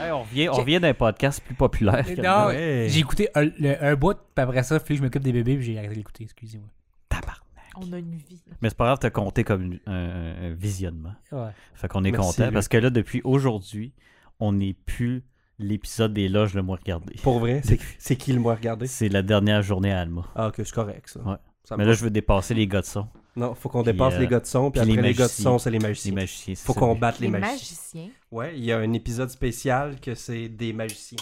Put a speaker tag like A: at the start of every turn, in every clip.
A: Hey, on revient, on revient d'un podcast plus populaire. que le
B: Non,
A: nôtre. Hey.
B: J'ai écouté un, le- un bout, puis après ça, puis je m'occupe des bébés, puis j'ai arrêté d'écouter, excusez-moi.
A: Tabarnak.
C: On a une vie.
A: Mais c'est pas grave, t'as compté comme une- un, un visionnement.
B: Ouais.
A: Fait qu'on est
B: Merci,
A: content
B: Luc.
A: parce que là, depuis aujourd'hui, on n'est plus l'épisode des loges le moins regardé.
D: Pour vrai, c'est- c'est qui le moins regardé?
A: C'est la dernière journée à Alma.
D: Ah, ok, c'est correct, ça.
A: Ouais.
D: Ça me
A: Mais là, je veux dépasser les gars de son,
D: Non, faut qu'on
A: Puis,
D: dépasse
A: euh,
D: les gars de son, puis
A: puis les
D: après les, gars de
A: magiciens.
D: son, c'est les
A: les
D: magiciens.
A: magiciens. c'est
D: faut
A: ça,
D: qu'on
A: mais-
D: batte les,
C: Les
D: magiciens.
C: magiciens.
D: Ouais, il y a un épisode spécial que c'est des magiciens.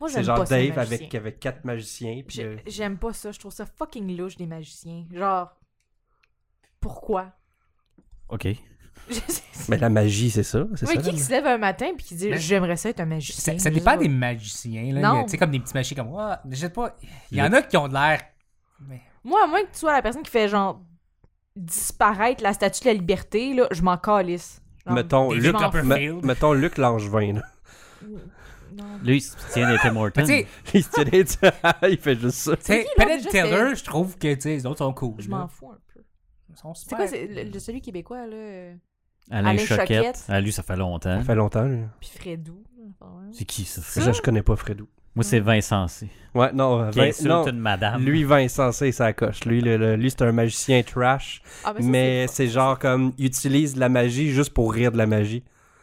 C: Moi,
D: C'est
C: j'aime
D: genre
C: pas ça, les
D: Dave avec,
C: magiciens.
D: avec quatre magiciens. Puis, euh,
C: J'ai- J'aime pas ça. Je trouve ça fucking louche des magiciens. Genre, pourquoi?
A: Ok.
C: Je-
D: Mais la magie, c'est ça, c'est
C: Mais
D: ça.
C: qui qui se lève un matin puis qui dit
B: Mais-
C: j'aimerais ça être un magicien.
B: Ça, ça dépend des magiciens, là.
C: Non.
B: Il y a, Tu sais, comme des petits magiciens comme moi. Je sais pas. Il y en a qui ont de l'air. mais-
C: Moi, à moins que tu sois la personne qui fait genre disparaître la statue de la liberté, là, je m'en calisse. Genre,
D: Mettons,
B: Des
D: Luc,
C: gens
B: Copperfield.
D: me- mettons Luc Langevin. là.
C: mm, non.
A: Lui, il se tient d'être Morton.
B: Mais tu sais,
D: il se tient des- il fait juste ça.
A: Hein?
B: tu sais,
C: qui, l'autre,
B: Penn
C: je
B: Teller, je trouve que tu sais, les autres sont cool.
C: Je
B: là.
C: m'en fous un peu.
B: Ils sont
C: C'est
B: super.
C: quoi c'est le, le- celui québécois là euh,
A: Alain,
C: Alain
A: Choquette.
C: Choquette.
A: Ah, lui, ça fait longtemps.
D: Ça fait longtemps. lui.
C: puis Fredou. enfin, ouais.
A: C'est qui, ça?
C: Ça?
D: Je, je connais pas Fredou.
A: Moi, c'est Vincent C.
D: Ouais, non, euh,
A: Qui
D: Vin-
A: insulte
D: non,
A: une madame.
D: lui, Vincent, c'est sa coche. Lui, le- le- lui c'est un magicien trash.
C: Ah, mais ça,
D: Mais
C: c'est-
D: c'est genre comme, il utilise la magie juste pour rire de la magie.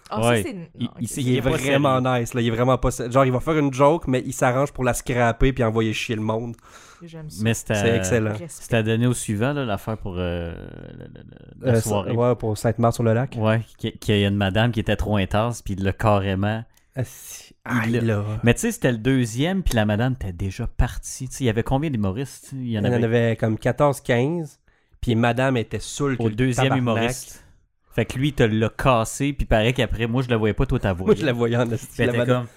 C: Ah, ça,
A: Ouais.
C: c'est- non,
A: Il-
C: ok.
A: il s'est-
D: Il est
A: pas
D: vraiment nice, là. Il est vraiment pas. Genre, il va faire une joke, mais il s'arrange pour la scraper puis envoyer chier le monde.
C: J'aime ça.
A: Mais c'était.
D: C'est excellent.
C: Respect.
A: C'était donné au suivant, là, l'affaire pour euh, le- le- le- la
D: Euh,
A: soirée.
D: ça- ouais, pour Sainte-Marthe-sur-le-Lac.
A: Ouais, qu'il qu'il y a une madame qui était trop intense, puis il l'a carrément.
D: Ah, si.
A: Il
D: Aïe,
A: l'a-
D: là.
A: Mais tu sais, c'était le deuxième, puis la madame était déjà partie. Tu sais, il y avait combien d'humoristes tu sais? Il y en
D: Il y
A: avait,
D: en avait comme 14-15. Puis madame était saoule. que
A: au
D: le
A: deuxième
D: tabarnak.
A: humoriste. Fait que lui, il te l'a cassé, puis paraît qu'après, moi, je le voyais pas, toi, ta voix.
D: Moi, je la voyais en esti,
A: Fait
D: la
A: que Ben, t'es
D: madame.
A: comme.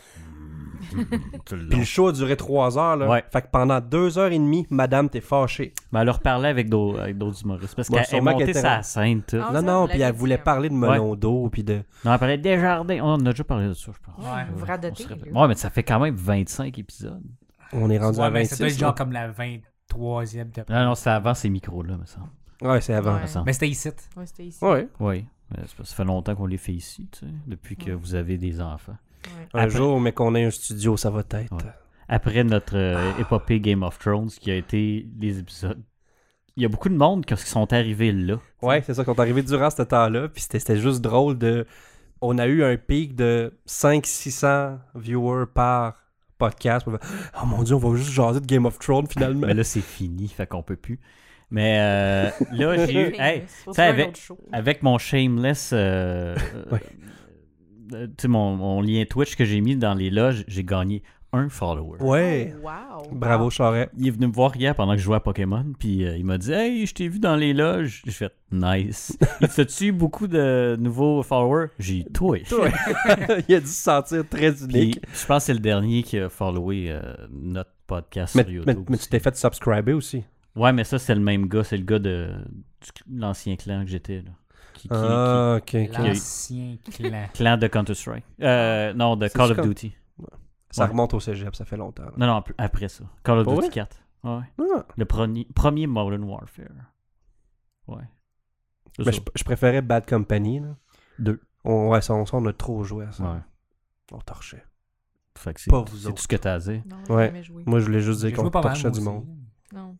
A: Tu l'as.
D: Puis le show a duré 3 heures, là.
A: Ouais.
D: Fait que pendant 2 heures et demie, madame, t'es fâchée.
A: Mais elle leur parlait avec d'au- avec d'autres humoristes. Parce
D: Bon,
A: qu'elle est
D: sûrement qu'elle
A: montée
D: était-
A: sa scène, tout.
C: Ah,
D: non,
C: ça,
D: non,
C: vous
D: puis
C: l'avez
D: elle
C: dit,
D: voulait
C: hein.
D: parler de melon d'eau, puis de.
A: Non, elle parlait de Desjardins. On a déjà parlé de ça, je pense.
C: Ouais,
B: Ouais,
C: vous
B: ouais.
A: On
C: radotez,
A: se rappelle.
C: là.
A: Ouais, mais ça fait quand même 25 épisodes.
D: On est rendu
B: Ouais,
D: à
A: ben,
B: mais ça doit
D: 26.
B: être genre
D: là.
B: comme la 23e de.
A: Non, non, c'est avant ces micros-là, me semble.
D: Ouais, c'est avant.
C: Ouais.
A: me semble.
B: Mais c'était ici.
C: Ouais, c'était ici.
D: Ouais.
A: Oui. Mais Euh, c'est parce que Ça fait longtemps qu'on les fait ici, tu sais, depuis que
C: Ouais.
A: vous avez des enfants.
C: Ouais.
D: Un
A: Après-
D: jour, mais qu'on ait un studio, ça va être.
A: Ouais. Après notre euh, épopée Game of Thrones, qui a été les épisodes, il y a beaucoup de monde qui qui sont arrivés là.
D: Ouais, c'est ça, qu'on est arrivé durant ce temps-là, puis c'était- c'était juste drôle de... On a eu un pic de 500-600 viewers par podcast. On fait, Oh mon Dieu, on va juste jaser de Game of Thrones, finalement.
A: Mais là, c'est fini, fait qu'on peut plus. Mais euh, là, j'ai eu. hey,
C: Faut
A: tu sais,
C: faire un
A: avec-
C: autre show.
A: avec mon shameless. euh, euh,
D: Ouais.
A: euh, tu sais, mon, mon lien Twitch que j'ai mis dans les loges, j'ai gagné un follower.
D: Ouais.
C: Oh, wow.
D: Bravo, Charret.
A: Il est venu me voir hier pendant que je jouais à Pokémon, puis euh, il m'a dit Hey, je t'ai vu dans les loges. J'ai fait Nice. Il te eu beaucoup de nouveaux followers J'ai eu Twitch.
D: Toi. Il a dû se sentir très
A: Puis,
D: unique.
A: je pense que c'est le dernier qui a followé euh, notre podcast
D: Mais,
A: sur
D: mais-
A: YouTube.
D: mais tu t'es fait subscriber aussi.
A: Ouais, mais ça, c'est le même gars. C'est le gars de du- l'ancien clan que j'étais. là. Qui- qui-
D: Ah, ok, ok.
B: L'ancien clan.
A: qui- Clan de Counter-Strike. Euh, non, de
D: C'est
A: Call of
D: comme-
A: Duty.
D: Ça
A: Ouais.
D: remonte au cégep, ça fait longtemps. là.
A: Non, non, ap- après ça. Call of
D: Pour
A: Duty
D: vrai?
A: 4. Ouais, ouais.
D: Ah.
A: Le premier, premier Modern Warfare. Ouais. C'est
D: Mais
A: ça.
D: Ben, je, je préférais Bad Company. Là.
A: Deux.
D: On, ouais, ça, on, ça, on a trop joué à ça.
A: Ouais.
D: On torchait.
A: Fait que c'est
D: Pas vous
A: c'est
D: autres.
A: tout ce que t'as à dire.
C: Non, j'ai
D: Ouais.
C: jamais joué.
D: Moi, je voulais juste
B: J'ai
D: dire
B: joué
D: qu'on
B: pas mal,
D: torchait
B: moi
D: du
B: aussi.
D: monde.
C: Non.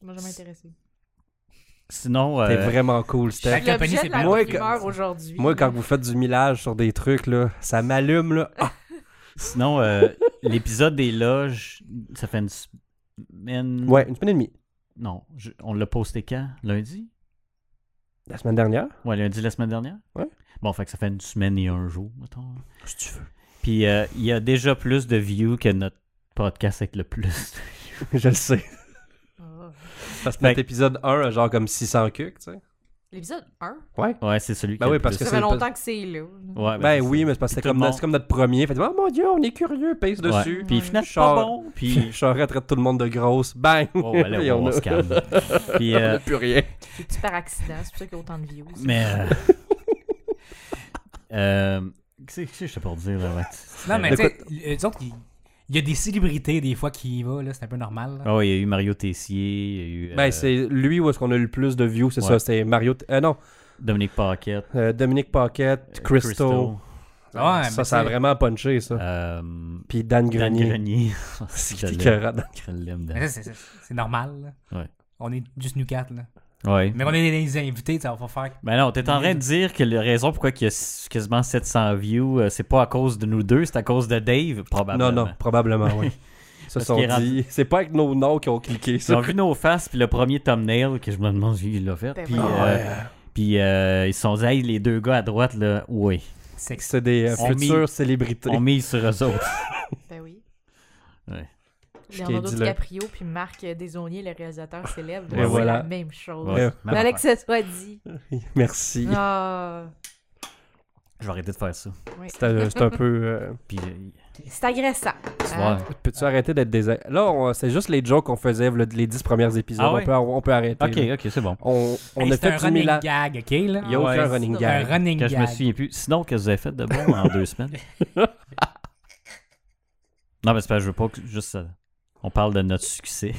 C: Ça m'a jamais intéressé.
A: Sinon, euh,
D: C'était vraiment cool,
B: Fait
D: c'était.
B: que la compagnie,
C: L'objet
B: c'est
C: de la
B: bien.
D: Moi,
C: rumeur
D: quand-
C: aujourd'hui.
D: Moi, quand vous faites du millage sur des trucs, là, ça m'allume, là. Ah,
A: sinon euh, l'épisode des loges, ça fait une semaine.
D: ouais, une semaine et demie.
A: Non, je- on l'a posté quand Lundi
D: La semaine dernière,
A: Ouais, lundi la semaine dernière
D: Ouais.
A: Bon, fait que ça fait une semaine et un jour, mettons.
D: si tu veux.
A: Puis euh, il y a déjà plus de views que notre podcast avec le plus.
D: Je le sais. Ben,
C: Ah.
D: Parce que
A: Fait
D: notre
A: que-
D: épisode 1 a genre comme 600 cucs, tu sais.
C: L'épisode 1.
A: Ouais, c'est celui
D: Ben
A: qui a
D: oui,
A: le
D: parce
A: plus.
C: Ça
D: c'est
C: fait
D: le-
C: longtemps que c'est là.
A: Ouais,
D: Ben
A: Ah, c'est ça.
D: oui, mais c'est parce
A: Puis
D: que c'est
A: tout
D: comme,
A: le
D: notre- c'est comme notre premier. Fait, oh mon dieu, on est curieux, pèse
A: Ouais.
D: dessus.
A: Puis finalement, c'est
D: Char-
A: pas bon. Puis
D: Puis Charest traite tout le monde de grosse. Bang!
A: Oh, ouais, là,
D: Et
A: on,
D: on a-
A: se calme. Puis,
D: On
A: euh,
D: a plus rien.
C: C'est par accident, c'est pour ça qu'il y a autant de views.
D: Mm.
A: mais. euh, euh, Qu'est-ce que j'étais pour dire, là? ouais, c'est-
B: Non, mais tu sais, les autres, il il y a des célébrités des fois qui y vont, là, c'est un peu normal. là.
A: Ah ouais, il y a eu Mario Tessier, il y a eu euh,
D: Ben, c'est lui où est-ce qu'on a le plus de views, c'est
A: Ouais.
D: ça. C'est Mario. T- euh, non,
A: Dominique Paquette,
D: euh, Dominique Paquette,
A: euh,
D: Christo.
B: Ouais,
D: ça,
B: mais
D: ça a
B: c'est-
D: vraiment punché, ça.
A: Euh,
D: Puis Dan
A: Dan
D: Ah. Grenier.
A: Grenier.
D: C'est
A: Je l'aime.
D: écœurant.
A: Je l'aime, Dan.
B: Mais ça, c'est- c'est c'est normal. là.
A: Ouais.
B: On est juste nous quatre. Là.
A: Ouais.
B: Mais on est des invités, ça va faire.
A: Ben non, t'es en train de dire que la raison pourquoi il y a s- quasiment 700 views, euh, c'est pas à cause de nous deux, c'est à cause de Dave, probablement.
D: Non, non, probablement, oui. Ça
A: Parce
D: sont
A: qu'il est rendu-
D: dit. C'est pas avec nos noms qu'ils ont cliqué,
A: Ils ont
D: ça.
A: vu nos faces, puis le premier thumbnail, que je me demande s'il l'a fait.
C: Ben
A: Puis
C: voyons.
A: euh, puis, euh, ils se sont dit, Hey, les deux gars à droite, là, oui,
B: Sexe.
D: C'est des euh,
A: On
D: futures
A: mit-
D: célébrités.
A: on mise sur eux autres.
C: Ben oui.
A: Ouais.
C: Leonardo
D: Je t'ai dit, là.
C: DiCaprio puis Marc Desaulniers, le réalisateur célèbre,
A: Et
C: c'est
D: voilà.
C: la même chose.
A: Ouais,
D: Euh,
A: même
C: Fallait que
A: affaire.
C: ça soit dit.
D: Merci.
C: Ah,
A: Je vais arrêter de faire ça.
C: oui.
D: C'est euh, c'est un peu. euh,
A: Puis, euh,
C: C'est agressant.
A: tu
C: hein.
A: vois,
D: Peux-tu arrêter d'être des. Là, on- c'est juste les jokes qu'on faisait le- les dix premières épisodes.
A: Ah
D: on,
A: ouais?
D: peut, on peut arrêter.
A: Ok,
D: là.
A: ok, c'est bon.
D: On, on
B: Hey,
D: a
B: c'est
D: fait
B: un
D: du
B: running
D: Milan.
B: gag, ok? Là?
D: Il y a aucun
A: Ouais,
D: running
C: c'est
B: un
D: gag.
B: running
A: Que
B: gag.
A: je me souviens plus. Sinon, qu'est-ce que vous avez fait de bon en deux semaines? Non, mais c'est pas, je veux pas que juste ça. On parle de notre succès.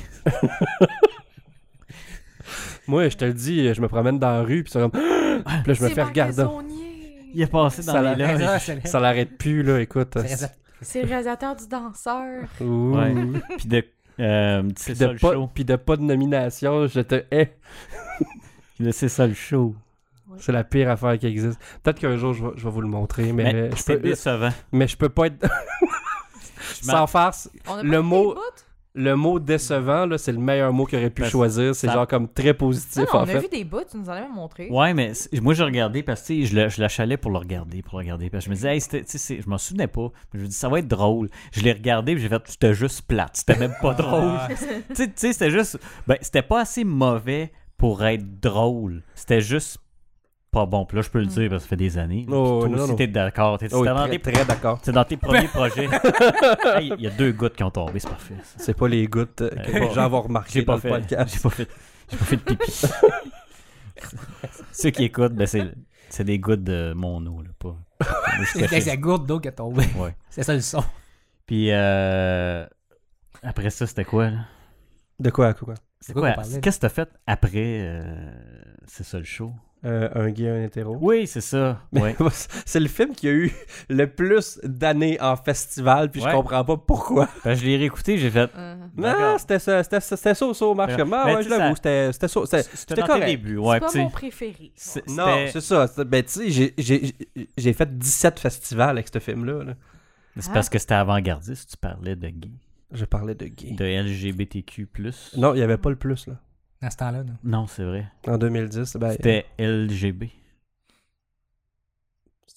D: Moi, je te le dis, je me promène dans la rue, puis ça comme. puis là, je me
C: C'est
D: fais
C: Marc
D: regarder.
C: Desaulniers.
A: Il est passé dans
D: Ça
A: les
D: l'a-
B: Hey, ça,
A: loges.
B: c'est-
D: Ça l'arrête plus, là, écoute.
B: c'est- c'est-
C: C'est le réalisateur du danseur.
D: Ouh.
A: Ouais. Puis de. euh, c'est
D: Puis
A: ça
D: de,
A: le
D: pas,
A: show.
D: puis de pas de nomination, je te hais.
A: Puis de C'est ça le show.
D: C'est la pire affaire qui existe. Peut-être qu'un jour, je vais, je vais vous le montrer, mais, euh,
A: Mais
D: je,
A: c'est
D: peux,
A: décevant.
D: mais je peux pas être.
A: Je m'en-
D: Sans farce,
C: On a
D: Le
C: pas fait
D: mot-
C: des bouts?
D: le mot décevant, là, c'est le meilleur mot qu'il aurait pu
A: Parce-
D: choisir. C'est
A: Ben, ça-
D: genre comme très
C: Non,
D: positif,
C: non,
D: en
C: on a vu
D: fait.
C: des bouts, tu nous en avais montré.
A: Ouais, mais c'est- moi, j'ai regardé parce que tu sais, je, le- je l'achalais pour le regarder, pour le regarder. Parce que je me disais, hey, c'était- tu sais, c'est- je m'en souvenais pas. Mais je me dis, ça va être drôle. Je l'ai regardé puis j'ai fait, c'était juste plate. C'était même pas drôle.
B: Ah,
A: tu sais, tu sais, c'était juste. Ben, c'était pas assez mauvais pour être drôle. C'était juste pas bon. Puis là, je peux le dire parce que ça fait des années.
D: Oh,
A: Puis
D: non,
A: toi aussi,
D: non.
A: t'es d'accord. T'es
D: Oh,
A: c'était dans,
D: très,
A: tes-
D: très d'accord.
A: c'était dans tes premiers projets. Hey, Il y a deux gouttes qui ont tombé, c'est parfait. ça.
D: C'est pas les gouttes euh, que
A: Euh,
D: les gens vont
A: J'ai
D: remarquer dans
A: pas,
D: le
A: fait,
D: podcast.
A: j'ai pas fait. J'ai pas fait de pipi. Ceux qui écoutent, ben c'est, c'est des gouttes de mon eau, là, pas.
B: C'est c'est la gourde d'eau qui est tombée.
A: Ouais.
B: C'est ça le son.
A: Puis euh, après ça, c'était quoi, là?
D: De quoi, quoi?
A: C'est
B: quoi
A: quoi,
B: qu'on parlait, là?
A: qu'est-ce que t'as fait après euh, c'est ça le show?
D: Euh, un gay, un hétéro.
A: Oui, c'est ça. Ouais.
D: C'est le film qui a eu le plus d'années en festival, puis
A: Ouais.
D: je comprends pas pourquoi.
A: Ben, je l'ai réécouté, j'ai fait.
C: Euh,
D: Non,
A: D'accord.
D: c'était ça, c'était ça, c'était ça, ça, Marc.
A: Ouais.
D: Comme, ah,
A: Mais
D: ouais,
A: tu
D: je
A: sais, ça-
D: l'avoue, c'était c'était ça. c'était-
A: C'était dans
D: correct.
A: tes débuts,
C: c'est
A: ouais.
C: pas
A: tu sais.
C: mon préféré.
A: C'est-
D: Non,
A: c'était-
D: c'est ça. c'est- Ben, tu sais, j'ai- j'ai- j'ai- j'ai fait 17 festivals avec ce film-là. là.
A: c'est parce que c'était avant-gardiste, tu parlais de gay,
D: Je parlais de gay.
A: de LGBTQ+.
D: Non, il n'y avait pas le plus, là.
B: Dans ce temps-là, non.
A: Non, c'est vrai.
D: En 2010, ben, c'est
A: C'était LGB.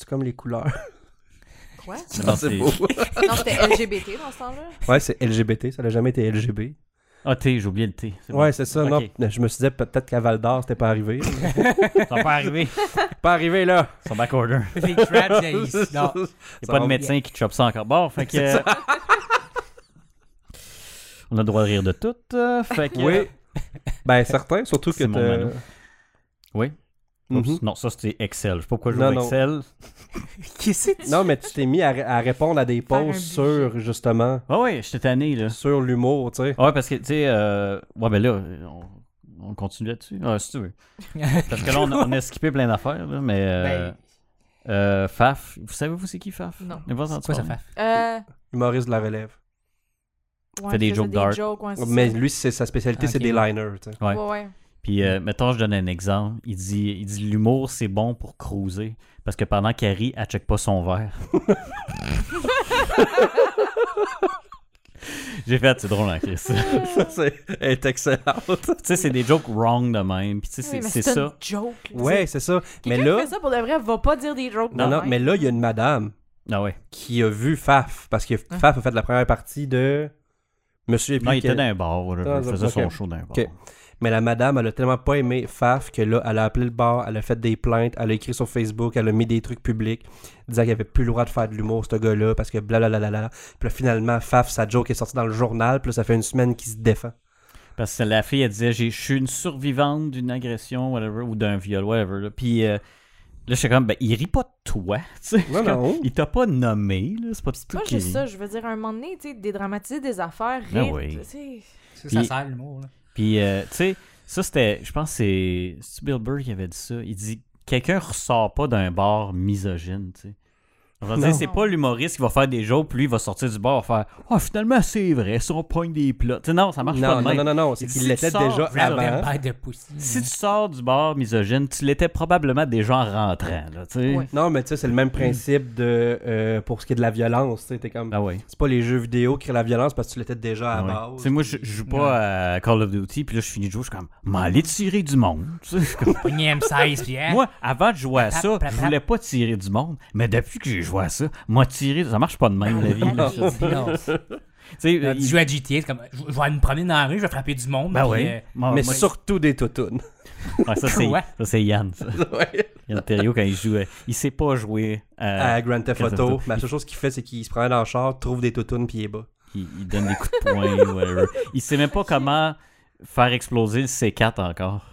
D: comme les couleurs.
C: Quoi?
A: Non,
D: c'est
A: c'est-
D: beau.
C: Ah, Non, c'était LGBT dans ce temps-là.
D: ouais, c'est LGBT, ça n'a jamais été LGB.
A: Ah, T, j'ai oublié le T. c'est bon.
D: Ouais, c'est ça.
A: Ok.
D: Non, je me suis dit peut-être qu'à Val d'Or, c'était pas arrivé.
A: Ils sont pas arrivés.
D: pas arrivé, là.
A: Ils sont backorder.
B: Les traps, j'ai ici. Non.
A: Il
D: Ça
A: n'y a pas
D: va
A: de médecin qui chope ça encore. Bon, fait que. On a le droit de rire de tout. euh, fait que.
D: Oui. ben, certain, surtout que.
A: C'est mon
D: t'as-
A: Manon. Oui.
D: Mhm.
A: Oups, Non, ça c'était Excel. Je sais pas pourquoi je
D: Non,
A: joue
D: non.
A: Excel.
B: Qui c'est?
D: Non, mais tu t'es mis à, à répondre à des
C: Faire un
D: posts
C: budget.
D: sur, justement,
A: Ah ouais, j'étais tanné, là.
D: sur l'humour, tu sais.
A: Ah ouais, parce que, tu sais. euh, Ouais, ben là, on, on continue là-dessus. Ah, si tu veux. Parce que là, on, a- on a skippé plein d'affaires, là, mais. euh, euh, Faf. Vous savez-vous c'est qui Faf
C: Ben, Non.
A: Vous avez entendu
B: C'est quoi ça
A: parler?
B: fait?
C: Euh,
D: Humoriste de la relève.
C: ouais,
A: Fait des
C: il faisait
A: jokes dark.
C: ouais, Ah, c'est
D: Mais
C: ça.
D: lui, c'est sa spécialité,
B: Ok.
D: c'est des liners, tu sais.
A: Ouais.
C: Ouais, ouais.
A: Puis, euh, mettons, je donne un exemple. Il dit, il dit l'humour, c'est bon pour cruiser. Parce que pendant qu'elle rit, elle check pas son verre. J'ai fait, c'est drôle, hein, Chris. tu
D: Ça, c'est elle est excellente.
A: sais, c'est des jokes wrong de même. Puis, tu sais, c'est
C: Oui, mais
A: c'est
C: c'est une
A: ça.
C: joke. là.
D: Ouais, c'est ça.
C: C'est-
D: Mais
C: Quelqu'un qui
D: là,
C: fait ça pour de vrai va pas dire des jokes.
D: non,
C: de
D: non,
C: même.
D: mais là, il y a une madame
A: Ah ouais.
D: qui a vu Faf, parce que
B: Hein?
D: Faf a fait la première partie de Monsieur et
A: Non, il était dans un bar. voilà,
D: Dans
A: Il
D: un-
A: faisait son
D: ok.
A: show dans un bar.
D: Ok. Mais la madame, elle a tellement pas aimé Faf que là, elle a appelé le bar, elle a fait des plaintes, elle a écrit sur Facebook, elle a mis des trucs publics, disant qu'il avait plus le droit de faire de l'humour, ce gars-là, parce que blablabla. Puis là, finalement, Faf, sa joke est sortie dans le journal, puis là, ça fait une semaine qu'il se défend.
A: Parce que la fille, elle disait, J'ai- je suis une survivante d'une agression, whatever, ou d'un viol, whatever. là. Puis, euh, là, je suis comme, ben, il rit pas de toi. tu sais.
D: Non, non.
A: Il t'a pas nommé, là. C'est pas du
C: C'est
A: tout
C: pas
A: qu'il
C: juste
A: rit.
C: ça, je veux dire, à un moment donné, tu sais, dédramatiser des affaires,
A: Ah
C: rire,
A: oui.
C: tu sais.
B: Ça,
A: Puis-
B: ça sert l'humour. là.
A: Puis, euh, tu sais, ça c'était, je pense que c'est c'est Bill Burr qui avait dit ça. Il dit Quelqu'un ressort pas d'un bar misogyne, tu sais. Je veux dire,
D: Non.
A: c'est pas l'humoriste qui va faire des jokes, puis lui, il va sortir du bar, faire Ah, finalement, c'est vrai, si on pogne des plats. Tu sais, non, ça marche pas
D: Non,
A: de
D: non,
A: même.
D: non, non, non, c'est
A: Si
D: qu'il
A: tu
D: l'était
A: sors
D: déjà
B: Rap
D: avant.
B: Vampire de Pussy.
A: ben, hein? Si tu sors du bar misogyne, tu l'étais probablement déjà en rentrant, là, tu sais.
C: Ouais.
D: Non, mais tu sais, c'est le même principe de euh, pour ce qui est de la violence. tu sais, T'es comme.
A: Ah ouais.
D: C'est pas les jeux vidéo qui créent la violence parce que tu l'étais déjà à
A: Ah ouais.
D: base.
A: Tu sais, moi, je, je joue pas à Call of Duty, puis là, je finis de jouer, je suis comme, m'en aller tirer du monde. Tu sais, je suis comme-
B: Pogné M16, puis hein.
A: moi, avant de jouer à ça,
B: Prap, prap,
A: je voulais pas tirer du monde, mais depuis que j'ai joué à ça, moi, tirer, ça marche pas de même, la vie. là.
B: Non, non.
A: Tu sais,
B: Quand Ah, tu
A: il-
B: joues à GTA, c'est comme, je je vais aller me promener dans la rue, je vais frapper du monde.
A: Ben
B: puis,
A: oui.
B: euh,
A: Moi-
D: Mais
A: moi-
D: surtout des toutounes.
A: Ouais, ça, c'est,
B: Quoi?
A: ça, c'est Yann. ça. Yann Terriot, quand il jouait, il sait pas jouer. euh, à-
B: Ah.
D: à Grand
A: Ah,
D: Theft
A: Grand Theft
D: Auto.
A: Auto.
D: mais La seule chose qu'il fait, c'est qu'il se prend dans le char, trouve des toutounes, puis il est bas.
A: il, il donne des coups de poing, whatever. Il sait même pas comment faire exploser le C4 encore.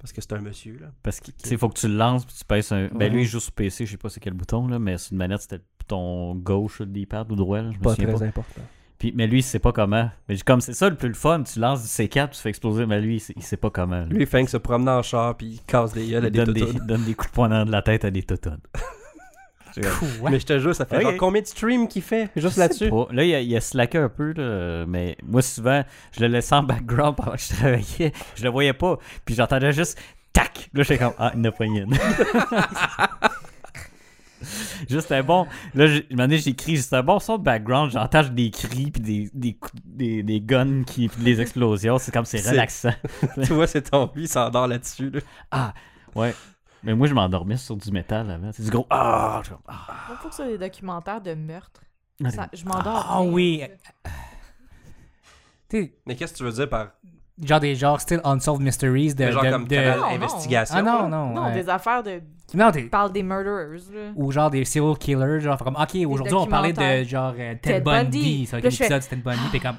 D: Parce que c'est un monsieur, là.
A: Parce qu'il faut que tu le lances puis tu pèses un. Ben lui, il joue sur PC, je sais pas c'est quel bouton, là, mais sur une manette, c'était le bouton gauche des pads ou droit, là, je me souviens pas.
D: important.
A: Puis, mais lui, il sait pas comment. Mais j'ai comme c'est ça le plus le fun, tu lances du C4, tu fais exploser, mais lui, il sait, il sait pas comment. là.
D: Lui, Fang se promène dans le char, puis il casse des gueules à
A: il
D: des
A: donne des,
D: toutounes.
A: il donne des coups de poing dans de la tête à des totones.
B: quoi?
D: Mais je te jure, ça fait
A: Ok.
D: genre combien de streams qu'il fait juste là-dessus?
A: Pas- Là, il a, il a slacké un peu, là, mais moi, souvent, je le laissais en background pendant que je travaillais. Je le voyais pas, puis j'entendais juste tac. Là, j'étais comme Ah, il n'a pas une. Juste un bon. Là, j'ai- une année, j'écris juste un bon son de background. J'entends des cris, puis des, des, coups- des, des guns, qui, puis des explosions. C'est comme c'est
D: C'est-
A: relaxant.
D: tu vois, c'est ton lui, il s'endort là-dessus. là.
A: Ah, ouais. Mais moi, je m'endormais sur du métal avant. C'est du gros Ah! Je suis comme, Ah!
C: Il faut que ça soit des documentaires de meurtre.
A: Ah,
C: Ça- je m'endors.
B: Ah oui. Tu sais,
D: Mais qu'est-ce que tu veux dire par.
B: genre des genres Still Unsolved Mysteries de.
D: genre
B: de-
D: comme
B: de-
D: canal
C: Non, non.
D: investigation?
B: Ah non,
C: là.
B: non.
C: Non,
B: ouais.
C: des affaires de.
B: Non, des-
C: qui parlent des murderers, là.
B: Ou genre des serial killers, genre comme, ok, aujourd'hui on parlait de
C: documentaires.
B: genre euh, Ted,
C: Ted
B: Bundy.
C: Bundy.
B: Ça va être
C: Là, je
B: l'épisode de Ted Bundy, t'es comme.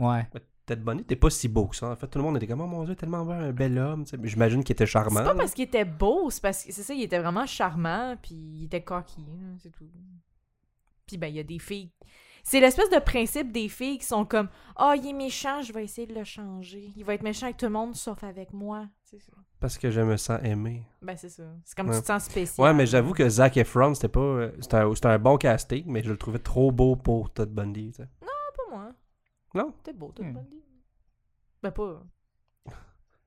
B: Ouais.
D: Mais Ted Bundy, t'es pas si beau que ça. En fait, tout le monde était comme, oh mon dieu, tellement beau, un bel homme. tu sais. Mais J'imagine qu'il était charmant.
C: C'est pas
D: là.
C: parce qu'il était beau, c'est parce que c'est ça, il était vraiment charmant, puis il était coquille, hein, c'est tout. Puis ben, il y a des filles. C'est l'espèce de principe des filles qui sont comme Ah, il est méchant, je vais essayer de le changer. Il va être méchant avec tout le monde sauf avec moi. C'est ça.
D: Parce que je me sens aimé.
C: Ben, c'est ça. C'est comme
D: Ouais.
C: tu te sens spécial.
D: Ouais, mais j'avoue que Zac Efron, c'était pas. euh, C'était un, c'était un bon casting, mais je le trouvais trop beau pour Ted Bundy. tu sais.
C: Pas moi.
D: Non?
C: T'es beau, Ted
B: Hmm.
C: Bundy. Ben, pas.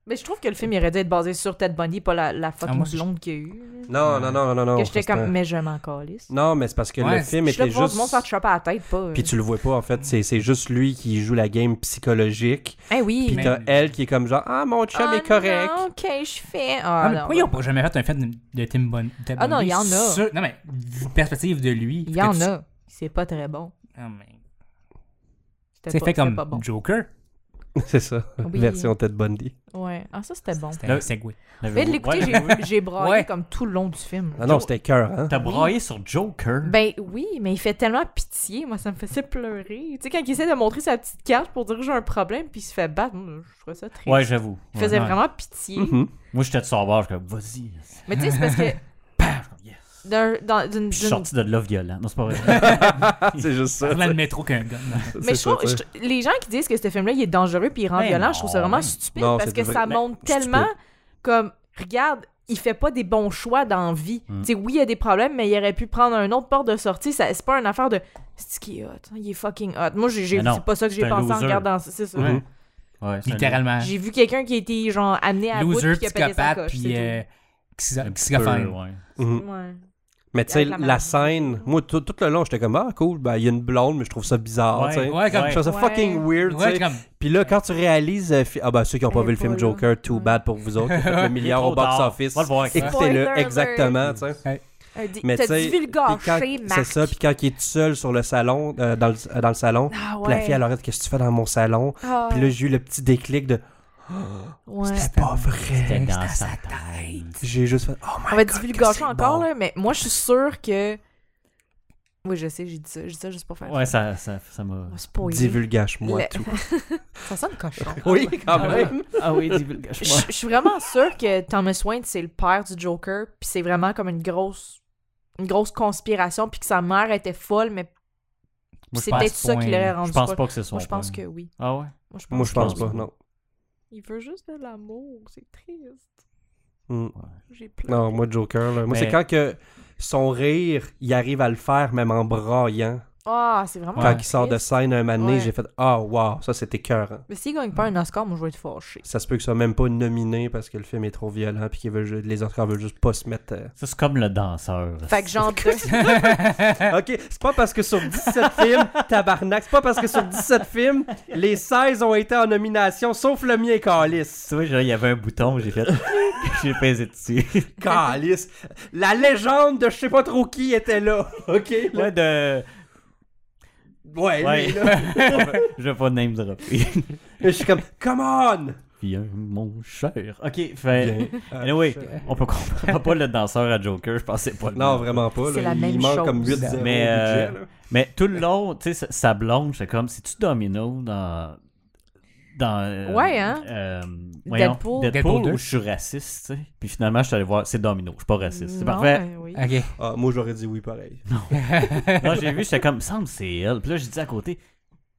C: Mais je trouve que le film il aurait dû être basé sur Ted Bundy, pas la, la fucking
B: moi, je-
C: blonde qu'il y a eu. là.
D: Non, non, non, non, non.
C: que
D: non,
C: j'étais
D: ça,
C: comme
D: c'était-
C: Mais je m'en calisse.
D: Non, mais c'est parce que
B: Ouais,
D: le film
C: Je suis là
D: était
C: pour voir du
D: juste.
C: monde se faire choper à la tête, pas.
D: Puis tu le vois pas, en fait. C'est c'est juste lui qui joue la game psychologique.
C: Eh oui.
D: Puis
B: Mais-
D: t'as elle qui est comme genre, ah, mon chum
C: Ah
D: est correct.
C: Non, ok, je fais.
B: Ah,
C: Ah,
B: mais
C: non,
B: pourquoi ils ont pas jamais fait un film de- de Tim Bun- Ted Bundy?
C: Ah non, il y en a.
B: sur- Non, mais, d'une perspective de lui. Ah,
C: Il y en a. C'est pas très bon. C'était
B: C'est
C: pas-
B: fait
C: c'était
B: comme
C: pas bon.
B: Joker.
D: C'est ça.
C: Oui.
D: Version Ted Bundy.
C: Ouais. Ah, ça, c'était bon.
B: C'était
A: Le-
B: un segway.
C: Mais de l'écouter,
A: Ouais.
C: j'ai- j'ai braillé
B: Ouais.
C: comme tout le long du film.
D: Ah non, c'était cœur, hein.
A: T'as braillé sur Joker.
C: Ben oui, mais il fait tellement pitié. Moi, ça me faisait pleurer. Tu sais, quand il essaie de montrer sa petite carte pour dire j'ai un problème, puis il se fait battre, moi, je trouvais ça triste.
A: ouais, j'avoue.
C: il faisait
A: Ouais.
C: vraiment pitié.
D: Mhm.
A: Moi, j'étais de sauvage, comme, vas-y.
C: Mais tu sais, c'est parce que d'un- dans-
A: Puis
C: d'une.
A: je
C: d'une-
A: suis sorti de là violent. Non, c'est pas vrai.
C: Ah,
D: c'est juste ça.
B: Dans le métro qu'un gars.
C: Mais je trouve,
D: que
C: je- les gens qui disent que ce film-là, il est dangereux puis il rend
A: Ben
C: violent, je trouve ça
A: non.
C: vraiment stupide
D: Non,
C: parce
D: c'est du
C: que
D: vrai-
C: ça
A: ben,
C: montre
D: stupide.
C: tellement comme, regarde, il fait pas des bons choix dans la vie.
A: Mm.
C: Tu sais, oui, il y a des problèmes, mais il aurait pu prendre un autre port de sortie. Ça- C'est pas une affaire de c'est qui est hot, hein, il est fucking hot. Moi, j'ai, j'ai-
A: Mais non,
C: c'est pas ça que j'ai
A: c'est un
C: pensé en
A: loser.
C: regardant ça. C'est ça.
D: Mhm.
A: Ouais, c'est un-
B: Littéralement.
C: J'ai vu quelqu'un qui a été genre amené à bout
B: Loser,
C: puis qui a pété sa
B: psychopathe,
C: coche.
B: puis
C: c'est
B: euh,
A: un
B: schizo-
A: petit peu,
B: schizophrénie.
A: ouais.
C: tout.
D: Mhm.
C: Ouais.
D: Mais tu sais,
C: Avec la
D: la,
C: maladie.
D: scène, moi, tout, tout le long, j'étais comme, ah, cool, ben, il y a une blonde, mais je trouve ça bizarre,
A: Ouais,
D: Ah, tu sais.
B: Ouais, comme
D: Je trouve ça
C: Ouais.
D: fucking weird, tu
B: Ouais,
D: sais.
B: comme.
D: Puis là, quand tu réalises, euh, fi- ah, ben, ceux qui ont pas
C: Elle
D: vu
C: est
D: le film
C: pas là.
D: Joker, too
C: Ouais.
D: bad pour vous autres, qui a fait le milliard
A: Trop
D: au box-office.
A: tard. Va le voir. hein.
C: Spoiler
D: Écoutez-le,
C: alert. Oh,
D: exactement, tu sais.
C: Un di-
D: Mais
C: t'as
D: tu sais,
C: divulgâché,
D: puis quand- C'est
C: Marc.
D: ça, puis quand il est tout seul sur le salon, euh, dans, le, euh, dans le salon,
C: Ah
D: puis la fille à
C: ouais.
D: Laurette, qu'est-ce que tu fais dans mon salon?
C: Ah,
D: Puis là, j'ai eu le petit déclic de
C: ouais.
D: c'est pas
A: C'était
D: vrai.
A: dans sa tête.
D: J'ai juste fait oh my
C: On va
D: God, que c'est
C: divulgacher encore,
D: bon.
C: là, mais moi, je suis sûre que. Oui, je sais, j'ai dit ça. J'ai dit ça juste pour faire
A: Ouais,
C: ça.
A: ça ça- ça m'a.
C: On va spoiler.
D: Divulgage-moi
C: Le-
D: tout.
C: Ça sonne cochon.
D: Oui, quand
A: Ah
D: même.
A: Ah oui,
C: Je je suis vraiment sûre que Thomas Wayne, c'est le père du Joker, puis c'est vraiment comme une grosse une grosse conspiration, puis que sa mère était folle, mais
A: Moi, je
C: c'est
A: pense
C: peut-être ça
B: point-
C: qui l'aurait rendu
A: Je pense
C: folle.
A: pas que ce soit.
C: Moi, je pense que oui.
A: Ah ouais?
C: Moi, je pense,
D: Moi, je pense pas,
A: pas.
D: non.
C: Il veut juste de l'amour, c'est triste.
D: Mm.
C: J'ai pleuré.
D: Non, moi, Joker, là. Moi,
B: Mais-
D: c'est quand que son rire, il arrive à le faire, même en braillant.
C: Ah, c'est vraiment.
D: Quand
B: Ouais.
D: il sort de scène un moment donné,
C: Ouais.
D: j'ai fait Ah, wow, ça, c'était écœurant.
C: Mais s'il gagne pas un Oscar, moi, je vais être fâché.
D: Ça se peut qu'il soit même pas nominé parce que le film est trop violent puis que les Oscars veulent juste pas se mettre. euh,
A: Ça, c'est comme le danseur.
C: Fait que genre, deux-
D: Ok, c'est pas parce que sur 17 films, tabarnak, c'est pas parce que sur 17 films, les 16 ont été en nomination, sauf le mien, Calis.
A: Tu vois, genre, il y avait un bouton, j'ai fait. j'ai pesé dessus.
D: Calis. La légende de je sais pas trop qui était là. Ok? là.
A: Ouais, de.
D: Ouais,
A: Ouais.
D: lui, là.
A: je vais pas name drop.
D: Je suis comme, come on!
A: Viens, mon cher. Ok, fait.
D: Viens.
A: Anyway, on peut comprendre pas le danseur à Joker, je pensais pas. le
D: Non,
A: même.
D: vraiment pas.
C: C'est
D: là.
C: la
D: il
C: même
D: manque
C: chose.
D: comme 8 zéros
A: Mais,
D: au
A: euh,
D: budget, là.
A: Mais tout le long, tu sais, sa- sa blonde, c'est comme, c'est-tu Domino dans. Dans. euh,
C: Ouais, hein?
A: euh, voyons,
C: Deadpool.
B: Deadpool deux.
A: où je suis raciste, tu sais. Puis finalement, je suis allé voir, c'est Domino, je suis pas raciste. C'est
C: Non,
A: parfait.
C: mais oui.
B: Ok.
D: Ah, moi, j'aurais dit oui, pareil.
A: Non, j'ai vu, j'étais comme, me semble que c'est elle. Puis là, j'ai dit à côté,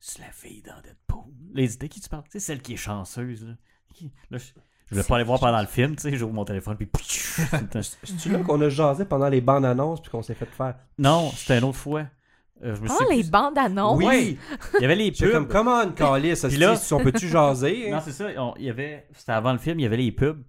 A: c'est la fille dans Deadpool. Les idées qui tu parles, c'est celle qui est chanceuse. Là, Qui- là, je, je voulais pas aller voir pendant le film, tu sais, j'ouvre mon téléphone, puis.
D: C'est-tu là qu'on a jasé pendant les bandes annonces puis qu'on s'est fait faire?
A: non, c'était une autre fois. Euh, je me
C: Ah,
A: suis-
C: les bandes annonces.
D: oui!
A: Il y avait les
D: J'ai
A: pubs.
D: comme, come on, Calis,
A: Puis là-
D: on peut-tu jaser?
A: Non,
D: hein?
A: c'est ça. on- il y avait, c'était avant le film, il y avait les pubs.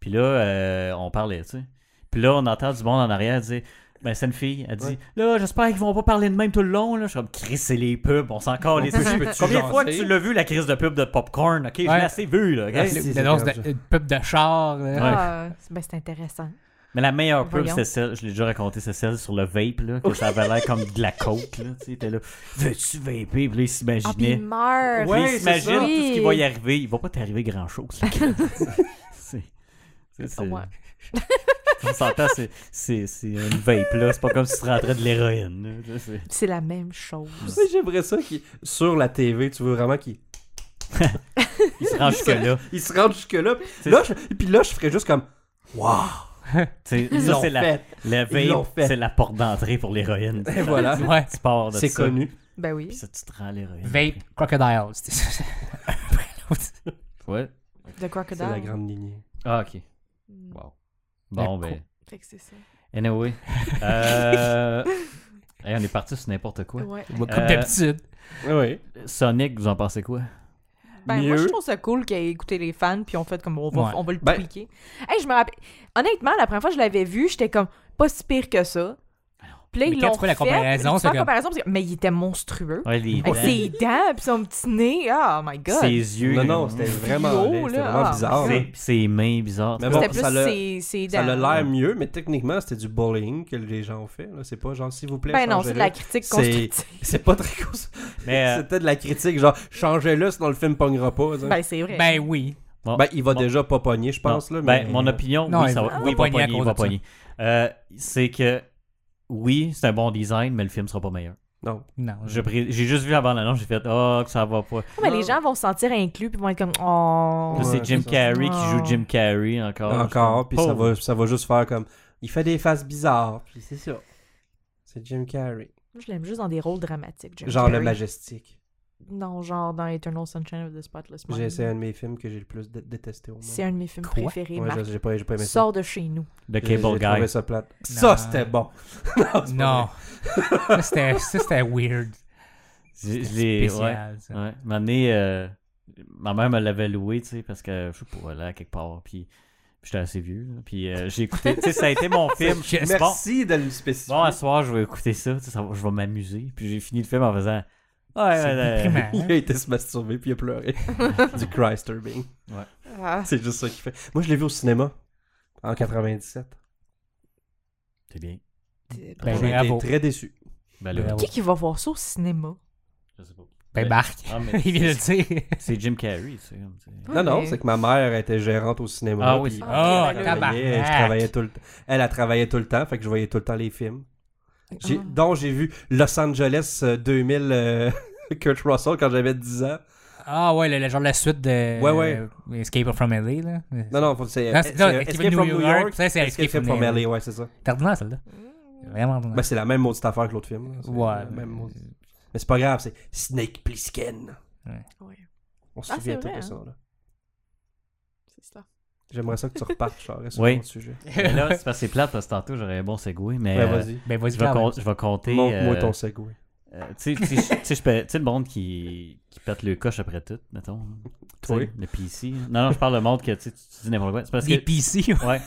A: Puis là, euh, on parlait, tu sais. Puis là, on entend du monde en arrière dire Ben, c'est une fille. Elle dit
D: Ouais.
A: Là, j'espère qu'ils vont pas parler de même tout le long. Là. Je suis comme Chris, c'est les pubs. On s'en encore les
D: peut- peux-tu
A: Combien de fois que
D: jaser?
A: tu l'as vu, la crise de pub de popcorn Ok, je l'ai
B: Ouais.
A: assez vu, là. ok?
D: Ah, c'est-
B: Le- L'annonce
D: c'est
B: de- une pub de char. là.
C: Ah, c'est- ben, c'est intéressant.
A: Mais la meilleure pub,
C: Voyons.
A: c'est celle, je l'ai déjà raconté, c'est celle sur le vape, là, que ça avait l'air comme de la coke, là. Tu sais, t'es là, veux-tu vaper? Puis là, il
C: Ah, puis
A: s'imaginait.
C: il meurt.
A: Puis
D: Ouais,
A: il
D: c'est
A: s'imagine
D: ça.
A: tout ce qui va
C: Oui.
A: y arriver. Il va pas t'arriver grand-chose. là. c'est... c'est- c'est-
C: Ah, Ouais.
A: On s'entend, c'est, c'est, c'est une vape, là. C'est pas comme si tu rentrais de l'héroïne. là. C'est-
C: C'est la même chose.
D: Mais J'aimerais ça qu'il- sur la TV, tu veux vraiment qu'il
A: Il se rend jusque-là.
D: il se rende jusque-là.
A: C'est-
D: Là, je... Puis là, je ferais juste comme, wow!
A: Tu sais,
D: Ils
A: ça,
D: l'ont
A: c'est la,
D: fait.
A: la
D: Ils l'ont
A: vape,
D: fait.
A: c'est la porte d'entrée pour l'héroïne.
D: Et voilà.
B: Ouais.
A: Tu pars de
D: C'est
A: ça,
D: connu.
C: Ben
A: Puis
C: oui.
A: ça, tu te rends à l'héroïne.
B: Vape Crocodiles. C'est-
A: Ouais.
C: The
D: C'est
C: Crocodile.
D: la grande lignée.
A: Ah, ok.
C: Mm.
A: Wow. Bon,
B: La
A: ben.
C: Fait que c'est ça.
A: Anyway. Euh... hey, on est parti sur n'importe quoi.
C: Ouais.
B: Comme
A: Euh,
B: d'habitude.
D: Oui.
A: Sonic, vous en pensez quoi?
C: Ben, moi,
D: Mieux.
C: je trouve ça cool qu'ils aient écouté les fans, puis on fait comme on va,
B: Ouais.
C: on va le
D: Ben-
C: tweaker. Hey, je me rappelle. Honnêtement, la première fois que je l'avais vu, j'étais comme pas si pire que ça. Puis là,
B: Mais
C: ils
B: quand
C: l'ont
B: tu fais la
C: fait,
B: comparaison,
C: tu fais
B: c'est
C: la
B: comme-
C: comparaison, parce que- mais il était monstrueux.
A: Ouais, les
C: Avec ses dents, puis son petit nez. Oh my god.
A: ses yeux. Mm.
D: Non, non, c'était vraiment,
C: Yo,
D: laid, c'était
C: là,
D: vraiment
C: ah.
D: bizarre.
A: Ses- ses mains bizarres.
D: Mais
C: C'était
D: bon,
C: plus
D: ça l'a-
C: ses, ses dents.
D: Ça a l'air mieux, mais techniquement, c'était du bullying que les gens ont fait. là. C'est pas genre, s'il vous plaît,
C: Ben non,
D: changez-le.
C: c'est de la critique
D: C'est-
C: constructive.
D: C'est pas très cool. ça.
A: Mais, euh,
D: C'était de la critique, genre, changez-le sinon le film pognera pas. ça. Ben,
C: Ben, c'est vrai.
B: Ben oui.
A: bon,
D: il va
A: bon,
D: déjà pas pogner, je pense.
A: non,
D: là,
A: ben,
D: mais... euh,
A: mon opinion,
B: Non,
A: oui,
B: il
A: ça
B: va-
A: va,
B: il
A: oui, il
B: va
A: va
B: pogner à
A: pogner, il
B: cause
A: va
B: de ça.
A: pogner. Euh, c'est que, oui, c'est un bon design, mais le film sera pas meilleur.
D: Non.
B: Non.
A: Je pré- J'ai juste vu avant l'annonce, j'ai fait, oh, que ça va pas.
C: Non, mais les gens vont se sentir inclus, puis vont être comme. Oh.
A: Là,
D: Ouais,
A: c'est Jim
D: c'est ça.
A: Carrey qui joue
C: Oh.
A: Jim Carrey encore. Oh,
D: Encore, puis ça
A: Pauvre.
D: va, ça va juste faire comme. Il fait des faces bizarres, puis c'est ça. C'est Jim Carrey.
C: Moi, Je l'aime juste dans des rôles dramatiques. Jim
D: genre le
C: Carrey.
D: majestique.
C: Non, genre dans Eternal Sunshine of the Spotless Mind.
D: J'ai C'est un de mes films que j'ai le plus dé- détesté au monde.
C: C'est un de mes films
B: Quoi?
C: préférés,
D: Ouais,
C: Marc.
D: je- j'ai pas, j'ai pas aimé ça.
C: Sors de chez nous.
A: The
D: J'ai- j'ai
A: Cable
D: trouvé
A: Guy.
D: ça plate.
B: Non.
D: Ça, c'était bon. non. c'est pas
B: Non.
D: vrai.
B: ça, c'était ça, c'était weird.
A: J'ai- je l'ai-
B: C'était
A: ouais.
B: spécial, ça.
A: Ouais. Un moment donné, euh, ma mère me l'avait loué, tu sais, parce que je sais pas, là, quelque part. Puis j'étais assez vieux. là, Puis euh, j'ai écouté, tu sais, ça a été mon film.
B: Je-
A: C'est bon,
D: Merci de le spécifier.
A: bon, à soir, je vais écouter ça, tu sais, ça va- je vais m'amuser. Puis j'ai fini le film en faisant. Ouais,
B: C'est
A: ouais, ouais.
B: déprimant, hein?
D: il a été se masturber puis il a pleuré. du Christerbing.
C: Ah,
D: C'est juste ça qu'il fait. Moi, je l'ai vu au cinéma en 97.
A: C'est bien.
C: c'est-
B: Ben,
D: J'ai été
B: bravo.
D: très déçu.
A: Ben là,
B: Bravo.
C: Qui qui va voir ça au cinéma?
A: je sais pas.
B: Ben Marc.
A: Ah, mais
B: Il vient de le dire.
A: c'est Jim Carrey, tu sais. comme, tu sais.
D: Non, non,
C: mais-
D: c'est que ma mère était gérante au cinéma.
A: Ah oui,
D: puis
A: c'est-
B: Oh,
C: ben là,
D: elle
B: tabarnak.
D: travaillait, je travaillais tout le temps. Elle a travaillé tout le temps, fait que je voyais tout le temps les films. J'ai-
C: Ah.
D: Dont j'ai vu Los Angeles euh, 2000 euh, Kurt Russell quand j'avais 10 ans.
B: Ah ouais, le, le genre la suite de
D: Ouais, ouais.
B: euh, Escape from LA là.
D: Non, non, faut- c'est
B: Non,
D: euh,
B: c'est-
D: c'est,
B: non,
D: euh,
B: Escape from
D: Escape from
B: New
D: New
B: York,
D: York.
B: ça, c'est
D: Escape from LA, ouais, c'est ça.
B: T'es ordinaire celle-là.
C: Mm,
B: Vraiment ordinaire.
A: Bah,
B: euh,
D: Ben, c'est la même maudite affaire que l'autre film. là. C'est
B: ouais.
D: la même maudite- Mais c'est pas grave, c'est Snake Plissken.
C: Ouais,
D: On se
C: Ah,
D: souvient
C: c'est
D: tout
C: vrai,
D: de
C: hein.
D: ça. Là.
C: c'est ça.
D: J'aimerais ça que tu repartes, Charles, sur
A: Oui.
D: mon sujet.
A: Mais là, c'est parce que c'est plate, parce que tantôt, j'aurais un bon segway, mais
D: Ben,
A: euh,
D: vas-y.
B: Ben, vas-y,
A: je, vais
B: quand
A: con-
B: même.
A: je vais compter...
D: Montre-moi
A: euh,
D: ton segway.
A: euh, tu sais- tu sais, tu sais, je peux- tu sais, le monde qui, qui pète le coche après tout, mettons. Tu sais,
D: Toi.
A: Le PC. Non, non, je parle le monde que tu, sais, tu dis n'importe quoi. C'est parce
B: Des
A: que...
B: PC.
A: Ouais.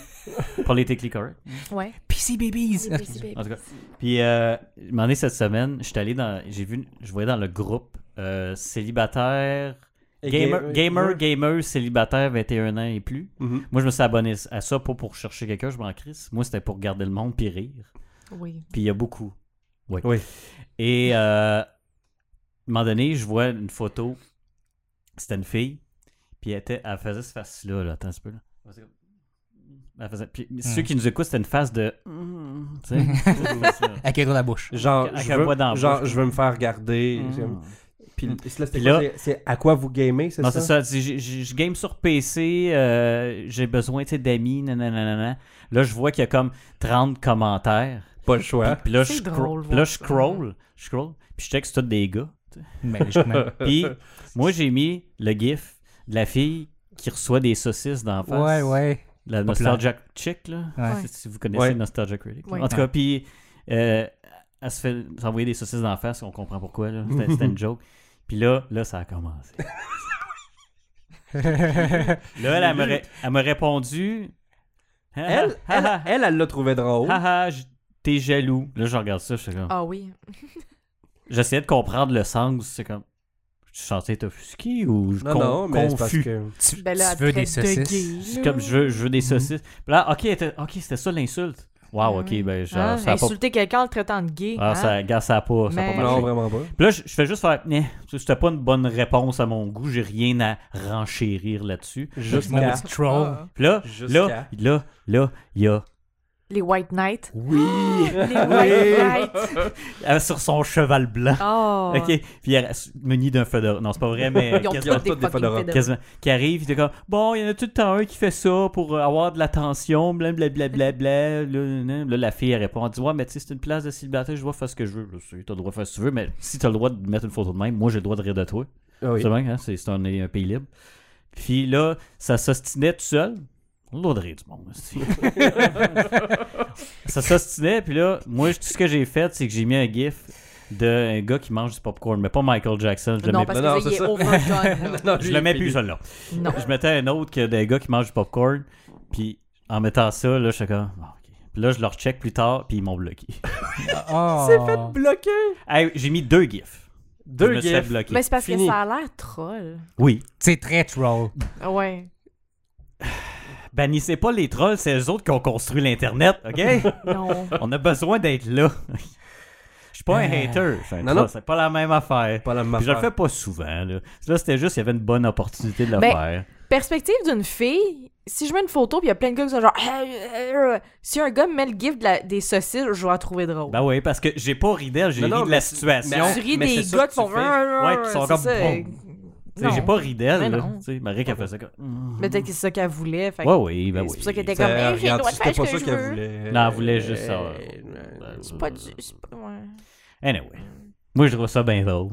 A: Politically correct.
C: Ouais.
B: PC babies.
A: En tout cas. Puis, euh, un moment donné, cette semaine, je suis allé dans... J'ai vu... Je voyais dans le groupe euh, célibataire...
D: Et
A: Gamer,
D: ga-
A: gamer, gamer, célibataire, 21 ans et plus.
D: Mhm.
A: Moi, je me suis abonné à ça pas pour chercher quelqu'un, je m'en crisse. Moi, c'était pour garder le monde puis rire.
C: Oui.
A: Puis il y a beaucoup. Oui.
D: Oui.
A: Et euh, à un moment donné, je vois une photo. C'était une fille. Puis elle, était, elle faisait cette face-là. Là. Attends un petit peu. Là. Elle faisait- puis ceux
D: Hmm.
A: qui nous écoutent, c'était une face de. Tu sais, cette face-là.
B: Avec la bouche.
D: Genre,
A: Avec
D: je
A: un doigt dans la
D: veux, genre,
A: bouche.
D: je veux me faire regarder.
C: Mhm.
A: Mm.
D: J'aime- Puis
A: Mm.
D: c'est là, c'était
A: Puis là-
D: quoi? C'est- c'est à quoi vous gamez, c'est
A: Non,
D: ça?
A: c'est ça. Tu sais, j'ai- j'ai- Je game sur PC, euh, j'ai besoin tu sais, d'amis, nananana. Là, je vois qu'il y a comme 30 commentaires.
D: Pas le choix.
A: Puis là,
C: C'est
A: je scro-
C: drôle,
A: puis là,
C: voir
A: je
C: ça.
A: scroll, je scroll, puis je check c'est tous des gars. tu sais.
B: Mais logiquement.
A: Puis moi, j'ai mis le gif de la fille qui reçoit des saucisses d'en face.
B: Ouais, ouais.
A: La
B: Populaire.
A: Nostalgia Chick, là.
B: Ouais.
A: Si- Si vous connaissez
D: Ouais.
A: Nostalgia Critic. là.
C: Ouais.
A: En tout cas, puis euh, elle se fait s'envoyer des saucisses d'en face, on comprend pourquoi, là. C'était c'était une joke. Puis là, là, ça a commencé. Là, elle, elle me, ré- elle m'a répondu.
D: Elle,
A: Ah,
D: elle,
A: ah,
D: elle, elle l'a trouvé drôle.
A: ah, ah, j- t'es jaloux. Là, je regarde ça, je suis comme.
C: Ah oui.
A: J'essayais de comprendre le sens. C'est comme. Je suis censé être offusqué ou je
D: non,
A: con-
D: non, mais c'est parce
A: confus.
D: que... Mhm.
B: Tu,
C: Ben là,
B: tu veux
C: après,
B: des
C: de
B: saucisses.
C: gay,
A: C'est
C: là.
A: comme je veux, je veux des saucisses. Puis là, ok, elle était- ok, c'était ça l'insulte. Waouh,
C: Ah
A: ok,
C: oui.
A: ben genre,
C: Ah,
A: ça a pas.
C: insulter quelqu'un en le traitant de gay.
A: Ah,
C: hein?
A: ça, gars, ça a pas, ça a pas
C: Mais-
A: marché.
D: Ben Non, vraiment pas.
A: Puis là, je, je fais juste faire. Né, C'était pas une bonne réponse à mon goût, j'ai rien à renchérir là-dessus.
D: Juste
B: Mon
D: la-
B: petit troll.
C: Ah.
A: Puis là,
D: Jusqu'à-
A: là, là, là, il y a.
C: Les White Knights.
D: Oui!
C: Les White Knights.
A: euh, sur son cheval blanc.
C: Oh.
A: Ok, puis il y a- muni d'un fedora. Non, c'est pas vrai, mais.
C: Ils ont
A: quasiment-
C: tous des
D: toutes des
C: fucking
D: fedoras.
C: fedoras.
A: quasiment, qui arrive, il est comme bon, il y en a tout le temps un qui fait ça pour euh, avoir de l'attention, blablabla. Bla, bla, là, là, là, la fille elle répond, elle dit ouais, mais tu sais, c'est une place de célibataire, je dois faire ce que je veux. Je sais, t'as le droit de faire ce que tu veux, mais si t'as le droit de mettre une photo de même, moi j'ai le droit de rire de toi.
D: Ah oui.
A: C'est bien, hein, c'est c'est un, un pays libre. Puis là, ça s'ostinait tout seul. On a le droit de rire du monde. aussi. ça s'ostinait, puis là, moi, tout ce que j'ai fait, c'est que j'ai mis un gif d'un gars qui mange du popcorn, mais pas Michael Jackson. Je le,
C: Non,
A: mets,
C: parce
D: Non,
C: que
D: non,
C: ça, il est
D: c'est ça.
C: overdone. là.
D: Non,
A: je
D: lui,
A: le mets
D: il-
A: plus, celui-là.
C: Non.
A: Je mettais un autre que des gars qui mangent du popcorn. Puis en mettant ça, là, je suis comme. Ah, ok. Puis là, je leur check plus tard, puis ils m'ont bloqué.
B: C'est
D: Bloqué!
A: Hey, j'ai mis deux gifs. je
D: Deux
A: me suis fait
D: gifs.
A: bloquer.
C: Mais c'est parce
D: Fini.
C: que ça a l'air troll.
A: Oui.
B: C'est très troll.
C: Ouais.
A: Bannissez pas les trolls, c'est eux autres qui ont construit l'Internet, OK?
C: Non.
A: On a besoin d'être là. Je suis pas un
B: Ah.
A: hater. je suis un
D: Euh, Non,
A: troll,
D: non.
A: C'est pas la même affaire.
D: Pas la même
A: Puis je le fais
D: affaire.
A: pas souvent. Là, là c'était juste, il y avait une bonne opportunité de le
C: Ben,
A: faire.
C: Perspective d'une fille, si je mets une photo puis il y a plein de gars qui sont genre. Euh, euh, Si un gars me met le gif de la- des saucisses, je vais la trouver drôle.
A: Ben oui, parce que j'ai pas ri d'elle, j'ai
D: Non, non,
A: ri de
D: mais-
A: la situation.
D: mais-
C: tu ris
D: mais
C: des
D: c'est ça
C: gars
D: que
C: qui
D: tu
C: font.
D: fais.
A: Ouais, qui sont
C: c'est
A: comme
C: ça.
A: boum. Tu sais,
C: Non.
A: J'ai pas ri d'elle.
C: Mais
A: là.
C: non.
A: Tu sais, Marie qui a fait ça comme.
C: Mais peut-être que c'est ça qu'elle voulait. fait que-
A: Ouais, oui, ben
C: c'est
A: oui.
C: pour ça qu'elle était
D: Ça,
C: comme. Eh, j'ai le
D: Euh, regarde,
C: droit de
D: c'était
C: faire ce
D: pas
C: que
D: ça
C: je
D: qu'elle
C: veux.
D: voulait.
A: Non, elle voulait juste ça.
D: Euh,
C: C'est pas du. c'est pas- ouais.
A: Ben, Anyway. Moi, je trouve ça bien drôle.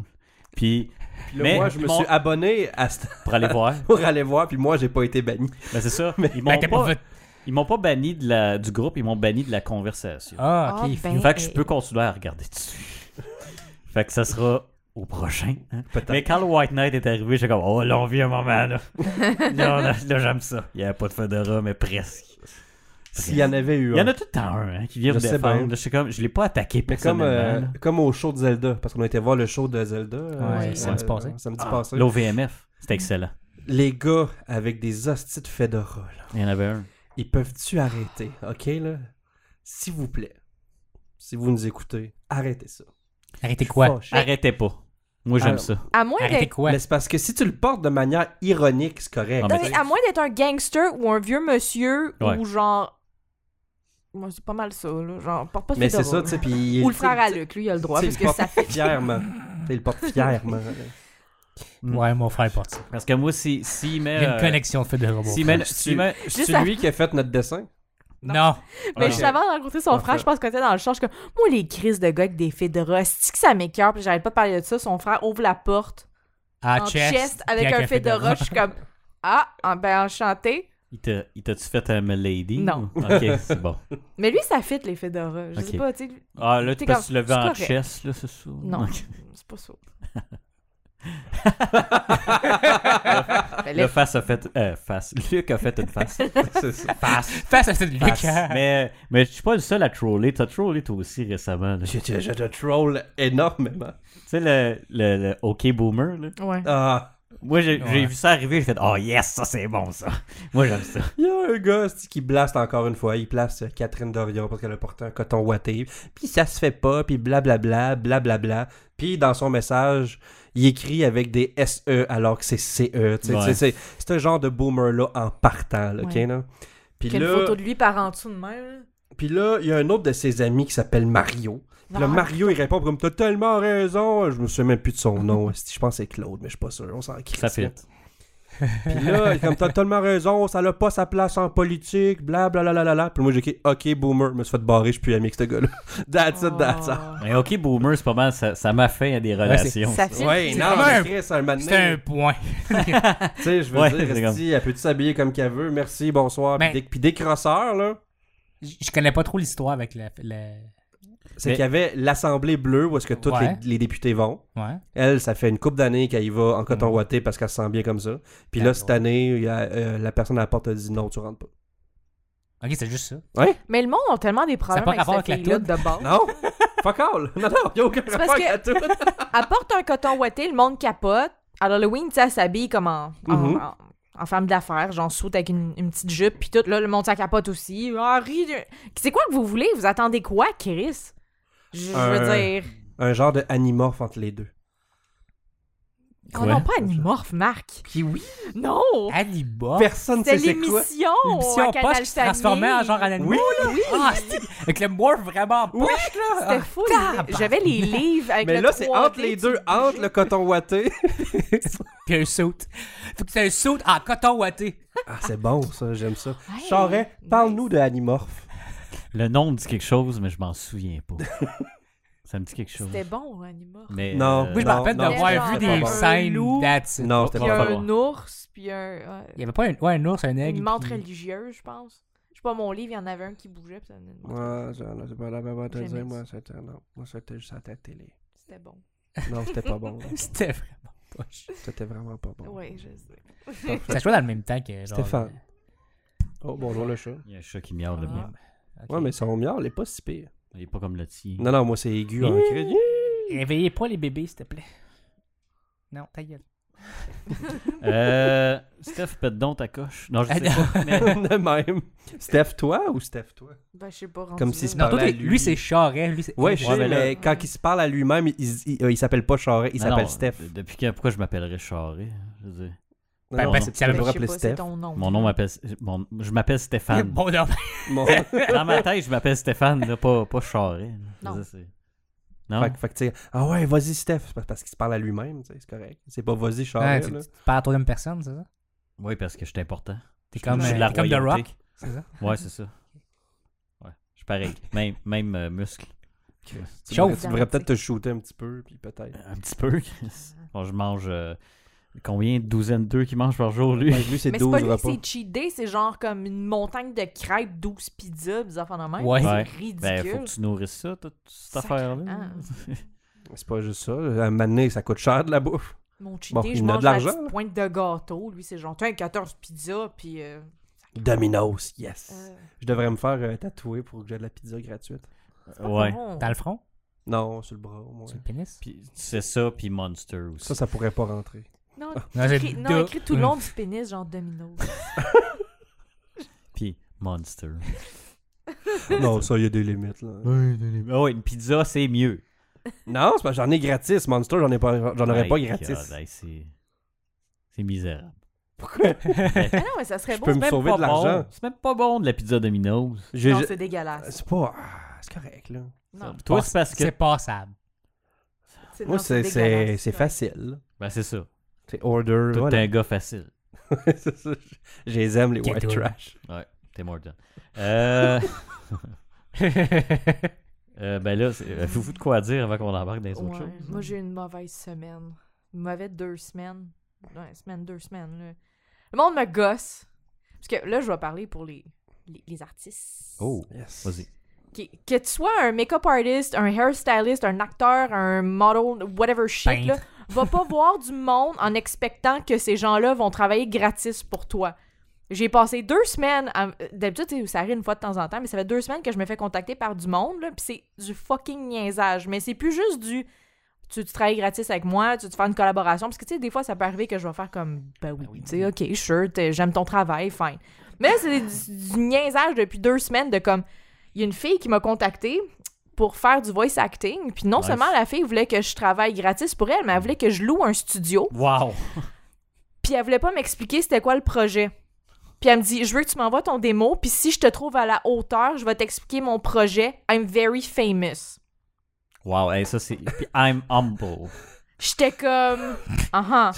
A: Puis,
D: Puis là,
A: Mais-
D: moi, je me
A: mon-
D: suis abonné à ce-
A: pour aller voir,
D: pour aller voir, puis moi, j'ai pas été banni.
A: ben c'est ça. Ils m'ont
B: Ben, t'as pas
A: pas,
B: fait-
A: ils m'ont pas banni de la, du groupe, ils m'ont banni de la conversation.
B: Ah, ok.
C: Ah,
B: fini.
C: ben.
A: fait que je
C: eh,
A: peux
C: eh.
A: continuer à regarder dessus. fait que ça sera au prochain. hein.
D: Peut-être.
A: Mais quand le White Knight est arrivé, j'étais comme, oh là, on vit un moment, là. là, on a- là, j'aime ça. Il n'y avait pas de Fedora, mais presque.
D: S'il y en avait eu
A: Il y en
D: un.
A: a tout le temps un hein, qui vient
D: Je
A: me
D: sais bien.
A: défendre. Là, Je suis comme, je l'ai pas attaqué
D: Mais comme,
A: personnellement.
D: euh, comme au show de Zelda, parce qu'on a été voir le show de Zelda. euh,
B: Ouais,
D: euh,
B: samedi passé.
A: Ah,
D: samedi passé.
A: L'OVMF, c'était excellent.
D: Les gars avec des hosties de Fedora, là,
A: Il y en avait un.
D: ils peuvent-tu arrêter, ok, là? S'il vous plaît, si vous nous écoutez, arrêtez ça.
B: Arrêtez
D: Je suis
B: quoi?
D: fâché.
A: Arrêtez pas. Moi, j'aime
D: Alors,
A: ça.
C: À moins
B: Arrêtez
C: d'être.
B: quoi?
D: Mais c'est parce que si tu le portes de manière ironique, c'est correct.
A: Ah,
C: Non,
A: mais-
C: mais à moins d'être un gangster ou un vieux monsieur
A: Ouais.
C: ou genre. Moi, c'est pas mal ça, là. Genre, porte pas de
D: Mais c'est
C: fedora.
D: ça, tu sais, puis...
C: Ou le frère à
D: tu sais,
C: Luc, lui, il a le droit,
D: tu
C: parce
D: sais,
C: que
D: il
C: ça
D: porte
C: fait.
D: Fièrement. Tu sais, il le porte fièrement.
B: Ouais, mon frère est parti.
A: Parce que moi, si, si met.
B: J'ai une
A: euh,
B: connexion de fait de robot.
A: si met.
D: Je
A: si
D: suis-
A: met- ah,
D: C'est
C: à-
D: lui qui a fait notre dessin?
B: Non.
C: Mais
A: Ouais.
C: juste avant de rencontrer son
D: Parfait.
C: frère, je pense qu'on était dans le champ. Je suis comme, moi, les crises de gars avec des fedoras, c'est que ça m'écœure, puis j'arrête pas de parler de ça. Son frère ouvre la porte
B: À
C: en
B: chest.
C: chest, avec
B: puis
C: un fedora. Je suis comme, ah, en- ben enchanté.
A: Il t'a- il t'a-tu fait un Milady?
C: Non.
A: ou- Ok, c'est bon.
C: Mais lui, ça fit les fedoras. Je
A: Ok.
C: sais pas, tu sais. lui-
A: Ah, là, tu
C: T'es
A: peux
C: comme-
A: se lever
C: c'est
A: en
C: correct.
A: chest, là, c'est ça?
C: Non,
A: Ok.
C: c'est pas ça. Ben,
A: Le
C: le-
A: face a fait. Euh, face. Luc a fait une face.
D: C'est ça.
A: face.
B: Face à cette
A: face.
B: Luc.
A: mais, mais je suis pas le seul à troller. T'as trollé toi aussi récemment. là.
D: Je, je- je te troll énormément.
A: Tu sais, le, le, le OK Boomer, là.
C: Ouais.
D: Ah,
A: Moi, j'ai
B: Ouais.
A: j'ai vu ça arriver, j'ai fait Oh yes, ça c'est bon ça. Moi, j'aime ça.
D: il y a un gars c'est-tu, qui blaste encore une fois. Il place euh, Catherine Dorion parce qu'elle a porté un coton ouaté. Puis ça se fait pas, puis blablabla, blablabla. Puis dans son message, il écrit avec des SE alors que c'est CE. tu sais,
A: Ouais.
D: tu sais, C'est c'est un genre de boomer-là en partant, là, OK,
C: Ouais.
D: là? Puis
C: Quelle
D: là,
C: photo de lui par en dessous de même.
D: puis là, il y a un autre de ses amis qui s'appelle Mario. Puis là,
C: Non.
D: Mario, il répond comme T'as tellement raison. Je me souviens même plus de son nom. esti. Je pense que c'est Claude, mais je suis pas sûr. On s'en crisse.
A: Ça fit.
D: là. Puis là, il est comme T'as tellement raison. Ça n'a pas sa place en politique. Blablabla. Puis moi, j'ai écrit Ok, boomer. Je me suis fait barrer. Je suis plus ami avec ce gars-là. That's it, that's it.
C: Oh.
A: Mais OK Boomer, c'est pas mal, ça, ça m'a fait à des relations.
C: Ça fit.
D: Ouais,
B: C'est
D: non,
B: quand même-
D: mais Chris, un moment
B: C'est un
D: donné,
B: point.
D: Tu sais, je veux
A: Ouais,
D: dire,
A: c'est
D: esti, elle peut-tu s'habiller comme qu'elle veut Merci, bonsoir.
B: Ben-
D: Puis, des, puis des crosseurs, là.
B: Je je connais pas trop l'histoire avec la. la-
D: C'est
A: Mais-
D: qu'il y avait l'Assemblée bleue où est-ce que tous les-
B: Ouais.
D: les députés vont.
B: Ouais.
D: Elle, ça fait une couple d'années qu'elle y va en coton
B: Mm.
D: ouaté parce qu'elle se sent bien comme ça. Puis
B: Ah,
D: là, cette
B: ouais.
D: année, il y a, euh, la personne à la porte a dit non, tu rentres pas.
B: Ok, c'est juste ça.
C: Mais le monde a tellement des problèmes
B: pas
C: avec
B: rapport
C: cette
B: avec
C: fille-là
B: la
C: de base.
D: Non! Fuck all! Non, non, y'a aucun
C: parce
D: rapport
C: que-
D: avec la toune.
C: Apporte un coton ouaté, le monde capote. Alors, le Wing, tu sais, elle s'habille comme en, en-
D: Mhm.
C: en- en femme d'affaires, genre saute avec une, une petite jupe, puis tout. Là, le monde, ça capote aussi. Ah, ris de- C'est quoi que vous voulez? Vous attendez quoi, Chris? Je, je veux
D: Euh,
C: dire.
D: Un genre de animorphe entre les deux.
C: Oh
A: quoi?
C: non, pas animorphe, Marc.
D: Puis oui,
C: Non!
B: Aliba.
D: personne
C: Ah, C'est
D: sait Ah, c'est quoi.
C: l'émission! euh,
B: L'émission
C: à
B: poche
C: Canal
B: qui se transformait en
C: Famille.
B: genre en animal.
D: Oui,
B: Ah, c'est- avec le morph vraiment poche, là.
C: C'était fou. les- J'avais les livres avec
D: Ah, Mais
C: le
D: là, c'est
C: 3D,
D: entre les
C: tu
D: deux,
C: bougeais.
D: entre le coton ouaté.
B: Puis un suit. Faut que c'est un suit en coton ouaté.
D: Ah, c'est bon, ça, j'aime ça.
C: Hey,
D: Charret, Ah, parle-nous de animorphe.
A: Le nom me dit quelque chose, mais je m'en souviens pas. ça me dit quelque chose.
C: C'était bon, Anima.
A: Mais,
D: Non.
A: euh,
B: Moi, je me
D: Non,
B: rappelle
D: non,
B: d'avoir
C: c'était
B: vu
C: pas
B: des
C: bon.
B: scènes.
C: Un loup.
B: that's it.
D: Non, c'était
C: Puis
A: va
D: pas
A: pas
D: bon.
A: loin.
C: un ours, puis un.
B: Il y avait pas un, ouais, un ours, un aigle.
C: Une montre
B: puis-
C: religieuse, je pense. Je sais pas, mon livre, il y en avait un qui bougeait. Puis ça donnait une montre
D: Moi,
C: religieuse.
D: ça, non, c'est pas la même chose à
C: J'aimais
D: dire,
C: ça.
D: moi, c'était non. Moi, c'était juste à la télé.
C: C'était bon.
D: Non, c'était pas bon.
B: C'était vraiment poche.
D: C'était vraiment pas bon.
C: Ouais, je sais.
B: Ça jouait dans le même temps que. Genre,
D: Stéphane. Oh, bonjour le chat.
A: Il y a un chat qui miaule le
C: Ah.
A: mien.
B: Ok.
D: Ouais, mais son miaule est pas si pire.
A: Il est pas comme le tien.
D: Non, non, moi c'est aigu en
B: Hi.
D: crédit.
B: Réveillez pas les bébés, s'il te plaît. Non, ta gueule.
A: Euh, Steph, pète donc ta coche. Non, je
B: Ah,
A: sais pas. mais-
D: De même. Steph toi ou Steph toi?
C: Ben, je sais pas. rendu
D: Comme s'il
C: là.
D: se
B: Non,
D: parlait
B: toi, t'es-
D: à lui.
B: lui, c'est Charret. Lui, c'est.
D: Ouais, je sais,
A: mais
D: mais,
A: là-
D: quand il se parle à lui-même, il, il- euh, il s'appelle pas Charret, il
A: Non,
D: s'appelle
A: non,
D: Steph.
A: de- Depuis quand, pourquoi je m'appellerais Charré? Je veux dire,
D: Non,
B: Ben,
D: non,
B: ben,
D: non,
B: c'est-
D: tu
B: ça
D: peux
B: veut
D: me
C: Ben, je sais
D: rappeler
C: pas, c'est
D: Steph.
C: ton nom.
A: mon nom m'appelle. mon- je m'appelle Stéphane.
B: Bon, non,
D: Mon-
A: Dans ma tête, je m'appelle Stéphane, là, pas, pas Charré. là. Je
C: Non.
A: veux dire, c'est- Non.
D: Fait que- fait que tu sais, ah ouais, vas-y Steph, C'est parce- parce qu'il se parle à lui-même, tu sais, c'est correct. C'est pas vas-y
B: Ouais,
D: Charret.
B: tu,
D: là.
B: tu parles à la troisième personne, c'est ça?
A: Oui, parce que je suis important.
B: T'es comme,
A: je suis
B: euh,
A: de la
B: t'es comme The
A: royauté.
B: Rock, c'est ça?
A: Ouais, c'est ça. Ouais, je suis pareil. Même, même euh, muscle.
D: Tu
B: Chauve.
D: devrais- tu devrais peut-être te shooter un petit peu, puis peut-être.
A: Un petit peu. Chris. Bon, je mange euh, combien de douzaines d'œufs qu'il mange par jour, lui?
D: Ouais, lui, c'est
C: Mais c'est
D: 12
C: pas lui,
D: repas.
C: c'est cheat day, c'est genre comme une montagne de crêpes, 12 pizzas, des affaires de même.
B: Ouais.
A: Ouais.
C: C'est
A: Ben, faut
C: ridicule.
A: que tu nourrisses ça, toute cette
C: Sacre-
A: affaire-là.
C: Ah.
D: C'est pas juste ça. À un moment donné, ça coûte cher de la bouffe.
C: Mon cheat
D: Bon,
C: day,
D: il
C: je
D: en a de
C: mange la
D: l'argent,
C: petite
D: là.
C: pointe de gâteau. Lui, c'est genre, t'as 14 pizzas, puis... euh,
D: Domino's, yes.
C: euh,
D: Je devrais me faire euh, tatouer pour que j'ai de la pizza gratuite.
C: c'est pas
A: Ouais.
C: bon.
B: Dans le front?
D: Non, sur le bras, au moins.
B: Sur le pénis?
A: Puis c'est ça, puis Monster aussi.
D: Ça, ça pourrait pas rentrer.
C: Non,
B: Non, j'ai
C: écrit, non,
B: deux-
C: écrit tout le long du pénis, genre domino.
A: Puis Monster.
D: non, ça, il y a des limites, là.
A: Ah ouais, une pizza, c'est mieux.
D: Non, c'est parce que j'en ai gratis, Monster, j'en ai pas, j'en aurais
A: My
D: pas
A: God,
D: gratis.
A: hey, c'est... c'est misérable.
D: Pourquoi?
C: ah non, mais ça serait
D: Je
C: beau.
D: peux
C: c'est
D: me
C: même-
D: sauver
A: pas
D: de l'argent.
A: bon. C'est même pas bon de la pizza Domino's.
D: J'ai-
C: Non,
D: j'ai-
C: c'est dégueulasse.
D: C'est pas... ah, c'est correct, là.
C: Non,
A: Toi,
B: Passe-
A: c'est parce que.
B: C'est passable.
D: Moi,
C: non,
D: c'est, c'est,
C: dégueulasse.
D: c'est facile.
A: Ben, c'est ça.
D: C'est order,
A: Toi,
D: voilà.
A: t'es un gars facile.
D: C'est ça, je- Je les aime, les
B: Get
D: white
B: over.
D: trash.
A: T'es Morton. Euh. Euh, ben là, c'est- euh, vous vous de quoi dire avant qu'on embarque dans les autres
C: Ouais.
A: choses?
C: Moi, j'ai eu une mauvaise semaine. Une mauvaise deux semaines. Ouais, semaine, deux semaines. là. Le monde me gosse. Parce que là, je vais parler pour les, les, les artistes.
A: Oh,
D: Yes.
A: vas-y.
C: Qui- Que, tu sois un make-up artist, un hairstylist, un acteur, un model, whatever shit, là,
B: Peintre.
C: va pas voir du monde en expectant que ces gens-là vont travailler gratis pour toi. J'ai passé deux semaines, à- d'habitude tu sais, ça arrive une fois de temps en temps, mais ça fait deux semaines que je me fais contacter par du monde, là, puis c'est du fucking niaisage. Mais c'est plus juste du tu, veux-tu travailler gratis avec moi, tu veux-tu faire une collaboration, parce que tu sais, des fois ça peut arriver que je vais faire comme ben oui, tu sais, ok, sure, t'es- j'aime ton travail, fine. Mais là, c'est du, du niaisage depuis deux semaines de comme il y a une fille qui m'a contactée pour faire du voice acting. Puis non
A: Nice.
C: seulement la fille voulait que je travaille gratis pour elle, mais elle voulait que je loue un studio.
A: Wow!
C: Puis elle voulait pas m'expliquer c'était quoi le projet. Puis elle me dit Je veux que tu m'envoies ton démo, puis si je te trouve à la hauteur, je vais t'expliquer mon projet. I'm very famous.
A: Wow, hey, ça c'est. Puis I'm humble.
C: J'étais comme Ah ah.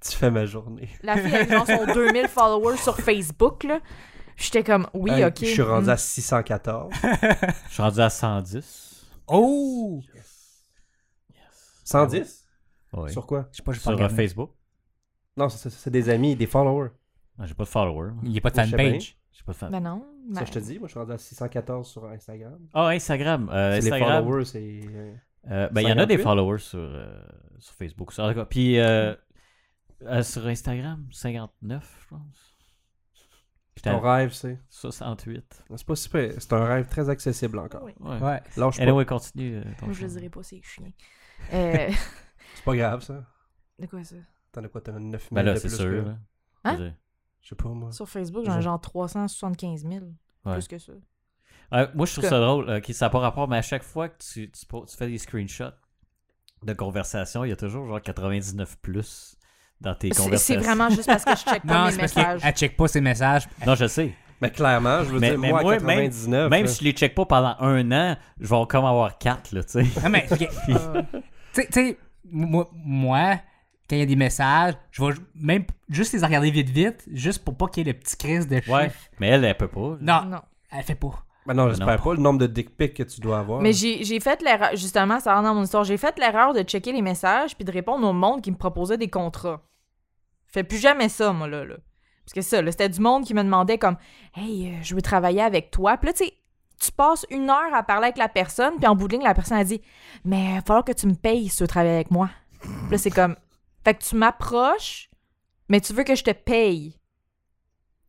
D: Tu fais ma journée.
C: La fille, elle a genre son 2000 followers sur Facebook, là. J'étais comme Oui,
D: Hey,
C: ok.
D: Je suis rendu
C: hmm.
D: à 614.
A: Je suis rendu à 110.
B: Oh!
D: 110?
A: Oui. Sur,
D: Sur quoi?
B: Je sais pas, j'ai pas
A: euh,
B: regardé.
A: Facebook.
D: Non, c'est- c'est c'est des amis, des followers.
A: Ah, J'ai pas de followers.
B: Il n'y a pas de
D: Je sais bien.
B: fanpage.
A: J'ai pas de fan.
C: Mm. Ben non.
D: Ça,
C: ben-
D: je te dis, moi, je suis rendu à 614 sur Instagram.
A: Ah, Instagram. euh,
D: C'est les
A: Instagram.
D: followers, c'est... euh,
A: euh, ben, il y en a des
D: 58?
A: followers sur, euh, sur Facebook. ça, en tout cas. Puis euh, euh, sur Instagram, 59, je pense. J'étais
D: Ton
A: à
D: rêve, c'est...
A: 68.
D: C'est pas super. C'est un rêve très accessible encore.
C: Oui.
A: Ouais.
B: Ouais.
D: Lâche pas.
A: Anyway, continue. euh, ton
C: Moi, je
A: chemin.
C: le dirais pas, c'est chiant. Euh,
D: C'est pas grave, ça.
C: de quoi ça
D: T'en as quoi? T'en as 9000
A: Ben là,
D: de
A: c'est
D: plus
A: sûr.
D: que-
A: là.
C: Hein?
A: Je veux dire.
D: Je sais pas, moi.
C: Sur Facebook, j'en ai
D: Je-
C: genre 375 000.
A: Ouais.
C: Plus que ça.
A: Euh, moi, je trouve ça drôle. euh, que ça n'a pas rapport, mais à chaque fois que tu, tu poses- tu fais des screenshots de conversations, il y a toujours genre 99 plus dans tes
C: C'est c'est
A: conversations.
C: vraiment juste parce que je check pas
B: Non,
C: mes
B: c'est parce qu'elle
C: messages.
B: elle check pas ses messages.
A: Non, je sais.
D: Mais clairement, je veux
A: Mais-
D: dire,
A: mais
D: moi,
A: moi,
D: à 99...
A: Même
D: là,
A: si je les check pas pendant un an, je vais comme avoir quatre, là, tu sais.
B: Non, mais, ok. tu
C: Ah.
B: sais- tu sais, moi, moi, quand il y a des messages, je vais ju- même juste les regarder vite, vite, juste pour pas qu'il y ait le petit crise de chiffre.
A: Ouais. Mais elle, elle peut pas. là.
B: Non,
C: Non.
B: elle fait pas.
D: Ben non,
A: Ben
D: j'espère pas le nombre de dick pics que tu dois avoir.
C: Mais j'ai j'ai fait l'erreur, justement, ça rentre dans mon histoire, j'ai fait l'erreur de checker les messages puis de répondre au monde qui me proposait des contrats. Je fais plus jamais ça, moi, là. là. Parce que ça, là, c'était du monde qui me demandait comme « Hey, euh, je veux travailler avec toi. » Puis là, tu sais, tu passes une heure à parler avec la personne, puis en bout de ligne, la personne a dit « Mais il va falloir que tu me payes si tu veux travailler avec moi. » Puis là, c'est comme... Fait que tu m'approches, mais tu veux que je te paye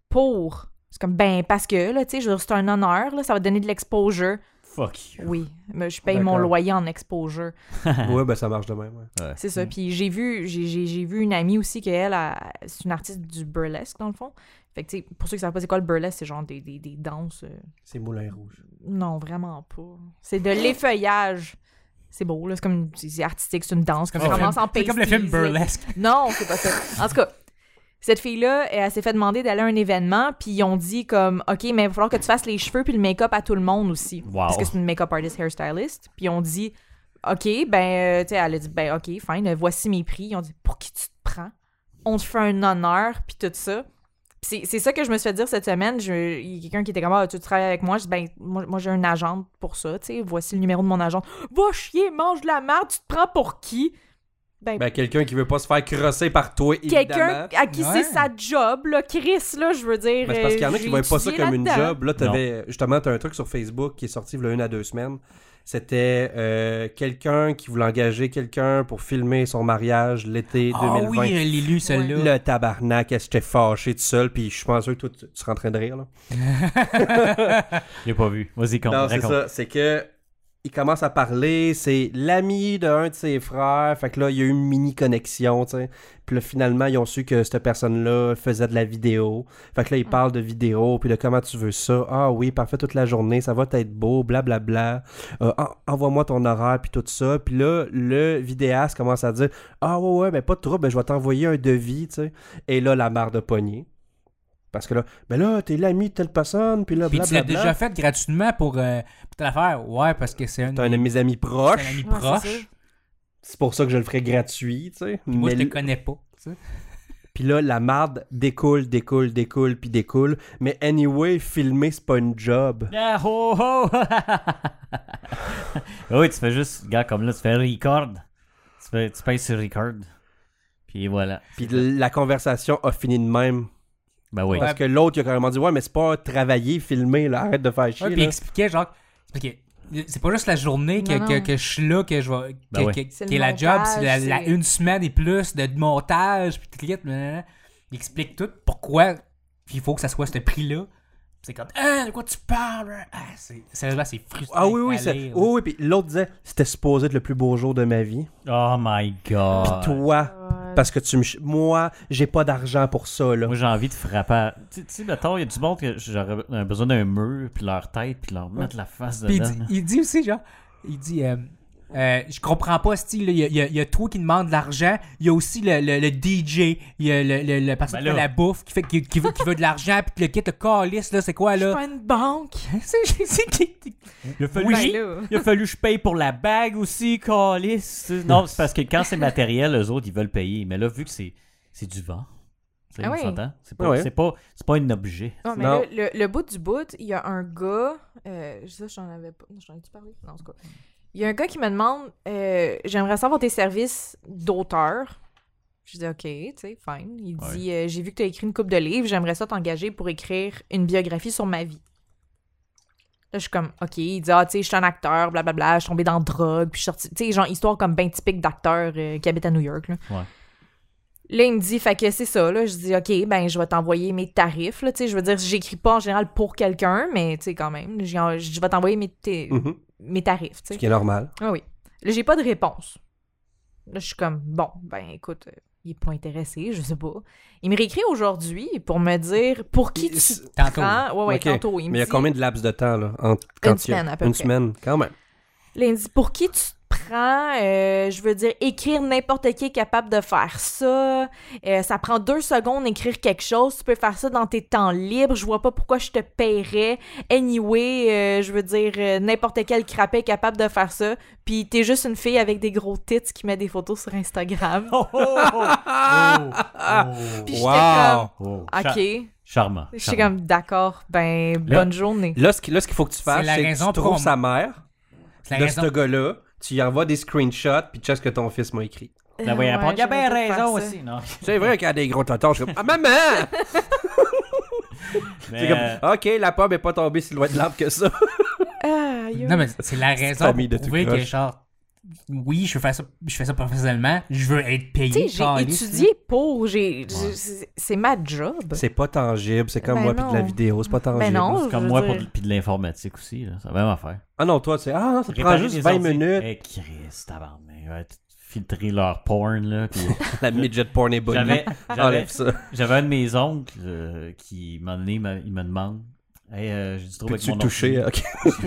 C: pour... C'est comme, ben, parce que, là, tu sais, je veux dire, c'est un honneur, là, ça va donner de l'exposure.
A: Fuck you.
C: Oui, mais je paye mon
D: D'accord.
C: loyer en exposure.
D: Ouais, ben ça marche de même, ouais.
C: C'est ça.
B: Mm.
C: Puis j'ai vu, j'ai- j'ai j'ai vu une amie aussi qu'elle, elle, c'est une artiste du burlesque, dans le fond. Fait que, tu sais, pour ceux qui savent pas c'est quoi le burlesque, c'est genre des, des, des danses. euh,
D: C'est Moulin Rouge.
C: Non, vraiment pas. C'est de l'effeuillage. C'est beau, là. C'est comme une- c'est c'est artistique, c'est une danse.
B: C'est
C: tu
B: le
C: commences
B: film-
C: en
B: c'est comme le film
C: pasties, là.
B: Burlesque.
C: Non, c'est pas ça. En tout cas, cette fille-là, elle, elle s'est fait demander d'aller à un événement, puis ils ont dit comme, OK, mais il va falloir que tu fasses les cheveux puis le make-up à tout le monde aussi.
A: Wow.
C: Parce que c'est une make-up artist, hairstylist. Puis ils ont dit, OK, ben, euh, tu sais, elle a dit, ben, OK, fine, euh, voici mes prix. Ils ont dit, pour qui tu te prends? On te fait un honneur, puis tout ça. Puis C'est c'est ça que je me suis fait dire cette semaine. Je- Il y a quelqu'un qui était comme, ah, tu travailles avec moi. Je dis, ben, moi, moi, j'ai un agent pour ça, tu sais. Voici le numéro de mon agent. Va chier, mange de la merde, tu te prends pour qui? Ben,
D: Ben, quelqu'un qui veut pas se faire crosser par toi, évidemment.
C: quelqu'un à qui
B: Ouais.
C: c'est sa job, là, Chris, là, je veux dire.
D: Ben, c'est parce qu'il y en
C: euh,
D: a
C: j'ai
D: qui voient pas ça
C: étudié
D: comme une
C: là-dedans.
D: job. Là, t'avais, justement, t'as un truc sur Facebook qui est sorti il y a une à deux semaines. C'était euh, quelqu'un qui voulait engager quelqu'un pour filmer son mariage l'été
B: Ah
D: 2020.
B: oui, elle l'ai lu,
A: hein,
B: celle-là.
D: Le tabarnak, elle s'était fâchée tout seul, puis je suis pas sûr que toi, tu, tu serais en train de rire. Là.
A: Je l'ai pas vu. Vas-y, compte,
D: Non, c'est
A: raconte.
D: ça. C'est que il commence à parler, c'est l'ami d'un de ses frères. Fait que là, il y a eu une mini connexion, tu sais. Puis là, finalement, ils ont su que cette personne-là faisait de la vidéo. Fait que là, il parle de vidéo, puis de comment tu veux ça. Ah oui, parfait, toute la journée, ça va être beau, blablabla. Euh, en- Envoie-moi ton horaire, puis tout ça. Puis là, le vidéaste commence à dire Ah ouais, ouais, mais pas de trouble, je vais t'envoyer un devis, tu sais. Et là, la marre de poignée. Parce que là, ben là, t'es l'ami de telle personne, puis là,
B: Puis tu l'as
D: blablabla.
B: déjà fait gratuitement pour, euh, pour telle affaire. Ouais, parce que c'est un,
D: T'as un de mes amis
B: c'est un
D: proches.
B: ami
C: Ouais, c'est
B: proche.
C: ça.
D: C'est pour ça que je le ferais gratuit, tu sais.
B: Moi,
D: Mais
B: je te
D: l-
B: connais pas. tu sais.
D: Puis là, la marde découle, découle, découle, puis découle. Mais anyway, filmer, c'est pas une job.
A: Ah, ho, ho! oui, tu fais juste, gars, comme là, tu fais record. Tu, fais, tu payes sur record. Puis voilà.
D: Puis la conversation a fini de même.
A: Ben oui.
D: Parce que l'autre, il a carrément dit Ouais, mais c'est pas travailler, filmer, là, arrête de faire chier.
B: Ouais, puis il
D: là.
B: expliquait, genre, parce que c'est pas juste la journée que,
C: Non,
B: que-
C: non.
B: que je suis là, que je vais. que-
A: Ben ouais.
B: que-
C: C'est
B: qui
C: le
B: est la job,
C: montage,
B: c'est la, la
C: c'est-
B: une semaine et plus de montage, puis tout le kit, blablabla. Il explique tout pourquoi il faut que ça soit ce prix-là. C'est comme, ah, de quoi tu parles? hein? Ah, c'est, sérieusement, c'est frustrant.
D: Ah oui, oui,
B: à
D: c'est-
B: lire,
D: oui, oui, puis l'autre disait C'était supposé être le plus beau jour de ma vie.
A: Oh my
D: Puis
A: god.
D: toi,
C: Euh,
D: parce que tu me. ch- Moi, j'ai pas d'argent pour ça, là.
A: Moi, j'ai envie de frapper. à- Tu tu sais, mettons, il y a du monde que j'aurais euh, besoin d'un mur, puis leur tête, puis leur mettre la face
B: Puis il
A: dedans.
B: dit, il dit aussi, genre, il dit, euh, euh, je comprends pas, style, il y, a- il y a- il y a toi qui demande de l'argent, il y a aussi le, le, le DJ, il y a le, le, le personne
A: Ben
B: qui fait
A: là.
B: la bouffe, qui, fait, qui, qui veut, qui veut de l'argent, puis qui le quitte, le calice, là, c'est quoi,
C: Je suis
B: là?
C: pas une banque.
B: C'est- c'est- c'est qui-
A: Il a fallu,
B: Oui.
C: Ben là.
A: il a fallu que je paye pour la bague aussi, Calis. Non, c'est parce que quand c'est matériel, eux autres, ils veulent payer. Mais là, vu que c'est, c'est du vent, tu sais,
C: Ah
A: on
C: oui.
A: s'entend? C'est
D: Ah
A: pas,
D: ouais.
A: c'est, pas, c'est pas un objet.
C: Non, mais
D: Non.
C: là, le, le bout du bout, il y a un gars. Euh, ça, j'en avais pas. J'en ai-tu parlé? Non, en tout cas. Il y a un gars qui me demande euh, J'aimerais savoir tes services d'auteur. Je dis OK, tu sais, fine. Il
A: Ouais.
C: dit euh, J'ai vu que tu as écrit une coupe de livres, j'aimerais ça t'engager pour écrire une biographie sur ma vie. Là, je suis comme OK. Il dit Ah, tu sais, je suis un acteur, blablabla, je suis tombé dans la drogue, puis je suis sorti. Tu sais, genre, histoire comme ben typique d'acteur euh, qui habite à New York. Là. Là, il me dit, fait que c'est ça, là. Je dis, OK, ben, je vais t'envoyer mes tarifs, là. Tu sais, je veux dire, j'écris pas en général pour quelqu'un, mais, tu sais, quand même, j'ai en- je vais t'envoyer mes, tes-
D: Mhm.
C: mes tarifs, tu
D: Ce
C: sais.
D: qui est normal.
C: Ah oui. Là, j'ai pas de réponse. Là, je suis comme, bon, ben, écoute, euh, il est pas intéressé, je sais pas. Il me réécrit aujourd'hui pour me dire pour qui
D: Il-
C: tu
D: c'est-
C: te
B: Tantôt.
C: prends. Ouais, ouais,
D: Ok.
C: tantôt. Il me
D: Mais il y a
C: dit-
D: combien de laps de temps, là entre, quand il y a-
C: semaine, à peu
D: Une
C: près.
D: semaine, quand même.
C: Là, il me dit pour qui tu te prends Euh, Je veux dire, écrire n'importe qui est capable de faire ça. Euh, ça prend deux secondes d'écrire quelque chose. Tu peux faire ça dans tes temps libres. Je vois pas pourquoi je te paierais. Anyway, euh, je veux dire, euh, n'importe quel crapet est capable de faire ça. Puis t'es juste une fille avec des gros tits qui met des photos sur Instagram.
A: Oh, oh, oh, oh, oh.
C: Puis j'étais
D: Wow!
A: Oh. Char-
C: Ok.
A: charmant.
C: Je suis
A: charmant.
C: comme d'accord. Ben,
A: Là-
C: bonne journée.
D: Là, ce qui- là, ce qu'il faut que tu fasses,
B: C'est la
D: c'est que
B: raison
D: tu
B: pour-
D: trouves sa mère
B: C'est la
D: de
B: raison.
D: ce gars-là, tu lui envoies des screenshots, puis tu sais ce que ton fils m'a écrit.
A: Là, vous
C: euh, Ouais,
A: répondre, il y a bien
C: j'aimerais
A: raison
C: pas faire ça.
A: aussi, non?
D: C'est vrai qu'il y a des gros tontons, je suis comme Ah maman!
A: Mais,
D: C'est comme,
A: euh,
D: ok, la pomme est pas tombée si loin de l'arbre que ça.
C: Ah, aïe, aïe.
B: Non, mais c'est la raison
D: famille
B: pour
D: de tout
B: prouver que,
D: croche.
B: genre, oui, je fais ça, je fais ça professionnellement, je veux être payé.
C: Tu sais, j'ai
B: calice,
C: étudié pour, j'ai, j'ai- c'est- c'est ma job.
D: C'est pas tangible, c'est comme
C: Ben
D: moi puis de la
C: non.
D: vidéo, c'est pas tangible.
C: Ben non,
A: c'est
C: je
A: comme
C: veux
A: moi,
C: dire-
A: pour, de- puis de l'informatique aussi, là. ça va même affaire.
D: Ah non, toi, tu sais, ah, ça te prend juste 20 minutes.
A: Eh, Chris, tabarnak. Ouais, t- filtrer leur porn, là. puis-
D: La midget porn est bonne.
A: J'avais, j'avais,
D: Enlève ça.
A: j'avais un de mes oncles euh, qui, à un moment donné, il me- il me demande Hey, euh, j'ai du trouble avec
D: Peux-tu
A: mon
D: toucher? hein?
A: ordi.
D: Ok.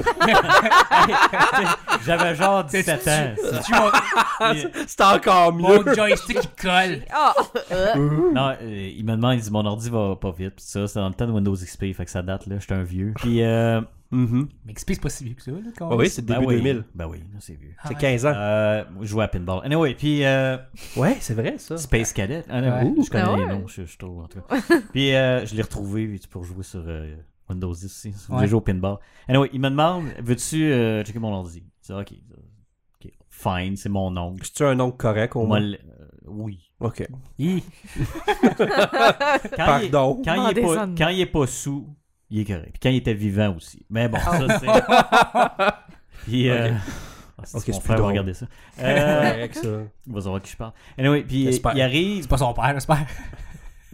A: J'avais genre
B: C'est-
A: 17 ans.
B: Tu vois,
D: C'est encore mieux.
B: mon joystick qui colle.
C: Ah!
A: Non, euh, il me demande, il dit mon ordi va pas vite. Puis ça, c'est dans le temps de Windows XP, fait que ça date, là. J'étais un vieux. Puis, euh,
D: Mhm.
B: Mais explique, c'est pas si vieux que ça, là, Ah quand
D: Ah oui, c'est
A: ben
D: début Ah.
A: oui,
D: 2000.
A: Ben oui, là, c'est vieux.
D: C'est 15 ans.
A: Euh, je jouais à pinball. Anyway, puis euh,
D: Ouais, c'est vrai, ça.
A: Space Cadet. Ah,
B: Ouais.
A: non, Je connais
C: Ah
A: les
C: ouais.
A: noms, je, je trouve en tout cas. puis euh, je l'ai retrouvé puis, pour jouer sur euh, Windows 10 aussi. Si vous voulez
B: Ouais.
A: jouer au pinball. Anyway, il me demande veux-tu euh, checker mon ordi Je dis ok, ok, fine, c'est mon oncle.
D: C'est-tu un nom correct
A: Moi,
D: au moins?
A: le- euh, oui.
D: Ok.
B: Hi.
A: Quand il est-
D: Pardon.
A: quand, il est pas,
C: Demandez-en.
A: quand il est pas sous, il est correct. Puis quand il était vivant aussi. Mais bon,
C: Ah.
A: ça c'est. Puis. euh, ah, c'est
D: Ok,
A: mon frère
D: c'est plus
A: va
D: drôle.
A: regarder ça. Euh,
D: Correct, ça.
A: il va savoir de qui je parle. Anyway, puis il
D: J'espère.
A: arrive.
B: C'est pas son père, j'espère.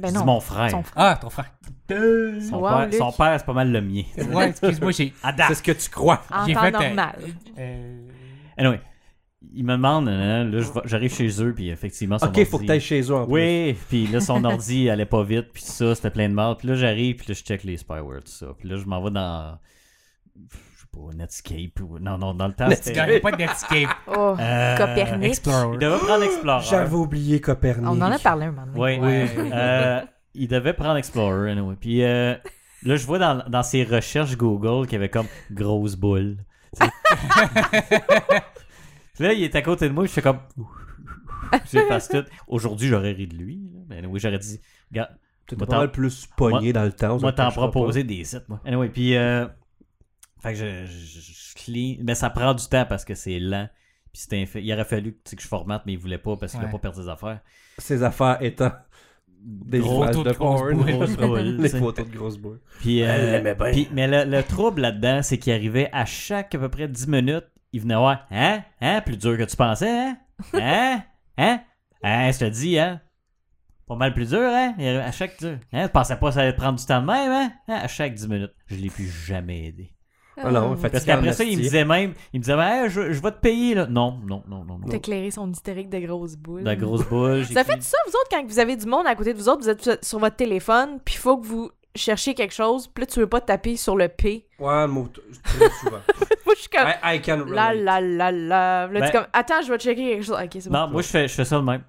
C: Ben
A: c'est
C: non.
A: mon frère.
C: Son
A: Son,
C: frère.
B: Ah, ton frère.
C: Wow,
A: père,
C: Luc.
A: son père, c'est pas mal le mien.
B: Ouais, excuse-moi, j'ai.
A: À date.
D: C'est ce que tu crois.
C: En
B: j'ai
C: temps
B: fait, euh,
C: normal.
B: euh,
A: Anyway, il me demande, nanana, là, je vais- j'arrive chez eux, puis effectivement, son
D: Ok, faut
A: ordi-
D: que t'ailles chez eux en plus.
A: Oui, puis là, son ordi allait pas vite, puis ça, c'était plein de mal. Puis là, j'arrive, puis là, je check les spyware, tout ça. Puis là, je m'en vais dans. Je sais pas, Netscape ou. Non, non, dans le temps,
B: Tu
A: c'était.
B: gagnes pas de Netscape
C: Oh,
A: Euh,
C: Copernic.
A: Il
B: Explorer.
A: devait prendre Explorer.
D: J'avais oublié Copernic.
C: On en a parlé un moment.
A: Oui,
B: Ouais.
A: oui. Euh, il devait prendre Explorer, anyway. Puis euh, là, je vois dans, dans ses recherches Google qu'il y avait comme grosse boule. Tu sais. Puis là, il est à côté de moi, je fais comme. Je passe tout. Aujourd'hui, j'aurais ri de lui. là. Mais oui, j'aurais dit. Regarde,
D: T'étais
A: Moi,
D: pas mal plus pogné dans le temps. ça
A: moi,
D: te
A: t'en
D: cachera pas.
A: proposer des sites, moi. Anyway, puis. euh, fait que je, je, je- je clean. Mais ça prend du temps parce que c'est lent. Puis c'était infi- Il aurait fallu tu sais, que je formate, mais il voulait pas parce qu'il
B: Ouais.
A: a pas perdu ses affaires.
D: Ces affaires étant. Des
A: Gros
D: images
B: taux de
D: de
B: grosses
D: porn.
B: bouilles.
A: Grosse boule,
D: Les
A: tu sais.
D: photos de grosses boules.
A: Puis, euh,
D: Elle l'aimait bien.
A: puis- mais le, le trouble là-dedans, c'est qu'il arrivait à chaque à peu près 10 minutes, il venait voir Hein Hein Plus dur que tu pensais, hein Hein Hein Hein Je te dis, hein Pas mal plus dur, hein Il arrivait À chaque dur. Hein Tu pensais pas que ça allait te prendre du temps de même, hein, Hein? À chaque 10 minutes. Je l'ai plus jamais aidé.
D: Ah
C: Oh.
D: non, fait-
A: Parce
D: Fatigant
A: qu'après ça,
D: en
A: il me
D: esti.
A: disait même Il me disait Hey, je, je vais te payer, là. Non, non, non, non. non.
C: T'éclairer son hystérique de grosse boule.
A: De la grosse boule. j'ai
C: Ça fait
A: pris-
C: ça, vous autres, quand vous avez du monde à côté de vous autres, vous êtes sur votre téléphone, puis il faut que vous cherchiez quelque chose, puis là, tu veux pas taper sur le P.
D: Ouais, le mot, je dis souvent.
C: Moi, je suis comme,
D: I, I can
C: la
D: relate.
C: la la la. Là, tu
A: Ben-
C: es comme, attends, je vais checker quelque chose. Ok, c'est bon.
A: Non, moi, je fais, je fais ça de même.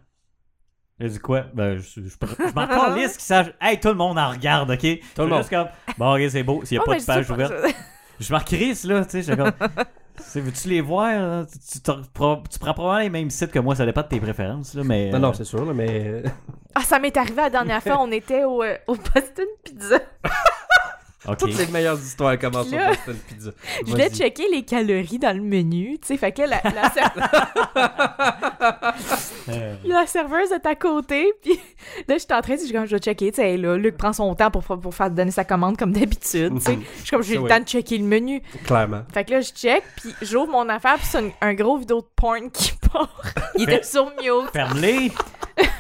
A: Je dis quoi? Ben, je, je, je, je m'en calisse qu'ils sachent. Hey, tout le monde en regarde, OK? Tout
D: le monde.
A: juste comme, bon, OK, c'est beau. S'il n'y a
C: Oh,
A: pas
C: ben,
A: de
C: je
A: page
C: sais
A: ouverte.
C: pas.
A: Je m'en crisse, là, tu sais. Je comme, Tu sais, veux-tu les voir? là? Tu, tu te repro- tu prends probablement les mêmes sites que moi, ça dépend de tes préférences, là, mais...
D: Non, non, c'est sûr, là, mais.
C: Ah, ça m'est arrivé la dernière fois, on était au, euh, au Boston Pizza.
A: euh, OK.
D: Toutes les meilleures histoires commencent
C: Puis
D: sur
C: là-
D: Boston Pizza.
C: Je voulais
D: Vas-y.
C: checker les calories dans le menu, tu sais, fait que là, la, la ser-
A: Euh,
C: la serveuse est à côté, puis là, j'étais en train de dire, je vais checker, tu sais, là, Luc prend son temps pour, pour faire donner sa commande comme d'habitude, tu sais.
D: Mhm.
C: Je suis comme, j'ai
D: Ça,
C: le
D: ouais.
C: temps de checker le menu.
D: Clairement.
C: Fait que là, je check, puis j'ouvre mon affaire, puis c'est un, un gros vidéo de porn qui part. Il était sur mute,
A: Ferme-les!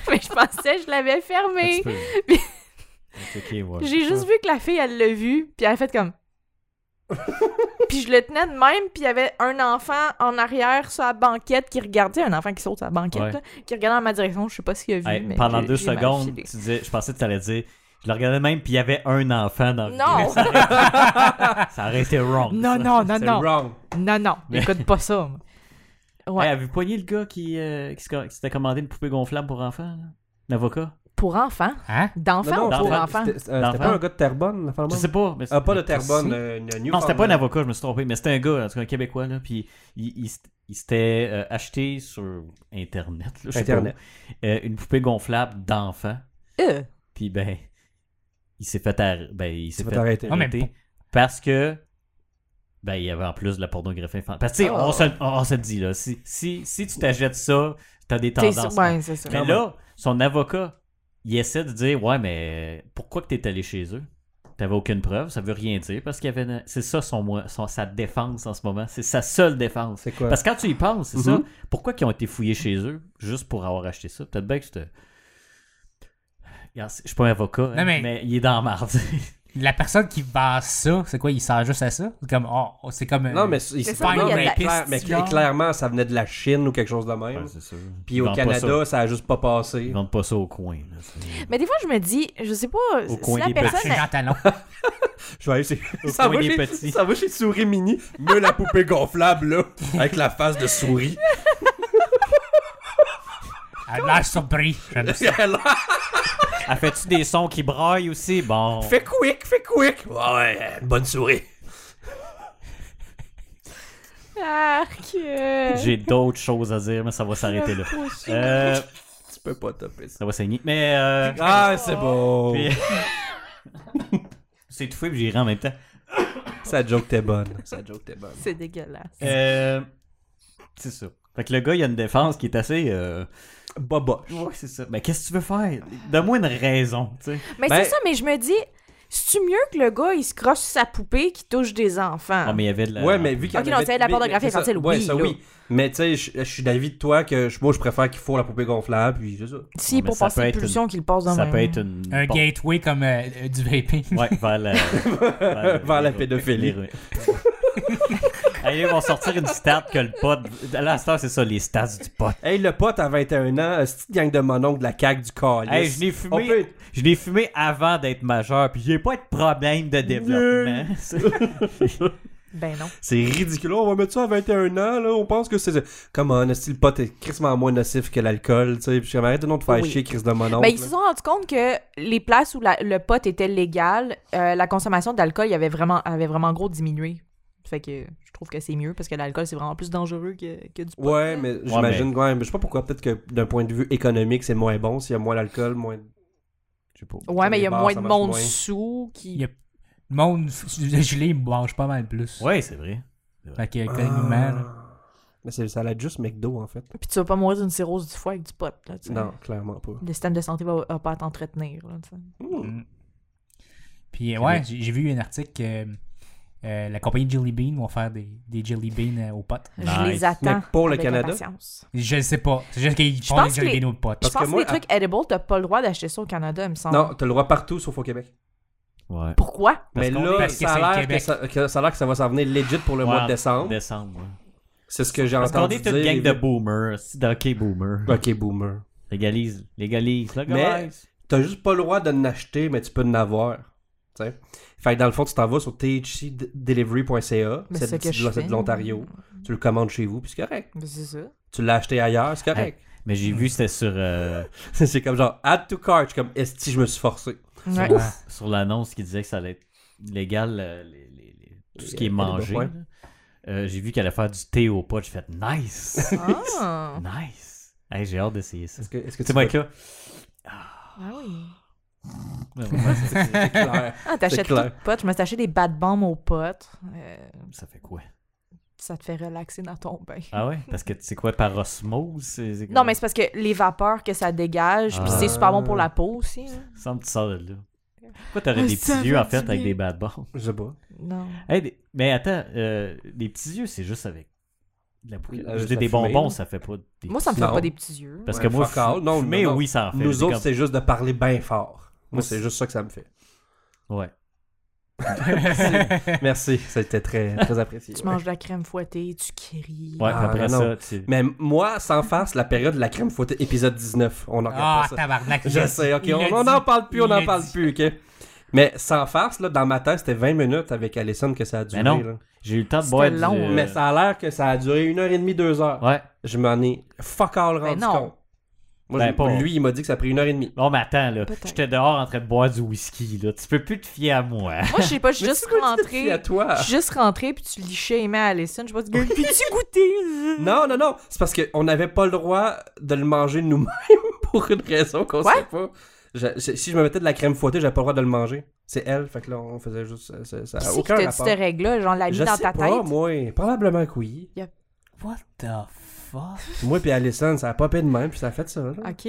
C: mais je pensais que je l'avais fermé.
A: Ben, Tu peux. OK, ouais.
C: J'ai juste vu que la fille, elle l'a vu, puis elle a fait comme... puis je le tenais de même, puis il y avait un enfant en arrière sur la banquette qui regardait, un enfant qui saute sur la banquette,
A: Ouais.
C: là, qui regardait dans ma direction, je sais pas s'il a vu,
A: Hey,
C: mais
A: pendant
C: j'ai-
A: deux
C: j'ai mal
A: secondes,
C: filé.
A: tu disais, je pensais que tu allais dire... Je le regardais même, puis il y avait un enfant dans le
C: Non!
A: Ça aurait été wrong.
C: non,
A: ça.
C: non, non,
D: C'est
C: non,
D: wrong.
C: non, non,
A: Mais-
C: écoute pas ça. Ouais.
A: Hey, avez-vous poigné le gars qui, euh, qui se- qui s'était commandé une poupée gonflable pour enfant? là? Un avocat?
C: Pour enfants?
B: Hein?
C: D'enfants
D: Non,
C: ou
D: non,
C: pour
A: d'enfants.
C: enfants?
D: C'était euh, c'était
A: D'enfant.
D: pas un gars de Terrebonne, la femme?
A: Je sais pas. Mais
D: Ah, pas de
A: mais-
D: Terrebonne,
A: si.
D: euh, Newfoundland.
A: Non, c'était pas un avocat, je me suis trompé, mais c'était un gars, en tout cas un Québécois, là, puis il, il s- il s'était euh, acheté sur Internet, là, je sais pas
D: Internet.
A: où, euh, une poupée gonflable d'enfant,
C: Euh,
A: puis ben, il s'est fait, arr- ben, il s'est
D: Tu vas
A: fait
D: t'arrêter.
B: Non, mais
A: arrêter parce que, ben, il y avait en plus de la pornographie infantile. Parce que, tu sais,
D: Oh.
A: on, se, on- on se le dit, là, si, si, si tu t'achètes ça, t'as des
C: t'es
A: tendances.
C: ouais, c'est ça.
A: Mais
D: Quand
A: là, son avocat, il essaie de dire Ouais, mais pourquoi que t'es allé chez eux T'avais aucune preuve, ça veut rien dire parce qu'il y avait. une- C'est ça son, mo- son- sa défense en ce moment. C'est sa seule défense.
D: C'est quoi?
A: Parce que quand tu y penses, c'est
D: Mhm.
A: ça. Pourquoi qu'ils ont été fouillés chez eux juste pour avoir acheté ça Peut-être bien que je te. Regarde, c'est- Je suis pas un avocat, hein,
B: Non, mais-
A: mais... il est dans la marde.
B: La personne qui vend ça, c'est quoi? Il sert juste à ça? C'est comme, oh, oh, c'est comme. euh,
D: Non, mais c'est
C: C'est
D: c'est
C: ça,
D: non,
C: il y a
D: mais
C: de la-
D: clair- mais
B: Genre.
D: clairement, ça venait de la Chine ou quelque chose de même. Puis
A: Ils
D: au
A: vendent pas ça.
D: Canada, ça a juste pas
A: Ils
D: passé.
A: vendent pas ça au coin. là, c'est-
C: Mais des fois, je me dis, je sais pas
A: Au
C: si
A: coin
C: la
A: des
B: c'est
C: personne.
B: Jean Talon.
D: Je vais aller chez... ça,
A: coin
D: va
A: des
D: chez...
A: petits.
D: ça va chez Souris Mini, mais la poupée gonflable, là, avec la face de souris.
B: Elle a l'air surpris. J'aime ça.
D: Elle a-
A: Ah, fais-tu des sons qui braillent aussi Bon.
D: Fais quick, fais quick! Ouais, ouais, une bonne souris.
C: Arc! euh,
A: J'ai d'autres choses à dire, mais ça va s'arrêter là.
C: moi aussi.
A: Euh,
D: Tu peux pas taper ça.
A: ça va saigner. Mais. euh,
D: Ah, c'est bon!
A: Puis- C'est tout fait, puis j'ai ri en même temps.
D: Sa joke t'es bonne. Sa joke t'es bonne.
C: C'est dégueulasse.
A: Euh, c'est ça. Fait que le gars, il a une défense qui est assez. euh,
D: Boba.
A: Ouais, c'est ça. Mais qu'est-ce que tu veux faire Donne-moi une raison, tu sais.
C: Mais
D: Ben-
C: c'est ça, mais je me dis, c'est-tu mieux que le gars, il se croche sur sa poupée qui touche des enfants?
A: Ah, mais il y avait de la.
D: Ouais, mais vu qu'il y en
C: Ok, non,
D: avait-
C: c'est de la
D: mais-
C: pornographie
D: mais c'est ça.
C: infantile,
D: Ouais,
C: oui,
D: ça,
C: là.
D: oui. Mais tu sais, je je suis d'avis de toi que je- moi, je préfère qu'il faut la poupée gonflable, puis c'est ça.
C: si,
A: mais
C: pour
A: ça
C: passer
A: peut
C: les
A: être une-
C: pulsions qu'il passe dans
A: Ça
C: ma-
A: peut être une.
B: Un
A: porte-
B: gateway comme euh, euh, du vaping.
A: Ouais, vers la. vers,
D: Vers la pédophilie.
A: les- Allez, ils vont sortir une stat que le pote. À la star, c'est ça, les stats du pote.
D: Hey, le pote à 21 ans, cette petite gang de mononcle de la cague du calice.
A: Hey, je l'ai
D: On
A: fumé.
D: peut-
A: Je l'ai fumé avant d'être majeur, puis j'ai pas de problème de développement.
C: Ben non.
D: C'est ridicule. On va mettre ça à 21 ans, là. On pense que c'est. Comme on le pote est crissement moins nocif que l'alcool, tu sais. Puis je suis comme, arrête de non te faire
C: Oui.
D: chier, Chris de mononcle.
C: Ben, ils
D: là.
C: se sont rendus compte que les places où la- le pot était légal, euh, la consommation d'alcool il y avait vraiment, avait vraiment gros diminué. Fait que je trouve que c'est mieux parce que l'alcool, c'est vraiment plus dangereux que, que du pot.
D: Ouais, mais j'imagine. Ouais, mais je sais pas pourquoi. Peut-être que d'un point de vue économique, c'est moins bon s'il y a moins d'alcool, moins. Je sais pas.
C: Ouais, mais il y
D: Les
C: a
D: bars,
C: moins
D: ça
C: de
D: marche
C: monde
D: moins.
C: sous qui.
B: Il y a- Le monde f- gelé, il mange pas mal plus.
A: ouais, c'est vrai.
B: Fait que, techniquement, là,
D: Ah. Mais c'est- ça allait être juste McDo, en fait.
C: Puis tu vas pas mourir d'une cirrhose du foie avec du pot. Là, tu sais.
D: Non, clairement pas.
C: Le système de santé va, va pas t'entretenir. là, tu sais.
D: Hmm.
B: Mm. Puis euh, ouais, j'ai j'ai vu un article que euh, la compagnie Jelly Bean vont faire des, des Jelly Bean euh, aux potes.
C: Je
A: Nice.
C: les attends.
D: Mais pour le
C: avec
D: Canada?
C: impatience.
B: Je ne sais pas. C'est juste qu'ils
C: Je
B: font des
C: pense que
B: Jelly
C: les-
B: Bean aux potes.
C: Je
D: Parce
C: pense
D: que
C: que,
D: moi,
C: les trucs edible, t'as pas le droit d'acheter ça au Canada, il me semble.
D: Non, t'as le droit partout sauf au Québec.
A: Ouais.
C: Pourquoi?
D: Mais
A: qu'on
D: là,
A: est-
B: parce que c'est
D: ça,
B: le
D: a l'air que
B: Québec.
D: ça, que ça a l'air que ça va s'en venir legit pour le
A: Ouais,
D: mois
A: en
D: de décembre.
A: Décembre, ouais.
D: C'est ce que j'ai
A: Parce qu'on
D: entendu.
A: est une
D: dire.
A: gang de boomers. C'est d'hockey boomer.
D: Ok, boomer.
A: Légalise. Légalise. Légalise.
D: T'as juste pas le droit de l'acheter, mais tu peux en avoir. Tu sais. Fait que dans le fond, tu t'en vas sur thcdelivery.ca.
C: Mais
D: C'est
C: c'est
D: c'est
C: ce que je
D: de, c'est de
C: fais.
D: l'Ontario. Tu le commandes chez vous, puis c'est correct.
C: Ben, C'est ça.
D: Tu l'as acheté ailleurs, c'est correct.
A: Mais, j'ai vu, c'était sur, euh,
D: c'est comme genre, add to cart. Je suis comme, esti, je me suis forcé.
C: Ouais.
B: Ouais.
A: sur l'annonce qui disait que ça allait être légal, euh, les- les- les- tout ce qui est
D: Les-
A: mangé.
D: ouais.
A: là. Euh, j'ai vu qu'elle allait faire du thé au pot. J'ai fait nice.
C: Ah.
A: nice. Hey, j'ai hâte d'essayer ça.
D: Est-ce que, est-ce que
A: C'est
D: tu
A: moi
D: peux-
A: là.
C: Ah oui.
A: Ouais, euh, ouais, ça-
D: C'est clair.
C: Ah, t'achètes tout
D: clair.
C: de potes. Je me suis acheté des bad bombs aux potes. Euh,
A: ça fait quoi?
C: ça te fait relaxer dans ton bain.
A: Ah ouais? Parce que tu sais quoi, par osmose? c'est- c'est
C: Non,
A: comme-
C: mais c'est parce que les vapeurs que ça dégage, puis
A: Ah.
C: c'est super bon pour la peau aussi. hein.
A: Semble que tu sors de là. Pourquoi t'aurais
C: Ah,
A: des
C: ça
A: petits yeux, en
C: fait
A: fait,
C: du
A: avec
C: bien.
A: des bad balls?
D: Je sais pas.
C: Non.
A: Hey, des- Mais attends, euh, des petits yeux, c'est juste avec de la bouquille.
D: Euh,
A: Je dis
D: ça
A: des
D: fumée,
A: bonbons,
D: là.
A: ça fait pas des...
C: Moi, ça me fait
D: Non.
C: pas des petits yeux.
A: Parce
D: Ouais,
A: que moi,
D: fuck all. Non,
A: fumer,
D: non, non.
A: oui, ça en fait.
D: Nous
A: C'est
D: autres,
A: comme-
D: c'est juste de parler bien fort. Moi,
A: Moi,
D: c'est
A: c'est-
D: juste ça que ça me fait.
A: Ouais.
D: Merci, c'était très, très apprécié.
C: Tu manges de la crème fouettée, tu cries.
A: Ouais,
D: Ah,
A: après
D: non,
A: ça, tu...
D: Mais moi, sans face, la période de la crème fouettée, épisode 19, on en regarde
B: Ah,
D: pas ça.
B: tabarnak. il
D: Je
B: l'a-
D: sais, ok,
B: il l'a
D: on- on
B: dit.
D: n'en parle plus, on
B: Il
D: n'en
B: l'a
D: parle
B: dit.
D: plus, ok. Mais sans farce, là, dans ma tête, c'était 20 minutes avec Alison que ça a duré.
A: Mais non.
D: là.
A: J'ai eu le temps de
C: C'était
A: boire
C: long,
A: du... euh,
D: Mais ça a l'air que ça a duré une heure et demie, deux heures.
A: Ouais.
D: Je m'en ai fuck all
C: Mais
D: rendu
C: Ben non.
D: compte. Moi,
A: Ben,
D: je-
A: pas.
D: lui, il m'a dit que ça a pris une heure et demie.
A: Non, mais attends, là.
C: Peut-être.
A: J'étais dehors en train de boire du whisky, là. Tu peux plus te fier à moi.
C: Moi, je sais pas, je suis
D: Mais
C: juste
D: tu m'as dit de te fier
C: rentrée.
D: à toi.
C: Je suis juste rentrée, puis tu lichais Aimé à Alison. Je vois, tu tu goûter?
D: Non, non, non. C'est parce qu'on n'avait pas le droit de le manger nous-mêmes pour une raison qu'on
C: Quoi?
D: sait pas. Je- je- si je me mettais de la crème fouettée, j'avais pas le droit de le manger. C'est elle, fait que là, on faisait juste. euh, Ça, ça
C: Qui
D: a
C: c'est qui
D: aucun
C: t'a dit
D: rapport.
C: cette règle-là? Genre, l'a mis
D: je
C: dans
D: sais
C: ta
D: pas,
C: tête?
D: moi. Probablement que oui.
B: What the fuck?
D: Moi puis Alison, ça a popé de même, puis ça a fait ça. là.
C: Ok.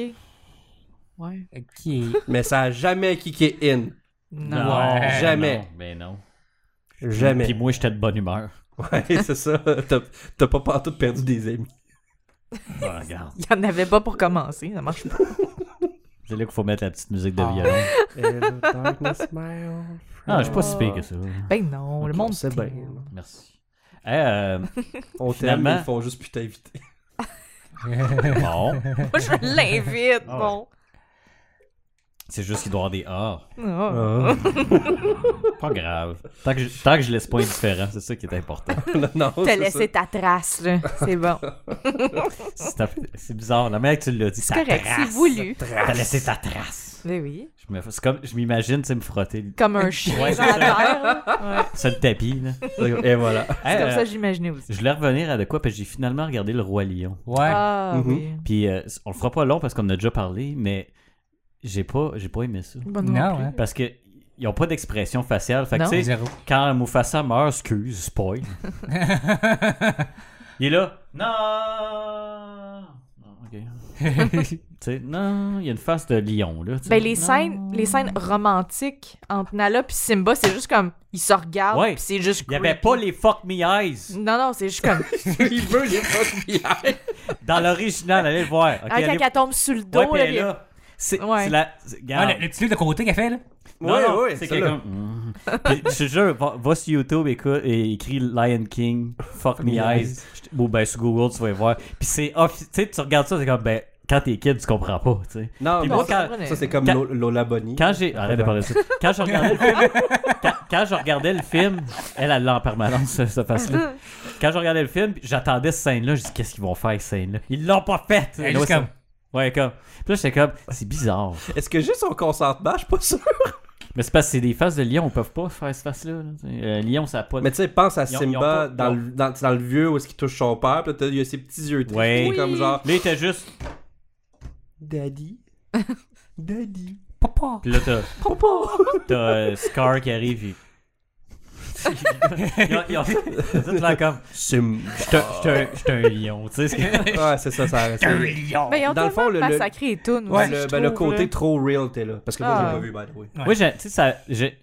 C: Ouais.
B: Ok.
D: Mais ça a jamais kické in.
C: Non.
B: Ouais.
D: Jamais.
A: non, mais non.
D: Jamais.
A: Puis moi, j'étais de bonne humeur.
D: Ouais, c'est ça. T'as- T'as pas partout perdu des amis.
A: Ah, regarde.
C: Il y en avait pas pour commencer, ça marche pas.
A: C'est là qu'il faut mettre la petite musique de
B: Ah.
A: violon. Non, je suis pas
C: Ah.
A: si pire que ça.
C: Ben non, le
D: Ok,
C: monde.
D: on sait
C: t'aime.
D: bien.
A: Merci. Eh, euh,
D: On t'aime,
A: Finalement-
D: mais ils font juste plus t'inviter.
A: bon.
C: Moi, je l'invite,
A: Ah ouais.
C: bon.
A: C'est juste qu'il doit y avoir des A.
C: Ah.
A: Pas grave. Tant que, je, tant que je laisse pas indifférent, c'est ça qui est important.
D: non, non,
A: Oh,
C: T'as
D: c'est ça.
C: laissé ta trace, là. C'est bon.
A: C'est un peu- c'est bizarre. La manière que tu l'as dit,
C: C'est
A: ta
C: correct, c'est
A: trace.
C: voulu.
A: T'as laissé ta trace.
C: Ben oui.
A: Je me- c'est comme, je m'imagine, tu sais, me frotter
C: Comme un chien
A: Ouais,
C: dans la
A: c'est ça.
C: terre. là. Ouais.
A: sur le tapis. là.
D: Et voilà.
A: Hey,
C: C'est comme
A: euh,
C: ça que j'imaginais aussi.
A: je voulais revenir à de quoi, parce que j'ai finalement regardé Le Roi Lion.
B: Ouais.
C: Ah
D: Mhm.
C: oui.
A: Puis euh, on le fera pas long parce qu'on en a déjà parlé, mais j'ai pas, j'ai pas aimé ça.
C: Bon,
B: Non,
C: plus.
B: hein.
A: Parce que ils ont pas d'expression faciale. Fait que,
C: Non.
A: tu sais,
B: Zéro.
A: quand Mufasa meurt, excuse, spoil. Il est là. Non! Non, ok. tu sais, non, il y a une face de lion, là. tu sais.
C: Ben, les
A: Non.
C: scènes, les scènes romantiques entre Nala puis Simba, c'est juste comme ils se regardent,
A: Ouais.
C: puis c'est juste.
A: Il y avait
C: creepy.
A: pas les fuck me eyes
C: Non non, c'est juste comme
D: il veut les fuck me
A: dans l'original, allez le voir. Ok,
C: Ah, quand
A: allez-
C: elle tombe sur le dos
A: Ouais, puis
C: là,
A: elle est là. C'est
C: Ouais.
A: c'est la. c'est-
B: Ah,
A: regarde.
B: le, le petit truc de côté qu'elle fait, là.
A: Non,
D: Ouais,
A: non,
D: ouais,
A: c'est
D: celle-là.
A: quelqu'un. Mm. Puis, je te jure, va, va sur YouTube écoute, et écris Lion King, fuck me eyes. Je- Ou ben sur Google, tu vas y voir. Puis c'est. offi- Tu sais, tu regardes ça, c'est comme, ben, quand t'es kid, tu comprends pas, tu sais.
D: Non,
A: Puis
D: mais
A: moi,
D: ça,
A: quand-
C: comprenait.
D: ça, c'est comme
A: quand-
D: Lo- Lola Bunny.
A: Quand j'ai. Arrête de parler de ça. Quand je regardais le film. quand, quand je regardais le film. Elle, elle l'a en permanence, ce- cette face-là. Quand je regardais le film, puis j'attendais cette scène-là. Je dis, qu'est-ce qu'ils vont faire, cette scène-là Ils l'ont pas faite
B: Elle est
A: Et là,
B: juste
A: ça-
B: comme-
A: Ouais, comme. Puis là, j'étais comme, c'est bizarre.
D: Est-ce que j'ai son consentement? Je suis pas sûr.
A: Mais c'est parce que c'est des faces de lion, ils peuvent pas faire cette face-là. là. Euh, lion, ça a pas.
D: Mais tu sais, pense à
A: Ils ont-
D: Simba
A: ils ont pas-
D: dans,
A: ils ont-
D: le, dans, dans le vieux où est-ce qu'il touche son père, puis là, t'as- il a ses petits yeux tristes,
A: Ouais.
D: puis comme genre
A: Là, il était juste.
D: Daddy, Daddy,
B: Papa.
A: Puis là, t'as. T'as euh, Scar qui arrive. puis- Ils ont- ils ont- ils ont tout l'air comme.
D: Simba.
A: J'étais un lion, tu sais. c'est que-
D: Ouais, c'est ça, ça reste.
B: un lion.
C: Ben, ils ont
D: Dans le
C: tellement
D: fond, le- le-
C: massacré les tunes,
D: Ouais,
C: aussi,
D: le,
C: je
D: ben, le
C: trouve,
D: côté
C: là.
D: trop real, t'es là. Parce que moi,
C: Ah.
D: j'ai pas vu, by the way.
B: Ouais.
A: Moi, j'ai- tu sais, ça. j'ai-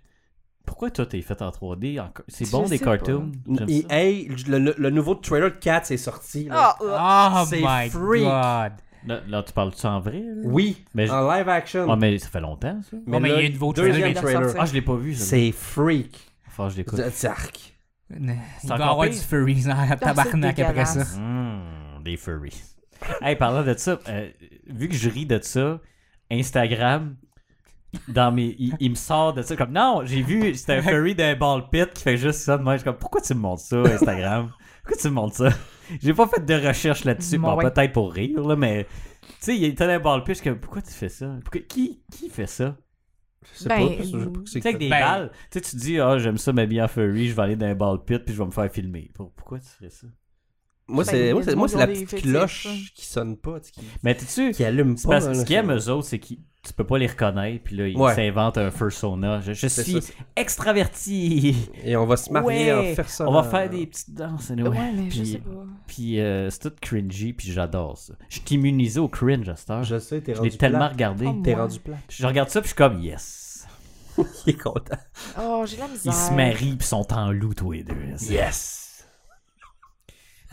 A: Pourquoi tout est fait en 3D encore? C'est
C: Je
A: bon des
C: sais pas.
A: cartoons. J'aime
D: Et,
A: ça.
D: hey, le, le- le nouveau trailer de Cats est sorti. là.
C: Ah, ah.
B: Oh
D: C'est
B: my
D: freak.
B: god.
A: Là, là, tu parles de ça en vrai? là?
D: Oui,
A: Mais je-
D: en live action.
A: Ah, mais ça fait longtemps, ça.
B: Ouais, mais il y a eu de nouveau
D: deuxième
B: trailer,
C: mais-
D: trailer.
A: Ah, je l'ai pas vu, ça.
D: C'est freak.
A: Faut que je l'écoute.
D: C'est arc.
B: Il
A: encore
B: va y avoir
A: pire.
B: du furries en tabarnak après ça.
C: dégueulasse.
A: Mmh, des furries. Hey, parlant de ça, euh, vu que je ris de ça, Instagram, dans mes, il, il me sort de ça comme non, j'ai vu, c'était un furry d'un ball pit qui fait juste ça. Moi, je suis comme pourquoi tu me montres ça, Instagram Pourquoi tu me montres ça J'ai pas fait de recherche là-dessus.
C: Bon,
A: Bon,
C: ouais.
A: peut-être pour rire, là, mais tu sais, il était d'un ball pit. Je suis comme pourquoi tu fais ça Pourquoi- qui, qui fait ça
D: Je sais
C: Ben,
D: pas. je sais pas
A: Tu
D: c'est
A: sais, avec des
B: Ben-
A: balles, tu sais, tu dis, ah, j'aime ça m'habiller en furry, je vais aller dans un ball pit puis je vais me faire filmer. Pour- Pourquoi tu ferais ça
D: Moi,
C: Ben,
D: c'est moi,
C: ils
D: c'est- moi,
C: ont
D: c'est la
C: des
D: petite
C: fétiches,
D: cloche
C: hein.
D: qui sonne pas, tu sais, qui,
A: Mais t'es-tu.
D: qui allume
A: C'est
D: pas.
A: parce que
D: là,
A: ce qu'ils aiment, eux autres, c'est que tu peux pas les reconnaître, puis là, ils
D: Ouais.
A: s'inventent un persona. Je, je
D: C'est
A: suis
D: ça,
A: extraverti.
D: c'est- Et on va se marier
A: Ouais.
D: en faire ça.
A: On va faire des petites danses, anyway.
C: Ouais, mais je
A: Ah, Puis-
C: sais pas.
A: Puis euh, c'est tout cringy, puis j'adore ça. Je suis immunisé au cringe à cette heure. Je,
D: Je sais, t'es
A: l'ai
D: rendu
A: tellement
D: plat.
A: regardé.
C: Oh,
D: T'es
C: Ouais.
D: rendu plat.
A: Je regarde ça, puis je suis comme, yes.
D: Il est content.
C: Oh, j'ai la
A: Ils
C: misère.
A: se marient, puis sont en loup, tous les deux.
D: Yes!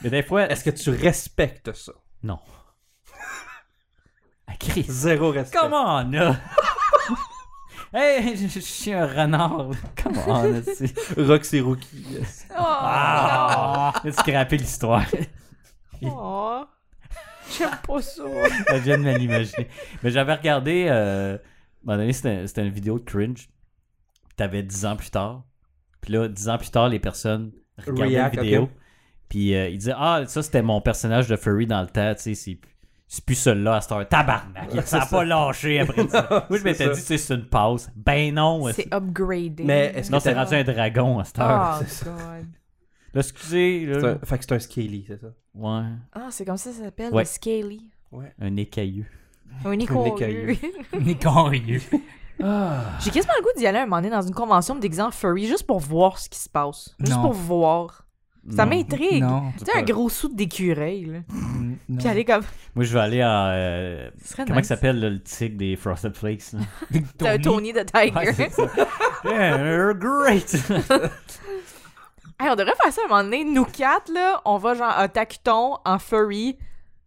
A: Mais des fois,
D: Est-ce que tu respectes ça?
A: Non. Ah, Chris.
D: Zéro respect.
A: Come on, là! hey, je, je suis un renard. là. Come on, là, tu sais.
D: Rox et Rookie. yes.
C: Oh,
A: Ah! Là, tu scrapé l'histoire.
C: non. Oh. J'aime pas ça.
A: Je viens de me l'imaginer. Mais j'avais regardé. euh, à un moment donné, c'était c'était une vidéo de cringe. Puis T'avais 10 ans plus tard. Puis là, 10 ans plus tard, les personnes regardaient
D: React,
A: la vidéo.
D: ok.
A: Puis euh, ils disaient Ah, ça, c'était mon personnage de furry dans le temps. Tu sais, c'est c'est plus celui-là à cette heure. Tabarnak. il- Ça a pas lâché après ça. Moi, je
D: c'est
A: m'étais
D: ça.
A: dit, tu sais, c'est une pause. Ben non. c'est-
C: C'est upgradé.
D: Mais est-ce que
A: Non, c'est
D: t'as-
A: rendu un dragon à cette heure.
C: Oh,
D: c'est ça.
C: God.
A: Là, excusez.
D: Ah. C'est
A: Là,
D: un- Fait que c'est un scaly, c'est ça?
A: ouais.
C: Ah, c'est comme ça que ça s'appelle,
A: Ouais.
C: le scaly.
A: Un écailleux.
C: Un écailleux.
B: Nicornu.
C: J'ai quasiment le goût d'y aller un moment donné dans une convention me déguiser en furry juste pour voir ce qui se passe. Juste
B: Non.
C: pour voir. Ça
A: Non.
C: m'intrigue.
B: Non.
C: Tu sais, un gros sou d'écureuil, là.
B: Mm, non.
C: Puis aller comme.
A: Moi, je vais aller en. euh,
C: Ce serait
A: Comment
C: nice.
A: que ça s'appelle là, le tigre des Frosted Flakes? là?
C: T'as un Tony the Tiger.
A: Ouais, c'est ça. Yeah, you're great!
C: Hey, on devrait faire ça un moment donné. Nous quatre, là, on va genre à Tacuton en furry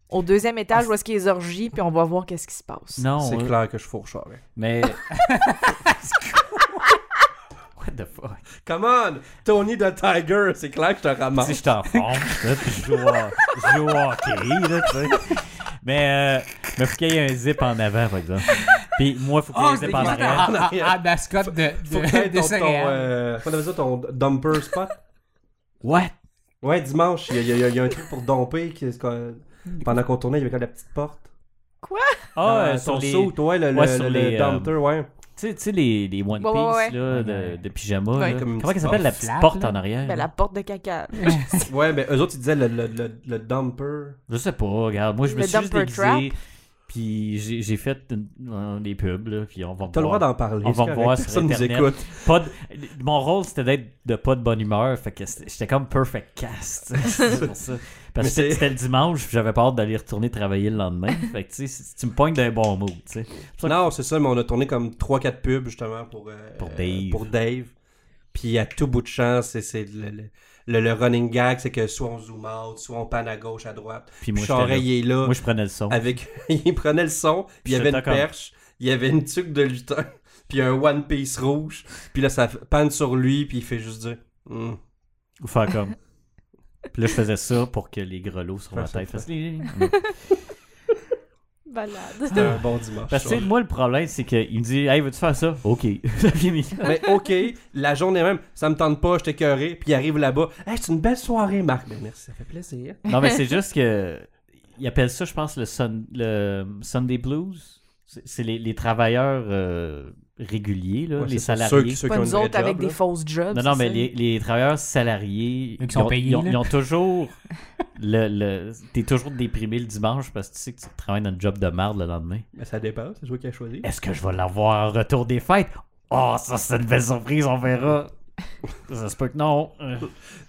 C: au deuxième étage où est-ce qu'il y a les orgies, puis on va voir qu'est-ce qui se passe.
A: Ah, non,
D: C'est
A: euh,
D: clair que je hein. fourcharais.
A: mais. What the fuck?
D: Come on! Tony the Tiger, c'est clair que je te ramasse.
A: Si je t'en forme, là, puis je joue au je joue au hockey, là, tu sais. Mais, euh, mais faut qu'il y ait un zip en avant, par exemple. Puis moi, faut qu'il y ait
B: Oh,
A: un
B: c'est
A: zip
B: quoi
A: en
B: ta
A: arrière.
B: ah, ah, ah, mascotte de,
D: Faut que t'aies
B: de, de
D: ton, ton,
B: céréales?
D: euh, qu'on appelle ça, ton dumper spot.
A: What?
D: Ouais, dimanche, il y, a- il y a- il y a un truc pour domper. qui- ce qu'on- pendant qu'on tournait, il y avait comme la petite porte.
A: Ah,
D: Euh,
A: euh, sur
D: ton
A: les.
D: saut, toi, le, le-
A: ouais, sur
D: le-
A: les,
D: le
A: euh,
D: dumpter, ouais.
A: Tu sais- tu sais, les, les One Piece,
C: Ouais, ouais, ouais.
A: là, de,
B: Ouais.
A: de pyjama.
C: Ouais.
A: là.
D: Comme une
A: Comment ça
D: petite
A: s'appelle la
B: porte
A: petite
B: flat,
A: porte
B: là.
A: en arrière?
C: Ben, la
A: là?
C: porte de caca.
D: Ouais, mais eux autres, ils disaient le, le, le, le dumper.
A: Je sais pas, regarde. Moi, je me
C: Le
A: suis juste
C: dumper
A: déguisé. Puis j'ai j'ai fait une- euh, des pubs, là, puis on va
D: T'as le droit
A: voir.
D: d'en parler.
A: On
D: c'est
A: va
D: correct,
A: voir sur
D: Personne nous
A: Internet.
D: écoute.
A: Pas de- Mon rôle, c'était d'être de pas de bonne humeur. Fait que c'était- j'étais comme perfect cast. tu sais, c'est pour ça. Parce
D: Mais
A: que c'était-
D: c'est-
A: c'était le dimanche, puis j'avais peur d'aller retourner travailler le lendemain. Fait que, tu sais, si- tu me pognes d'un bon mot, tu sais. Ça-
D: Non, c'est ça, mais on a tourné comme 3-4 pubs justement pour, euh,
A: Pour Dave.
D: pour Dave. Puis à tout bout de champ, c'est c'est le, le- le- le running gag, c'est que soit on zoom out, soit on panne à gauche, à droite.
A: Puis
D: Puis
A: moi,
D: Charest,
A: j'étais
D: il est là.
A: là. moi, je prenais le son.
D: avec... il prenait le son, il y avait
A: j'étais
D: une
A: comme-
D: perche, il y avait une tuque de lutin, puis un One Piece rouge. Puis là, ça panne sur lui, puis il fait juste dire... Hmm.
A: Ou faire comme. Puis là, je faisais ça pour que les grelots sur
D: Faire
A: ma
D: ça,
A: tête
D: faire.
A: fassent. les-
C: Balade.
D: C'était un bon dimanche.
A: Parce que, tu
D: soir.
A: sais, moi, le problème, c'est qu'il me dit Hey, veux-tu faire ça Ok. Ça finit.
D: Mais ok, la journée même, ça me tente pas, j'étais curé, puis il arrive là-bas. Hey, c'est une belle soirée, Marc. Ben, merci, ça fait plaisir.
A: Non, mais c'est juste que. Ils appellent ça, je pense, le, sun- le Sunday Blues. C'est c'est les, les travailleurs euh, réguliers, là,
D: Ouais,
A: les
D: c'est ça,
A: salariés.
D: Ceux, ceux
C: Pas
D: qui ont
C: nous
D: une vraie
C: autres avec
D: job,
C: des
D: là.
C: fausses jobs.
A: non, non,
C: c'est
A: mais
C: ça?
A: les, les travailleurs salariés,
B: Eux qui
A: ils
B: sont
A: ont,
B: payés,
A: ils ont-
B: là.
A: ils ont toujours. le, le, T'es toujours déprimé le dimanche parce que tu sais que tu travailles dans un job de merde le lendemain.
D: Mais ça dépend,
A: Eh,
D: c'est toi qui as choisi.
A: Est-ce que je vais l'avoir en retour des fêtes Oh, ça, c'est une belle surprise, on verra. Ça se peut que non. Euh,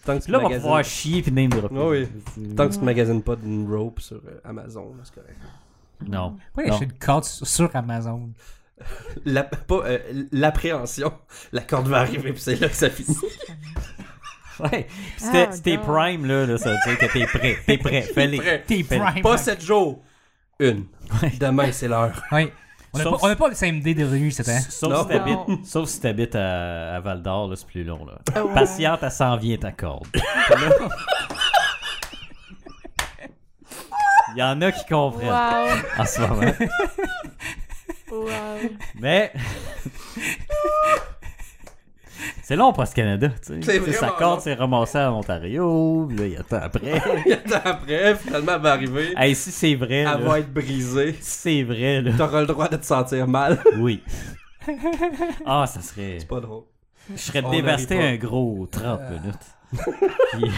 D: Tant que tu
A: Là, on va
D: magasines-
A: pouvoir chier puis name dropper.
D: Ah oui.
A: C'est-
D: Tant que tu ne magasines pas d'une rope sur euh, Amazon, là, c'est correct.
A: Non.
B: Pourquoi il
A: Non.
B: y a une corde sur sur Amazon?
D: La- pas, euh, l'appréhension. La corde va arriver, puis c'est là que ça finit.
A: Ouais. Puis c'était-
C: Ah,
A: c'était
C: God.
A: prime, là, là, ça veut dire que t'es prêt. T'es prêt. Fais-les.
D: Prêt.
B: T'es
A: Fais-le.
B: prime.
D: Pas sept jours. Une. Demain, c'est l'heure.
B: Oui. On n'a
A: Sauf-
B: pas, on a pas le same day de revue, c'était. hein?
A: Sauf
D: Non.
A: si t'habites-
C: Non.
A: sauf si t'habites à, à Val d'Or, là, c'est plus long. Là.
C: Ah ouais.
A: Patiente, elle s'en vient ta corde. Il y en a qui comprennent
C: Wow.
A: en ce moment.
C: Wow.
A: Mais. c'est long pour ce Canada. Tu sais.
D: C'est
A: Tu sais, Sa
D: vraiment
A: corde
D: long.
A: s'est ramassée en Ontario, puis là, il attend après.
D: Et attends, après, finalement, elle va arriver.
A: hey, si c'est vrai, là,
D: Elle va être brisée.
A: si c'est vrai, là,
D: T'auras le droit de te sentir mal.
A: oui. Ah, ça serait.
D: Pas drôle.
A: Je serais
D: On
A: dévasté un
D: n'arrive
A: gros 30 minutes. Puis,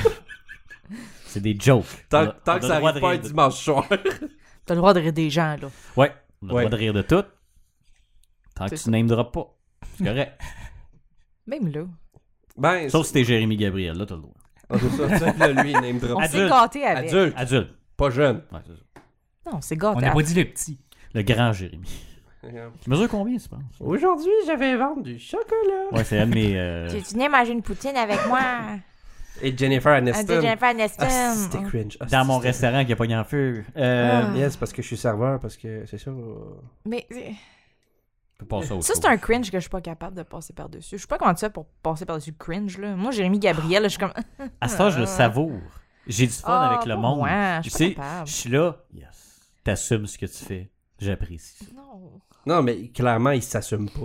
A: c'est des jokes. On
D: Tant,
A: a-
D: tant
A: on a
D: que
A: le
D: ça
A: droit de
D: arrive pas un
A: rire de-
D: dimanche soir.
C: T'as le droit de rire des gens, là.
A: Ouais, on a
D: Ouais.
A: le droit de rire de tout. Tant que
C: C'est
A: tu name drops pas. C'est correct.
C: Même là.
D: Ben,
A: Sauf si t'es Jérémy Gabriel, là, t'as le droit.
D: c'est ça, ça, là, lui, il name drop.
C: On s'est
A: Adulte.
C: gâté avec.
D: Adulte,
A: Adulte.
D: pas jeune.
A: Ouais, c'est ça.
C: Non, on s'est
B: On
C: gâté
B: n'a pas
C: avec.
B: dit le petit.
A: Le grand Jérémy. Tu mesures combien, tu penses?
D: Aujourd'hui, j'avais vendre du chocolat.
A: Ouais, c'est un de mes. euh,
C: Tu viens manger une poutine avec moi?
D: Et Jennifer Aniston.
C: Aniston.
D: Ah, si, c'était cringe. Ah,
A: dans
D: si,
A: mon
D: c'était-
A: restaurant qui a pogné en feu. Euh,
C: Ah.
D: Yes, parce que je suis serveur, parce que c'est ça. euh,
C: Mais euh,
A: je peux passer à autre
C: ça,
A: chose.
C: c'est un cringe que je suis pas capable de passer par-dessus. Je sais pas comment tu fais pour passer par-dessus le cringe, là. Moi, Jérémy Gabriel, je suis comme.
A: À ce temps, je le savoure. J'ai du fun
C: Ah,
A: avec le
C: pas
A: monde.
C: moi, je
A: tu
C: suis
A: sais,
C: pas capable.
A: je suis là. Yes. T'assumes ce que tu fais. J'apprécie.
C: Non.
D: Non, mais clairement, il s'assume pas.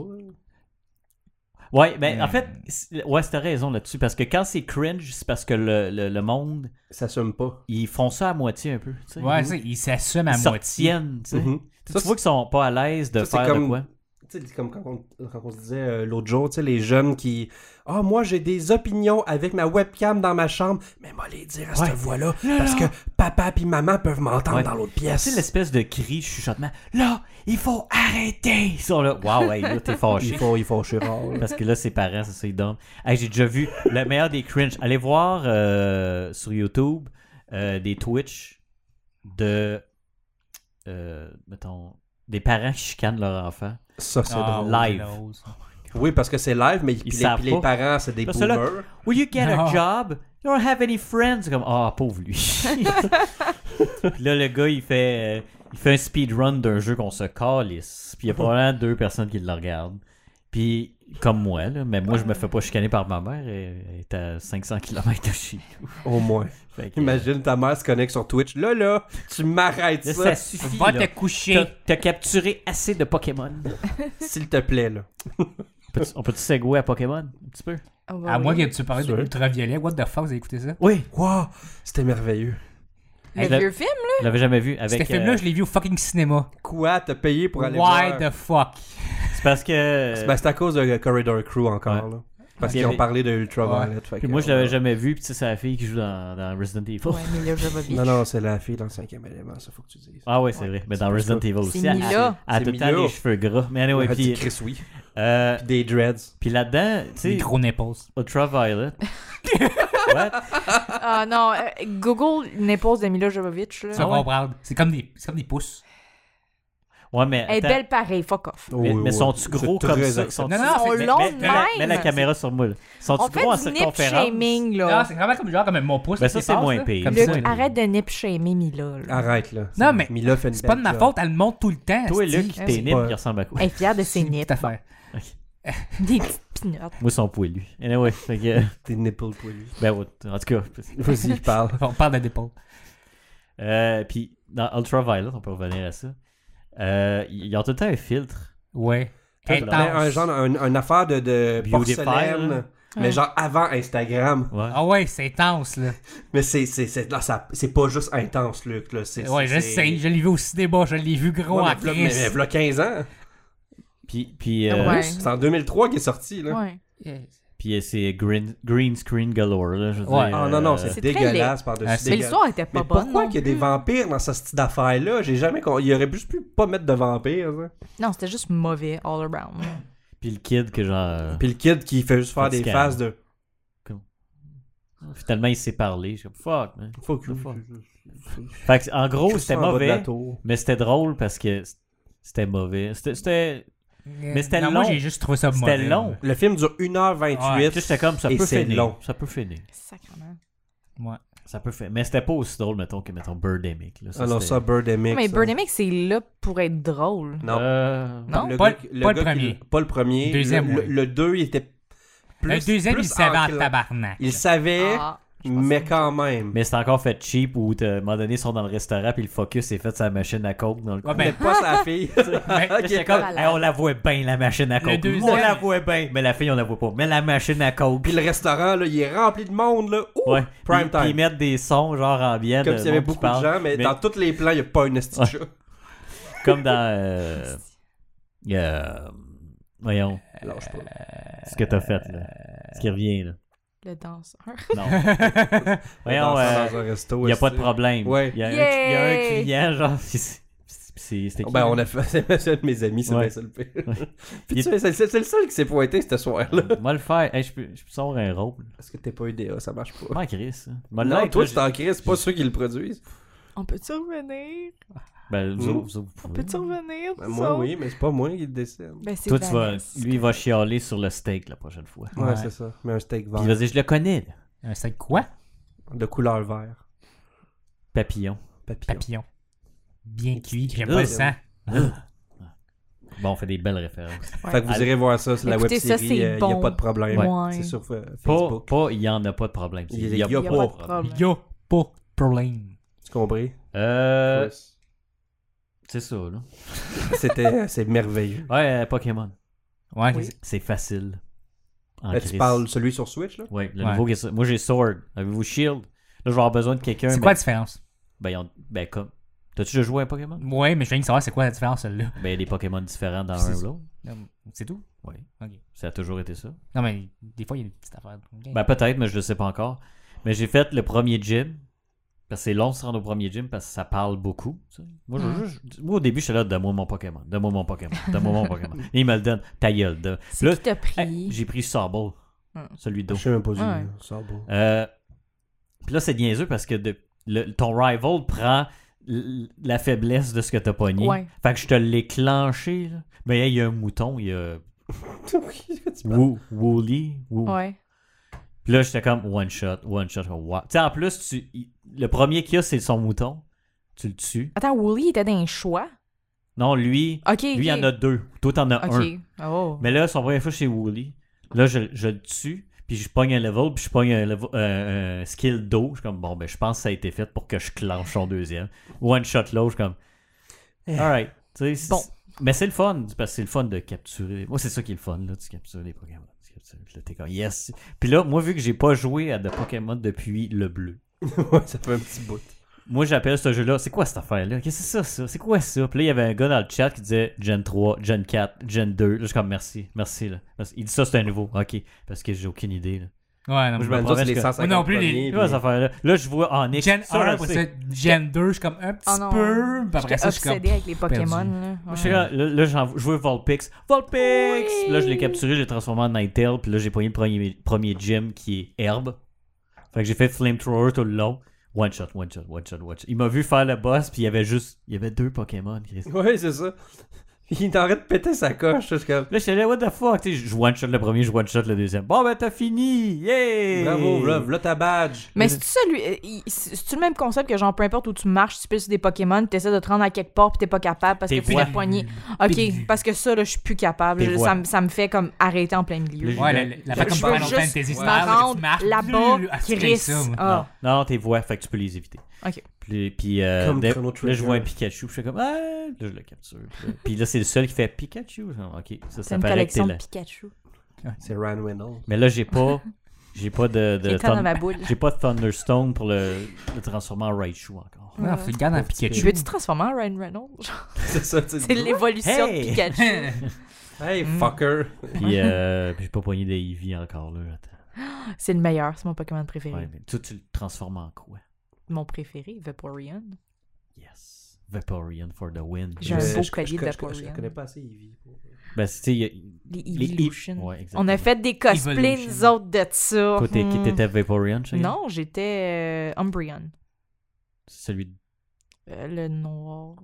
A: Ouais, ben en
B: Hmm.
A: fait, c'est- ouais, t'as raison là-dessus. Parce que quand c'est cringe, c'est parce que le, le, le monde,
D: Il s'assume pas.
A: ils font ça à moitié un peu. tu sais.
B: Ouais,
A: Ils-
B: tu sais, il s'assume à
A: ils se
B: moitié.
A: retiennent, tu sais.
D: Mhm.
A: Tu-
D: Ça,
A: tu vois qu'ils sont pas à l'aise de
D: ça, c'est
A: faire de
D: comme-
A: quoi.
D: Tu sais, comme quand on, quand on se disait euh, l'autre jour, tu sais, les jeunes qui. Ah, moi, j'ai des opinions avec ma webcam dans ma chambre, mais moi, les dire à
A: Ouais.
D: cette voix-là,
A: Là,
D: parce
A: là.
D: que papa puis maman peuvent m'entendre
A: Ouais.
D: dans l'autre
A: Tu sais,
D: pièce.
A: l'espèce de cri, chuchotement. Là, il faut arrêter. Ils sont là. Waouh, hey, là, t'es fâché.
D: Ah, Ils font, ils font chier rare, là.
A: Parce que là, ses parents, c'est ça, ils dorment. Hey, j'ai déjà vu le meilleur des cringe. Allez voir euh, sur YouTube euh, des Twitch de. euh, mettons. Des parents qui chicanent leur enfant.
D: Ça, c'est
B: Ah,
D: drôle.
A: live.
B: Windows.
D: Oui, parce que c'est live, mais puis les,
A: savent
D: puis les
A: pas.
D: parents, c'est des
A: Parce que là-
D: boomers.
A: Will you get
B: Non.
A: a job? You don't have any friends? C'est comme, ah, pauvre lui. Puis là, le gars, il fait, euh, il fait un speedrun d'un jeu qu'on se calisse. Puis il y a probablement deux personnes qui le regardent. Puis, comme moi, là, mais moi, je me fais pas chicaner par ma mère. Elle elle est à 500 km de chez nous.
D: Au moins.
A: Fait que, euh,
D: Imagine ta mère se connecte sur Twitch. Là, là, tu m'arrêtes
A: Là,
D: ça,
A: ça suffit.
B: Va
A: là.
B: te coucher.
A: T'as- T'as capturé assez de Pokémon.
D: s'il te plaît, là.
A: Peux-tu- on peut-tu segouer à Pokémon un petit peu?
C: Ah, bah
B: À
C: oui.
B: moins que tu parles de
D: Sûr.
B: l'ultraviolet. What the fuck, vous avez écouté ça?
A: Oui,
D: Wow, c'était merveilleux.
C: Le
A: Hey, le-
C: vieux film, là.
A: je l'avais jamais vu. Avec,
B: Ce film-là,
A: euh,
B: je l'ai vu au fucking cinéma.
D: Quoi, t'as payé pour aller
B: Why
D: voir?
B: the fuck?
A: C'est parce que.
D: Ben, c'est à cause de Corridor Crew encore,
A: Euh, Ouais.
D: là. Parce
A: Il y
D: qu'ils ont
A: avait-
D: parlé de Ultraviolet. fait
A: Puis
D: que-
A: moi, je l'avais jamais vu. Puis tu sais, c'est la fille qui joue dans, dans Resident Evil.
C: Ouais, Mila Jovovich.
D: Non, non, c'est la fille dans le cinquième élément, ça faut que tu dises.
A: Ah ouais, c'est vrai. Mais dans
D: C'est
A: Resident
D: ça.
A: Evil aussi.
C: C'est
A: elle-
C: Mila.
A: Elle a tout
D: C'est
A: le temps
D: Mila.
A: les cheveux gras. Mais anyway,
D: Elle dit
A: puis,
D: Chris, oui.
A: euh,
D: Puis des dreads.
A: puis là-dedans, tu
B: Des
A: sais,
B: gros nipples.
A: Ultraviolet. What?
C: Ah non, euh, Google n'épouse de Mila Jovovich,
B: Tu
C: là.
B: vas
A: Ah ouais?
B: comprendre. C'est comme des c'est comme des pouces.
A: Ouais, mais.
C: Elle est
A: attends.
C: belle pareil, fuck off.
A: Mais,
D: Oh, oui,
A: mais
D: oui.
A: sont-tu gros
D: C'est
A: comme
D: très
A: ça?
D: acceptable.
A: Sont-tu-
B: Non, non,
C: Ils sont
B: c'est- mais-
C: longs
A: Ah, mais-
C: de
A: mets la- mets la
C: même.
A: caméra sur moi. là.
C: On
A: Sont-tu
C: fait
A: gros en
C: du nip
A: circonférence?
C: shaming,
B: Non,
C: là.
B: Ah, c'est vraiment comme genre comme mon pouce.
A: Ah. Ben, ça,
B: qui
A: c'est
B: dépasse,
A: moins
B: là.
A: pire.
B: Comme
A: Le-
B: ça, là.
C: Luc, arrête de nip shamer Mila, là.
D: Arrête, là.
B: Non, mais-
D: Mila fait une
B: C'est pas de
D: belle
B: ma
D: job.
B: faute, elle le monte tout le temps.
A: Toi,
B: esti.
A: Luc,
C: Ah,
A: t'es
C: c'est
A: nip,
D: pas-
A: il ressemble à quoi?
C: Elle est fière de ses
B: C'est
C: nips.
B: Cette affaire.
C: Des petites pinottes.
A: Moi, ils sont poilus. Anyway, fait que,
D: T'es nipple poilu.
A: ben, ouais, en tout cas.
D: Vas-y, parle.
B: On parle de nipples.
A: Euh, puis, dans Ultraviolet, on peut revenir à ça. Euh, Ils ont tout le temps un filtre.
B: Ouais.
A: Toi,
B: Intense.
D: Mais un genre, un, un affaire de, de
A: Beautify, là.
D: porcelaine. Mais
C: Ouais.
D: genre avant Instagram.
A: Ouais.
B: Ah ouais, c'est intense, là.
D: Mais c'est, c'est, c'est, là, ça- c'est pas juste intense, Luc. Là. C'est,
B: Ouais,
D: c'est-
B: je sais, je l'ai vu au cinéma, je l'ai vu gros
D: Ouais,
B: à
D: mais v'là- mais- mais
B: Chris.
D: v'là 15 ans.
A: Puis, puis, euh,
C: Ouais.
D: C'est en 2003 qu'il est sorti. Là.
C: Ouais.
A: puis euh, c'est green, green screen galore. Là, je veux
B: Ouais.
A: dire,
D: Ah non, non,
A: euh,
D: c'est,
C: C'est très
D: dégueulasse par-dessus.
B: Ah, c'est-
C: Mais
D: dégueulasse.
C: l'histoire était
D: Mais
C: pas bonne.
D: pourquoi
C: non
D: qu'il y a des
C: plus.
D: vampires dans ce style d'affaire-là? J'ai jamais... con- Il aurait juste pu pas mettre de vampires. hein. là.
C: Non, c'était juste mauvais all around.
A: Puis le kid que genre.
D: Puis le kid qui fait juste faire des
A: Fatigant.
D: faces de
A: Finalement, il s'est parlé. Je suis comme, fuck, man.
D: fuck you.
A: Fuck. Fait que, en gros,
D: Crisse
A: Oh, c'était
D: ça en bas de la
A: mauvais,
D: tour.
A: mais c'était drôle parce que c'était mauvais. C'était- C'était
B: Mais
A: c'était
B: Moi,
A: long.
B: j'ai juste trouvé ça
A: c'était
B: mauvais,
A: long.
D: Le film dure
A: Puis
D: 1h28.
A: là, J'étais comme, ça
D: Et
A: peut
D: c'est
A: finir.
D: long.
A: Ça peut finir.
C: Sacrement.
B: Ouais.
A: Ça peut finir. Mais c'était pas aussi drôle, mettons, que, mettons, Birdemic. Là.
D: Alors
A: c'était-
D: Ah ça, Birdemic.
C: Mais
D: ça.
C: Birdemic, c'est là pour être drôle.
D: Non.
A: Euh,
B: Non,
D: Le
B: pas,
D: gars-
B: pas le
D: gars qui-
B: premier.
D: Pas le premier.
B: Deuxième,
D: Le-
B: oui.
D: Le le deux, il était plus.
B: le deuxième,
D: plus
B: il savait en
D: enclin.
B: tabarnak.
D: Il savait,
C: Ah, je pense
D: mais
C: que-
D: quand même.
A: Mais c'est encore fait cheap où, t'as- à un moment donné, ils sont dans le restaurant puis le focus est fait sur la machine à coke dans le
B: Ouais,
A: coin.
D: Mais
B: ben,
D: pas sa fille.
B: ben,
A: Là, j'étais comme,
C: malade.
A: Hey, on la voit bien, la machine à coke.
B: deuxième-
A: On la voit bien. Mais la fille, on la voit pas. Mais la machine à coke.
D: Puis le restaurant, là, il est rempli de monde, là. Ouh!
A: ouais.
D: Prime
A: Puis- puis ils
D: time.
A: mettent des sons, genre, ambiants.
D: Comme
A: de
D: s'il y avait
A: monde qui
D: beaucoup de
A: parle.
D: gens, mais, Euh,
A: Mais-
D: dans tous les plans, il n'y a pas une esti de
A: Ouais.
D: chat.
A: Comme dans. euh, euh, voyons.
D: Lâche pas.
A: Ce que t'as fait, là. Ce qui revient, là.
C: Le danseur.
A: Non. voyons,
D: Dans-
A: euh,
D: dans un resto,
A: il n'y a
D: esti.
A: pas de problème.
D: Ouais.
A: Il y, a un-
C: Yay!
A: il y a un client, genre. c'est- c'est- c'est- C'était qui?
D: Ben, on a fait. C'est un de mes amis, c'est
A: Ouais.
D: bien ça le pire. Puis
A: Il-
D: tu sais, c'est c'est- c'est le seul qui s'est pointé ce soir-là.
A: Moi, le faire. Hey, je peux je peux sortir un rôle.
D: Parce que t'es pas UDA, ça marche pas.
A: Pas en crise. hein. Moi,
D: Non,
A: là,
D: toi,
A: là,
D: tu t'en crises, c'est pas ceux qui le produisent.
C: On peut-tu revenir?
A: Ben, vous,
D: Mm.
A: autres, vous autres, vous
C: On
A: pouvez.
C: peut-tu revenir?
D: Ben,
C: nous
D: moi,
C: autres?
D: oui, mais c'est pas moi qui le décide.
C: Ben, c'est
A: Toi, tu vas,
C: Vanessa.
A: lui, il va chialer sur le steak la prochaine fois.
D: Ouais,
B: Ouais.
D: c'est ça. Mais un steak
A: Puis il va
D: vert.
A: dire, je le connais, là.
B: un steak quoi?
D: De couleur vert.
A: papillon.
D: Papillon.
B: Papillon. Bien cuit, j'aime
A: Euh,
B: pas le sang.
D: Ah.
A: Ah. Bon, on fait des belles références.
D: Fait que vous irez voir ça sur la
C: Écoutez,
D: web
C: ça,
D: série.
C: c'est
D: Il n'y a
C: bon.
D: pas de problème.
C: Ouais.
D: C'est sur euh,
A: Pas,
D: Facebook.
A: pas, il n'y en a pas de problème. C'est-
D: Il y a- il y a
C: Il y a
D: pas
C: pas
D: de
C: de problème.
B: Y'a pas de problème.
D: Tu compris?
A: Euh,
D: Yes.
A: c'est ça, là.
D: C'était c'est merveilleux.
A: Ouais, euh, Pokémon.
B: Ouais,
C: Oui.
B: c'est-
A: C'est facile. En
D: Là, Ben, tu
A: crise.
D: parles celui sur Switch, là?
A: Ouais, le
B: Ouais.
A: nouveau qui est sur- Moi, j'ai Sword. Avez-vous Shield? Là, je vais avoir besoin de quelqu'un.
B: c'est
A: mais-
B: quoi la différence?
A: Ben, ils ont- ben, comme. T'as-tu déjà joué à un Pokémon?
B: Ouais, mais je viens de savoir c'est quoi la différence, celle-là.
A: Ben, il y a des Pokémon différents dans
B: C'est
A: un ou
B: ça.
A: l'autre.
B: Hum, C'est tout?
A: Oui.
B: Ok.
A: Ça a toujours été ça.
B: Non, mais des fois, il y a des petites affaires. Ok.
A: Ben, peut-être, mais je le sais pas encore. Mais j'ai fait le premier gym. Parce que c'est long de se rendre au premier gym parce que ça parle beaucoup. tu sais. Moi, je-
C: Mhm.
A: je- moi, au début, j'étais là, donne-moi mon Pokémon, donne-moi mon Pokémon, donne-moi mon Pokémon. Et il me le donne, ta gueule. donne-
C: C'est
A: Là,
C: qui t'a pris?
A: Hey, j'ai pris Sable,
C: Mm.
A: celui
D: Je
A: d'eau.
D: sais même pas si
C: Ouais.
D: ça va.
A: Euh, Puis là, c'est niaiseux parce que de- le- ton rival prend l- la faiblesse de ce que t'as pogné.
C: Ouais.
A: Fait que je te l'ai clenché. là. Mais hey, il y a un mouton, il y a
D: Tu parles-
A: Woo- Wooly. Woo-
C: Ouais.
A: Puis là, j'étais comme one shot, one shot. comme, wow. Tu sais, en plus, tu- il- le premier qu'il y a, c'est son mouton. Tu le tues.
C: Attends, Wooly était dans un choix?
A: Non, lui,
C: Ok,
A: lui, il y en a deux. Toi, t'en as un. Ben,
C: Ok. Oh.
A: Mais là, son première fois chez Wooly, là, je, je le tue, puis je pogne un level, puis je pogne un, level- euh, un skill d'eau. Je suis comme, bon, ben, je pense que ça a été fait pour que je clenche son deuxième. One shot là, je suis comme, alright. Tu sais, c'est-
C: Bon.
A: Mais c'est le fun, parce que c'est le fun de capturer. Moi, c'est ça qui est le fun, là. Tu captures les Pokémon. Tu captures, puis là, t'es comme, yes. Puis là, moi, vu que j'ai pas joué à de Pokémon depuis le bleu,
D: Ouais, ça fait un petit bout.
A: moi, j'appelle ce jeu-là, c'est quoi cette affaire-là? Qu'est-ce que c'est ça, ça? C'est quoi ça? Puis là, il y avait un gars dans le chat qui disait Gen 3, Gen 4, Gen 2. Là, je suis comme, merci, merci, là. Merci. Il dit ça, c'est un nouveau. OK. Parce que j'ai aucune idée, là.
B: Ouais,
A: Moi, je
B: non, mais-
A: me
D: Ben, ça,
A: promets
D: c'est les
A: que-
D: 150
B: Moi non plus, les-
D: premiers,
A: C'est quoi
D: puis-
A: cette affaire-là? Là, je vois en X.
B: Gen
A: ça,
B: 1,
A: je
B: après
A: sais.
B: ça, Gen 2, je suis comme un petit
C: Oh non.
B: peu. puis après
C: J'étais
B: ça, je suis comme.
C: obsédée avec les Pokémon. là.
A: Moi, je suis
C: Ouais.
A: là, là, là, j'en- je veux Volpix. Volpix! Puis Là, je l'ai capturé, je l'ai transformé en Ninetale. Puis là, j'ai pogné le premier, premier gym qui est Herbe. Fait que j'ai fait Flamethrower tout le long. One shot, one shot, one shot, one shot. Il m'a vu faire le boss, puis il y avait juste. Il y avait deux Pokémon, Chris.
D: Ouais, c'est ça. Il t'arrête de péter sa coche. je suis comme,
A: Là, j'étais là, what the fuck? Tu sais, je one-shot le premier, je one-shot le deuxième. Bon, ben, t'as fini! Yeah!
D: Bravo, là, là ta badge.
C: Mais c'est-tu ça, lui- euh, il- c'est-tu le même concept que genre, peu importe où tu marches, tu peux sur des Pokémon, tu essaies de te rendre à quelque part, puis t'es pas capable parce
A: T'es
C: que faut
A: voix.
C: la poignée.
B: T'es
C: Ok,
B: voix.
C: parce que ça, là, je suis plus capable.
A: T'es
C: Je-
A: voix.
C: ça, me- ça me fait comme arrêter en plein milieu.
A: Le-
B: Ouais, la, la, la
D: Je
B: comme
D: veux
B: Final
D: juste
B: Fantasy style,
D: me
B: là,
C: rendre
B: tu marches
C: là-bas,
B: Ah, c'est
C: Chris.
B: ça, moi.
A: Non,
C: Ah,
A: non, tes voix, fait que tu peux les éviter.
C: ok.
A: Puis, puis euh,
D: Comme
A: dès-
D: Chrono
A: là, je
D: Trigger.
A: vois un Pikachu, puis je fais comme, ah! Là, je le capture. Puis là, puis là, c'est le seul qui fait Pikachu. Genre, ok, ça,
C: C'est
A: ça
C: une
A: paraît que t'es
C: collection de
A: là.
C: Pikachu.
D: C'est Ryan Reynolds.
A: Mais là, j'ai pas. J'ai pas de.
C: Qui
A: de
C: est dans
A: Thun-
C: ma boule.
A: J'ai pas de Thunderstone pour le, le transformer en Raichu encore.
B: Non, faut le garder en
C: Je
B: Pikachu.
C: veux-tu transformer en Ryan Reynolds?
D: C'est ça, tu
C: C'est
D: sais.
C: l'évolution
A: Hey!
C: de Pikachu.
D: Hey,
B: Mm.
D: fucker.
A: Puis, euh, puis j'ai pas poigné des Eevee encore, là. Attends.
C: C'est le meilleur, c'est mon Pokémon préféré.
A: Ouais, mais toi, tu le transformes en quoi?
C: Mon préféré, Vaporeon.
A: Yes. Vaporeon for the win.
C: J'ai un beau
D: Euh, je- je-
C: collier
D: je- je- je- Je
C: d'Aporian.
D: ne connais pas assez Eevee. pour-
A: Ben, tu sais, il y a-
C: Les
A: Les
C: Evolution.
A: Ouais,
C: On a
A: exactement.
C: fait des cosplays,
B: Evolution.
C: nous autres, de ça.
A: Toi, t'es-
C: Hmm.
A: t'étais Vaporeon, Cheyenne?
C: Non, j'étais euh, Umbreon.
A: C'est Celui de
C: Euh, le noir.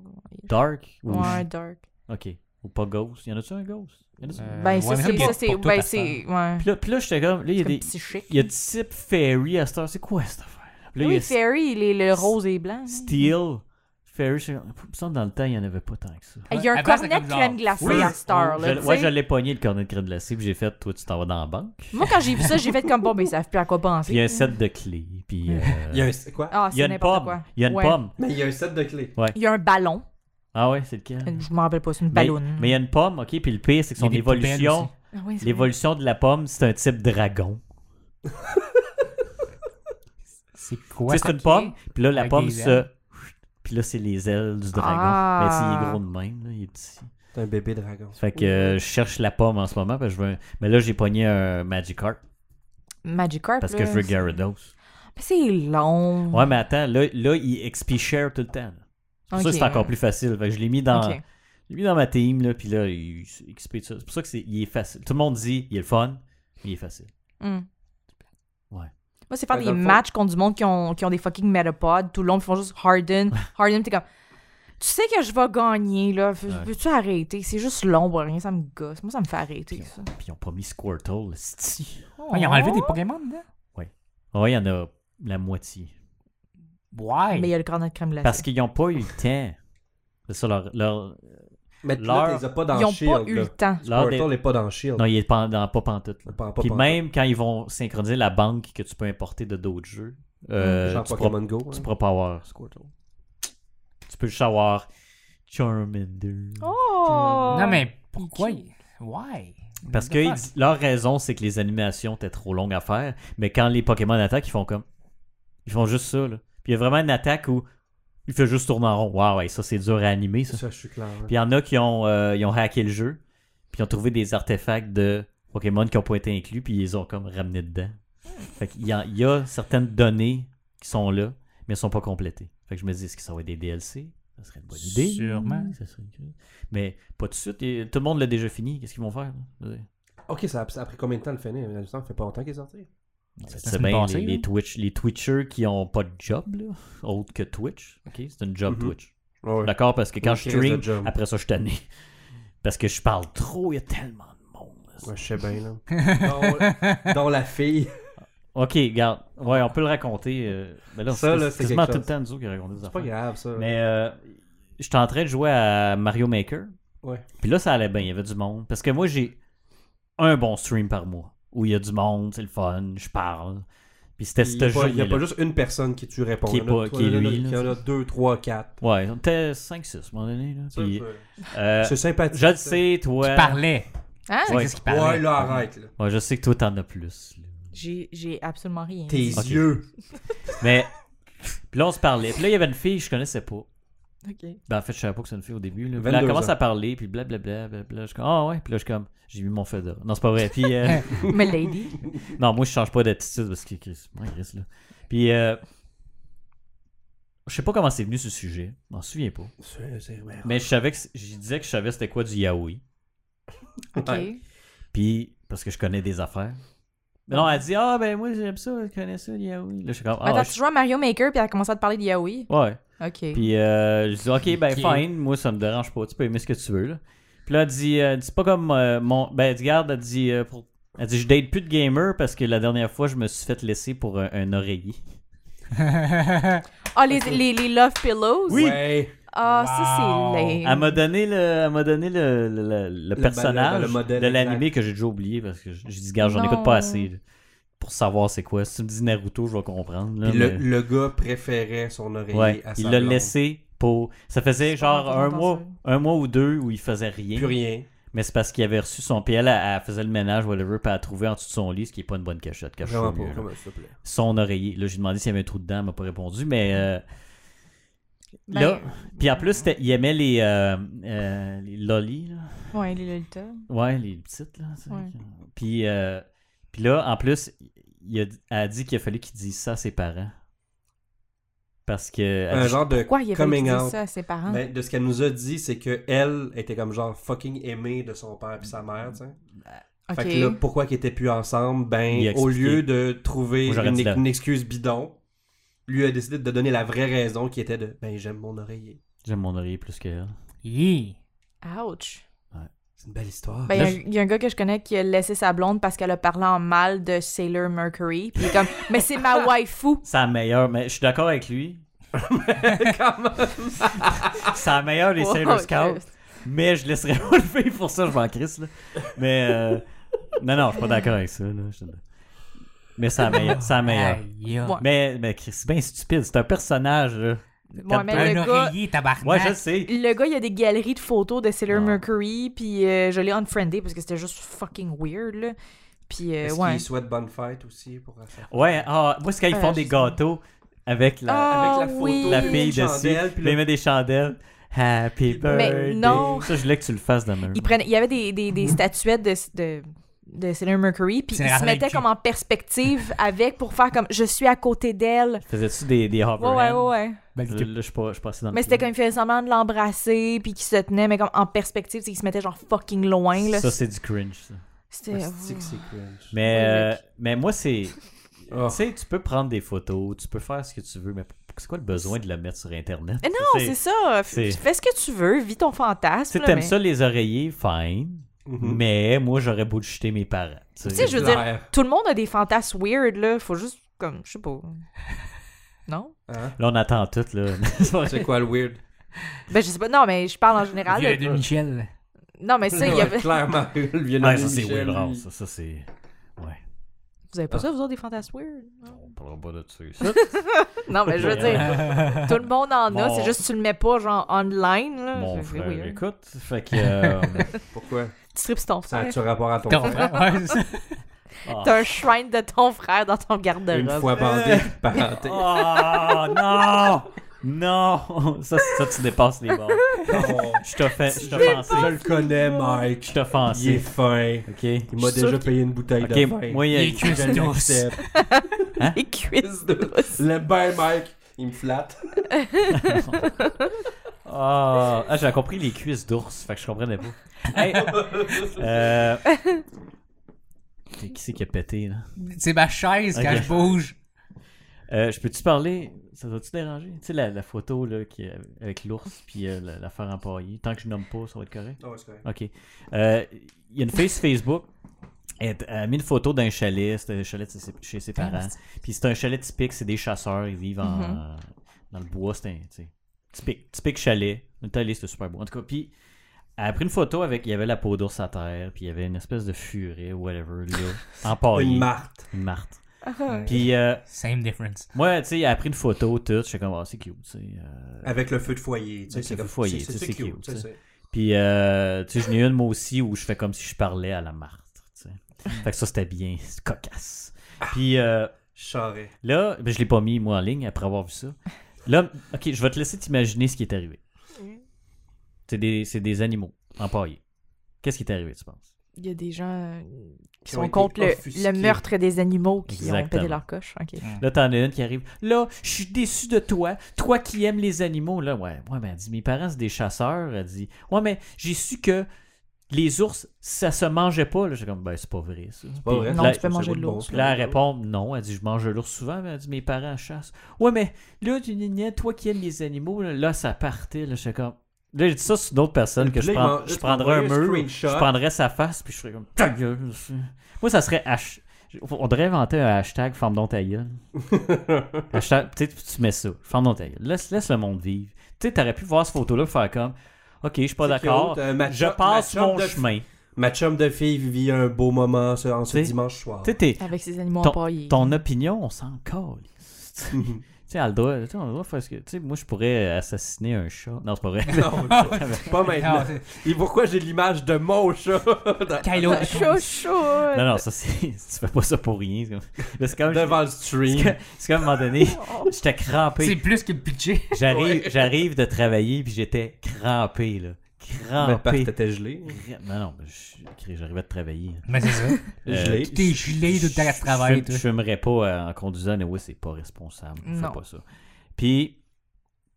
A: Dark? Ou...
C: Ouais, Dark.
A: Ok. Ou pas Ghost? Y en a-tu un Ghost? Y en a-tu un-
B: Euh,
C: Ben,
B: ouais,
C: ça,
B: mais
C: c'est.
B: pour-
C: Ça, c'est.
B: pour toi,
C: Ben,
B: ta
C: c'est. Ouais.
A: Puis là, puis là j'étais comme. Là, il y
C: C'est
A: a
C: comme
A: des.
C: psychique.
A: Il y a type Fairy à cette heure. C'est quoi cette affaire? Puis là, il y
C: oui,
A: a
C: Fairy, les, le rose et blanc. là.
A: Steel. Fairy, je- il me semble dans le temps, il n'y en avait pas tant que ça.
C: Ah, Il y a un
B: Avant, c'était
C: cornet de
B: comme
C: crème
B: genre-
C: glacée
A: Oui.
C: à Star. Là,
A: Je-
C: tu
A: ouais,
C: sais.
A: je l'ai pogné le cornet de crème glacée, puis j'ai fait, toi, tu t'en vas dans la banque.
C: Moi, quand j'ai vu ça, j'ai fait comme bon, ben, ils savent plus à quoi penser.
A: Puis il y a un set de clés, puis. euh,
D: Il y a un. c'est Quoi
C: Ah,
A: il y a
C: c'est
A: une
C: n'importe
A: pomme.
C: quoi.
A: Il y a une
C: Ouais.
A: pomme.
D: Mais il y a un set de clés.
C: Il y a un ballon.
A: Ah ouais, c'est lequel?
C: Une- Je m'en rappelle pas, c'est une
A: Mais-
C: ballonne.
A: Mais il y a une pomme, ok, puis le pire, c'est que
B: Il y a
A: son
B: des
A: évolution.
B: poubelles
C: Ah oui, c'est vrai.
A: L'évolution de la pomme, c'est un type dragon.
B: C'est
A: Tu sais,
B: quoi?
A: c'est une pomme, puis là, la
B: Avec
A: pomme
B: des
A: se.
B: ailes.
A: Puis là, c'est les ailes du dragon.
C: Ah.
A: Mais tu sais, il est gros de même, là, il est petit.
D: C'est un bébé dragon.
A: Fait que euh, je cherche la pomme en ce moment, parce que je veux un- mais là, j'ai pogné un Magikarp,
C: Magikarp.
A: parce
C: là,
A: que je veux
C: c'est-
A: Gyarados.
C: Mais c'est long.
A: Ouais, mais attends, là, là il XP share tout le temps. là. C'est pour ça que
C: Ok.
A: c'est encore plus facile. Fait que je l'ai mis dans.
C: Ok.
A: je l'ai mis dans ma team, là, puis là, il il XP tout ça. C'est pour ça que c'est il est facile. Tout le monde dit, il est le fun, mais il est facile.
C: Hmm.
A: Ouais.
C: Moi, c'est faire
D: Fait que
C: des
D: dans le fond-
C: matchs contre du monde qui ont, qui ont des fucking metapods tout le long, ils font juste Harden. Harden, t'es comme. Tu sais que je vais gagner, là. F-
A: Ouais.
C: Veux-tu arrêter? C'est juste long pour rien, ça me gosse. Moi, ça me fait arrêter, ça. Oh.
A: Puis ils ont pas mis Squirtle, sti.
B: Ah, Ils ont enlevé des Pokémon dedans?
A: Ouais, il y en a la moitié.
B: Ouais.
C: Mais il y a le cornet de crème glacée.
A: Parce qu'ils n'ont pas eu le temps. C'est ça, leur. leur-
D: Mais
A: Leur-
D: là, tu les as pas dans
C: Ils ont
D: Shield.
C: pas eu
D: là.
C: le temps.
A: leur
D: Squirtle
A: dé-
D: n'est pas dans Shield.
A: Non, il est pas, dans, pas pantoute. là.
D: Il prend pas
A: Puis
D: pantoute.
A: même quand ils vont synchroniser la banque que tu peux importer de d'autres jeux, euh,
D: Hum, Genre
A: tu, pourras,
D: Pokémon Go.
A: tu
D: hein.
A: pourras pas avoir Squirtle. Tu peux juste avoir Charmander.
C: Oh!
B: Non, mais pourquoi? il- Ouais.
A: Parce
B: What
A: que
B: the
A: ils
B: fuck?
A: disent- leur raison, c'est que les animations étaient trop longues à faire. Mais quand les Pokémon attaquent, ils font comme. Ils font juste ça. Là. Puis il y a vraiment une attaque où il fait juste tourner en rond. Waouh, ouais, ça c'est dur à animer. Ça.
D: Ça, je suis clair. hein.
A: Puis il y en a qui ont, euh, ils ont hacké le jeu, puis ils ont trouvé des artefacts de Pokémon qui n'ont pas été inclus, puis ils les ont comme ramenés dedans. Fait qu'il y, a- il y a certaines données qui sont là, mais elles sont pas complétées. Fait que je me dis, est-ce que ça va être des DLC Ça serait une bonne idée.
B: Sûrement.
A: Ça serait cool. Mais pas tout de suite. et tout le monde l'a déjà fini. Qu'est-ce qu'ils vont faire là?
D: Ok, ça a, ça a pris combien de temps le finir Il ça fait pas longtemps qu'il est sorti.
A: C'est
B: semaine
A: bien
B: passée,
A: les,
B: là.
A: les Twitch, les Twitchers qui ont pas de job, là, autre que Twitch. OK, c'est une job
B: Mm-hmm.
D: Mhm.
A: Twitch.
D: Ouais.
A: D'accord, parce que quand
D: Une
A: je
D: crise de
A: stream,
D: job.
A: après ça, je suis tanné. Parce que je parle trop, il y a tellement de monde. là.
D: Ouais, je sais bien, là. dont, dont la fille.
A: Ok, regarde. Ouais, on peut le raconter. euh, mais là,
D: Ça,
A: c'est-
D: là,
A: c'est
D: c'est
A: quasiment
D: quelque
A: tout le
D: chose.
A: temps nous autres qui racontons des
D: C'est pas
A: affaires.
D: grave, ça.
A: Mais euh, j'étais en train de jouer à Mario Maker.
D: Ouais.
A: Puis là, ça allait bien. Il y avait du monde. Parce que moi, j'ai un bon stream par mois où il y a du monde, c'est le fun, je parle. Puis c'était
D: Il n'y
A: ce
D: a, pas-
A: jeu.
D: il y a pas juste une personne qui tue répond.
A: Qui est
D: là.
A: pas-
D: Toi,
A: qui est
D: là, là,
A: lui,
D: Il y
A: là.
D: en a deux, trois, quatre.
A: Ouais, on était 5-6 à un moment donné. Là.
D: Ça,
A: Puis,
D: c'est-
A: euh,
D: C'est sympathique.
A: je le
D: ça.
A: sais, toi.
B: Qui parlait.
C: Hein?
A: Ouais.
B: Qu'est-ce qui
D: Ouais,
B: parlait?
D: là, arrête, là.
A: Ouais, je sais que toi, t'en as plus. là.
C: J'ai j'ai absolument rien.
D: Tes
A: Ok.
D: yeux.
A: Mais. Puis là, on se parlait. Puis là, il y avait une fille que je connaissais pas.
C: Ok.
A: Ben, en fait, je savais pas que c'est une fille au début. Là. Puis là, elle
D: 22
A: commence
D: ans.
A: à parler, puis blablabla. Bla, bla, je suis comme, ah ouais. Puis là, je suis comme, j'ai mis mon Fedora. Non, c'est pas vrai. Puis, euh,
C: Mais Lady.
A: non, moi, je change pas d'attitude parce que Chris, moi, Chris, là. Puis, euh, je sais pas comment c'est venu ce sujet. Je m'en souviens pas.
D: C'est- c'est- ouais.
A: Mais je savais que, c'est- je disais que je savais c'était quoi du yaoi.
C: Ok.
D: Ouais.
A: Puis, parce que je connais des affaires. Mais non, elle dit, ah ben moi, j'aime ça, je connais ça, le yaoi. Là, je suis comme, ah
C: Attends,
A: ouais.
C: tu joues à Mario Maker puis elle a commencé à te parler de Yaoi.
A: Ouais.
C: Ok.
A: Puis euh, je dis, OK, ben
B: Ok.
A: fine, moi ça me dérange pas, tu peux aimer ce que tu veux. Là. Puis là, elle dit, euh, elle dit, c'est pas comme euh, mon. Ben, elle dit, regarde, elle dit, euh, pour- elle dit, je date plus de gamer parce que la dernière fois, je me suis fait laisser pour un, un oreiller.
C: Ah, les, les, les Love Pillows?
D: Ouais.
C: Ah,
B: Wow.
C: ça, c'est laid.
A: Elle m'a donné le, elle m'a donné le, le- le- le
D: le-
A: personnage
D: le modèle
A: de l'anime
D: exact.
A: que j'ai déjà oublié parce que je, je dis, garde, j'en
C: Non.
A: écoute pas assez là, pour savoir c'est quoi. Si tu me dis Naruto, je vais comprendre. là,
D: Puis le,
A: mais-
D: le gars préférait son oreiller
A: Ouais,
D: à sa
A: il l'a
D: blonde.
A: laissé pour. Ça faisait
C: Je
A: genre
C: comprends pas
A: un
C: dans
A: mois, un mois ou deux où il faisait rien.
D: Plus rien.
A: Mais c'est parce qu'il avait reçu son PL, elle, elle faisait le ménage, whatever, puis elle a trouvé en dessous de son lit, ce qui est pas une bonne cachette. cache ça
D: Vraiment pas.
A: mieux, là.
D: Comment, s'il te plaît.
A: Son oreiller. Là, j'ai demandé s'il y avait un trou dedans, elle m'a pas répondu, mais euh,
C: Ben,
A: là. Puis en plus, c'était- il aimait les, euh, euh, les lollies, là.
C: Ouais, les Lolita.
A: Ouais, les petites, là. tu sais.
C: Ouais.
A: Puis, euh, puis là, en plus, il a, elle a dit qu'il a fallu qu'il dise ça à ses parents. parce que.
D: Un Euh, genre de
C: Pourquoi il avait
D: coming
C: dit
D: out.
C: ça hein? à ses parents?
D: Ben, de ce qu'elle nous a dit, c'est que elle était comme genre fucking aimée de son père et sa mère, tu sais.
C: ok.
D: Fait que là, pourquoi qu'ils étaient plus ensemble,
A: Il a
D: ben, au
A: expliqué.
D: lieu de trouver
A: Moi, j'aurais
D: une,
A: dit là.
D: une excuse bidon, lui a décidé de donner la vraie raison qui était de ben, j'aime mon oreiller.
A: J'aime mon oreiller plus qu'elle.
B: Yeah.
C: Ouch.
D: C'est une belle histoire.
C: Ben, il y a
A: Là,
C: un-
A: je-
C: il y, a un gars que je connais qui a laissé sa blonde parce qu'elle a parlé en mal de Sailor Mercury. Puis il est comme, mais c'est ma waifu.
A: C'est la meilleure, mais je suis d'accord avec lui. C'est la meilleure des Sailor
C: Wow,
A: Scouts,
C: Christ.
A: mais je laisserai pas le faire pour ça, je m'en crisse. Là. Mais euh, non, non, je suis pas d'accord avec ça. Là. Je- Mais euh, c'est la meilleure. c'est la meilleure.
B: Aïe, aïe.
C: Ouais.
A: Mais, mais Chris, c'est bien stupide, c'est un personnage. Là.
C: Ouais, mais
B: Un
C: le gars-
B: oreiller tabarnak.
A: Ouais, je sais.
C: Le gars, il y a des galeries de photos de Sailor
A: Ah.
C: Mercury. Puis euh, je l'ai unfriendé parce que c'était juste fucking weird. Là. Puis euh,
D: Est-ce
C: ouais.
D: qu'il souhaite bonne fête aussi pour la fête?
A: Ouais, ah, moi, c'est quand ils
C: Euh,
A: font
C: je
A: des
C: sais.
A: gâteaux avec la,
C: Ah,
D: avec la photo
C: oui.
D: de
A: la fille
D: Chandelle,
A: dessus, puis
D: puis
A: là,
D: là-
A: ils mettent des chandelles. Happy
D: Mais
A: birthday.
C: non.
A: Ça, je voulais que tu le fasses demain.
C: Il, prenait, il y avait des, des, des statuettes de, de, de Sailor Mercury, puis
B: C'est
C: il
B: la
C: se mettait
B: réalité.
C: comme en perspective avec pour faire comme je suis à côté d'elle.
A: Faisais-tu des, des hover
C: Ouais, ouais, ouais, ouais.
B: Ben,
A: Là, là, je suis pas, je suis pas assez dans le
C: Mais c'était
A: plan.
C: comme il faisait semblant de l'embrasser, puis qu'il se tenait, mais comme en perspective, c'est qu'il se mettait genre fucking loin. Là.
A: Ça, c'est du cringe, ça.
C: C'était. euh,
D: Asti que Ah, c'est cringe.
A: Mais,
C: Ouais,
A: euh, mais moi, c'est.
D: Oh.
A: Tu sais, tu peux prendre des photos, tu peux faire ce que tu veux, mais c'est quoi le besoin de la mettre sur Internet?
C: Mais non, c'est ça.
A: c'est-
C: Fais ce que tu veux, vis ton
A: Tu
C: fantasme.
A: sais,
C: là,
A: t'aimes
C: mais-
A: ça les oreillers, fine,
D: Mhm.
A: mais moi, j'aurais beau jeter mes parents. Tu
C: sais, je veux dire-
D: Claire,
C: Tout le monde a des fantasmes weird, là. Faut juste, comme, je sais pas. Non?
D: hein?
A: Là, on attend tout, là.
D: C'est quoi le weird?
C: Ben, je sais pas. Non, mais je parle en
B: le
C: général.
B: vieux
C: là.
B: de Michel.
C: Non, mais ça, il y
D: Ouais,
C: avait.
D: Clairement, le violon
A: Ouais,
D: de
A: ça, c'est
D: Michel,
A: weird,
D: lui.
A: rare, ça. Ça, c'est.
C: Vous avez pas ça, vous autres, des fantasmes weird? Non?
A: On parlera pas de ça.
C: Ah, Non, mais je veux dire, tout le monde en a,
A: Mon-
C: c'est juste que tu le mets pas genre online. Là.
A: Mon
C: C'est- c'est
A: frère,
C: weird.
A: écoute. Fait que. euh,
D: Pourquoi?
C: Tu tripes sur ton
D: Ça
C: frère.
D: a-tu rapport à ton
B: Ton
D: frère?
B: frère. Ouais, c'est ça.
A: ah.
C: T'as un shrine de ton frère dans ton
D: Une
C: garde-robe.
D: fois bandé, parenté.
A: Oh, non! Non! Ça, ça, tu dépasses les bords.
D: Oh,
A: Je t'offense. Je
D: Je
A: t'offense.
D: le connais,
A: Je
D: Mike.
A: t'offense.
D: Il est fin.
A: Ok.
D: Il m'a
C: Je suis
D: déjà
C: sûr
D: payé une bouteille de
A: Ok,
D: vin.
A: moi, il y
B: Il
A: a-
B: est
D: Je
B: cuisse douce.
D: l'accepte.
C: Les cuisses douces.
D: Le bain, Mike. Il me flatte.
A: Ah, ah, j'avais compris les cuisses d'ours, fait que je comprenais pas. Hey, euh, Qui c'est qui a pété, là?
B: C'est ma chaise quand
A: Ok.
B: je bouge.
A: Euh, je peux-tu parler? Ça va-tu déranger? Tu sais, la, la photo, là, qui est avec l'ours, puis euh, la- l'affaire empaillée. Tant que je nomme pas, ça va être correct.
D: Oh, c'est correct.
A: OK. Euh, Il y a une fille sur Facebook. Elle t- elle a mis une photo d'un chalet. C'était un chalet de ses- chez ses parents. Puis c'est un chalet typique. C'est des chasseurs. Ils vivent en, euh, dans le bois. C'est un tu sais, typique, typique chalet. On est allé, c'était super beau. En tout cas, puis elle a pris une photo avec. Il y avait la peau d'ours à terre. Puis il y avait une espèce de furet, whatever, là. empaillée.
D: Une marthe.
A: Une marthe.
C: Ah.
A: Puis euh,
B: Same difference.
A: moi, tu sais, elle a pris une photo, tout. Je suis comme, ah, c'est cute, tu sais. euh,
D: Avec le feu de foyer. tu sais,
A: Avec
D: c'est
A: le
D: comme-
A: feu de foyer,
D: c'est-
A: tu sais,
D: C'est
A: c'est
D: cute.
A: cute,
D: tu sais,
A: tu sais.
D: c'est-
A: Puis, euh, tu sais, j'en ai une, moi aussi, où je fais comme si je parlais à la martre. tu sais. Fait que ça, c'était bien c'est cocasse. Puis euh,
D: Charret.
A: là, ben, je l'ai pas mis, moi, en ligne, après avoir vu ça. Là, OK, je vais te laisser t'imaginer ce qui est arrivé. C'est des, c'est des animaux empaillés. Qu'est-ce qui est arrivé, tu penses?
C: Il y a des gens euh, qui
D: Qui ont
C: sont
D: été
C: contre le,
D: offusqués.
C: le meurtre des animaux qui ont
A: Exactement.
C: pété leur coche. Ok.
A: Là, t'en as une qui arrive. Là, je suis déçu de toi. Toi qui aimes les animaux. Là, ouais, ouais, mais elle dit, mes parents, c'est des chasseurs. Elle dit, ouais, mais j'ai su que les ours, ça se mangeait pas. Là, j'ai comme, ben, c'est pas vrai, ça.
D: Pas vrai.
C: Non,
A: Là,
C: tu
D: ça,
C: peux manger
D: c'est
C: de
D: bon,
C: l'ours.
D: ça.
A: Puis là, elle répond non. Elle dit Je mange de l'ours souvent, mais elle dit Mes parents chassent. Ouais, mais là, tu gna, gna, toi qui aimes les animaux, là, là, ça partait. Là, j'étais comme. Là, j'ai dit ça sur une autre personne que
D: Puis
A: je,
D: là,
A: prends-
D: il m'a-
A: je
D: là, tu
A: prendrais un
D: m'as envoyé un
A: mur,
D: screenshot.
A: je prendrais sa face, puis je ferais comme Ta gueule. c'est- Moi, ça serait. hash- On devrait inventer un hashtag Ferme donc ta gueule. hashtag, tu sais, tu mets ça. Ferme donc ta gueule. Laisse, laisse le monde vivre. Tu sais, t'aurais pu voir cette photo-là et faire comme Ok, je suis pas
D: C'est
A: d'accord.
D: cute, euh, ma
A: Je
D: chum-
A: passe
D: ma chum
A: mon
D: de-
A: chemin.
D: Ma chum de fille vit un beau moment ce- en ce
A: T'sais-
D: dimanche soir.
A: Tu sais, t'es-
C: Avec ces animaux
A: Ton-
C: empaillés.
A: ton opinion, on s'en calisse.
D: Mhm.
A: Tu sais, elle doit- tu sais, on doit faire ce que. Tu sais, moi, je pourrais assassiner un chat. Non, c'est pas vrai.
D: Non, pas maintenant. Et pourquoi j'ai l'image de mon chat dans-
B: Kylo.
C: Chouchou!
A: non, non, ça, c'est. Tu fais pas ça pour rien. C'est comme- Mais c'est comme.
D: devant le
A: c'est
D: stream?
A: comme- C'est comme à un moment donné, j'étais
B: C'est
A: crampé.
B: plus que le pitcher.
A: J'arrive
D: Ouais.
A: j'arrive de travailler, puis j'étais crampé, là.
D: Mais parce que
A: Crampé.
D: t'étais gelé.
A: Non, non, mais je- j'arrivais de travailler. Euh,
B: Mais c'est ça.
D: Gelé.
A: je-
B: T'es gelé tout le temps à ce travail,
A: Je euh,
B: toi.
A: ne fumerais pas en conduisant, mais oui, c'est pas responsable. Fais
C: Non.
A: pas ça. Puis,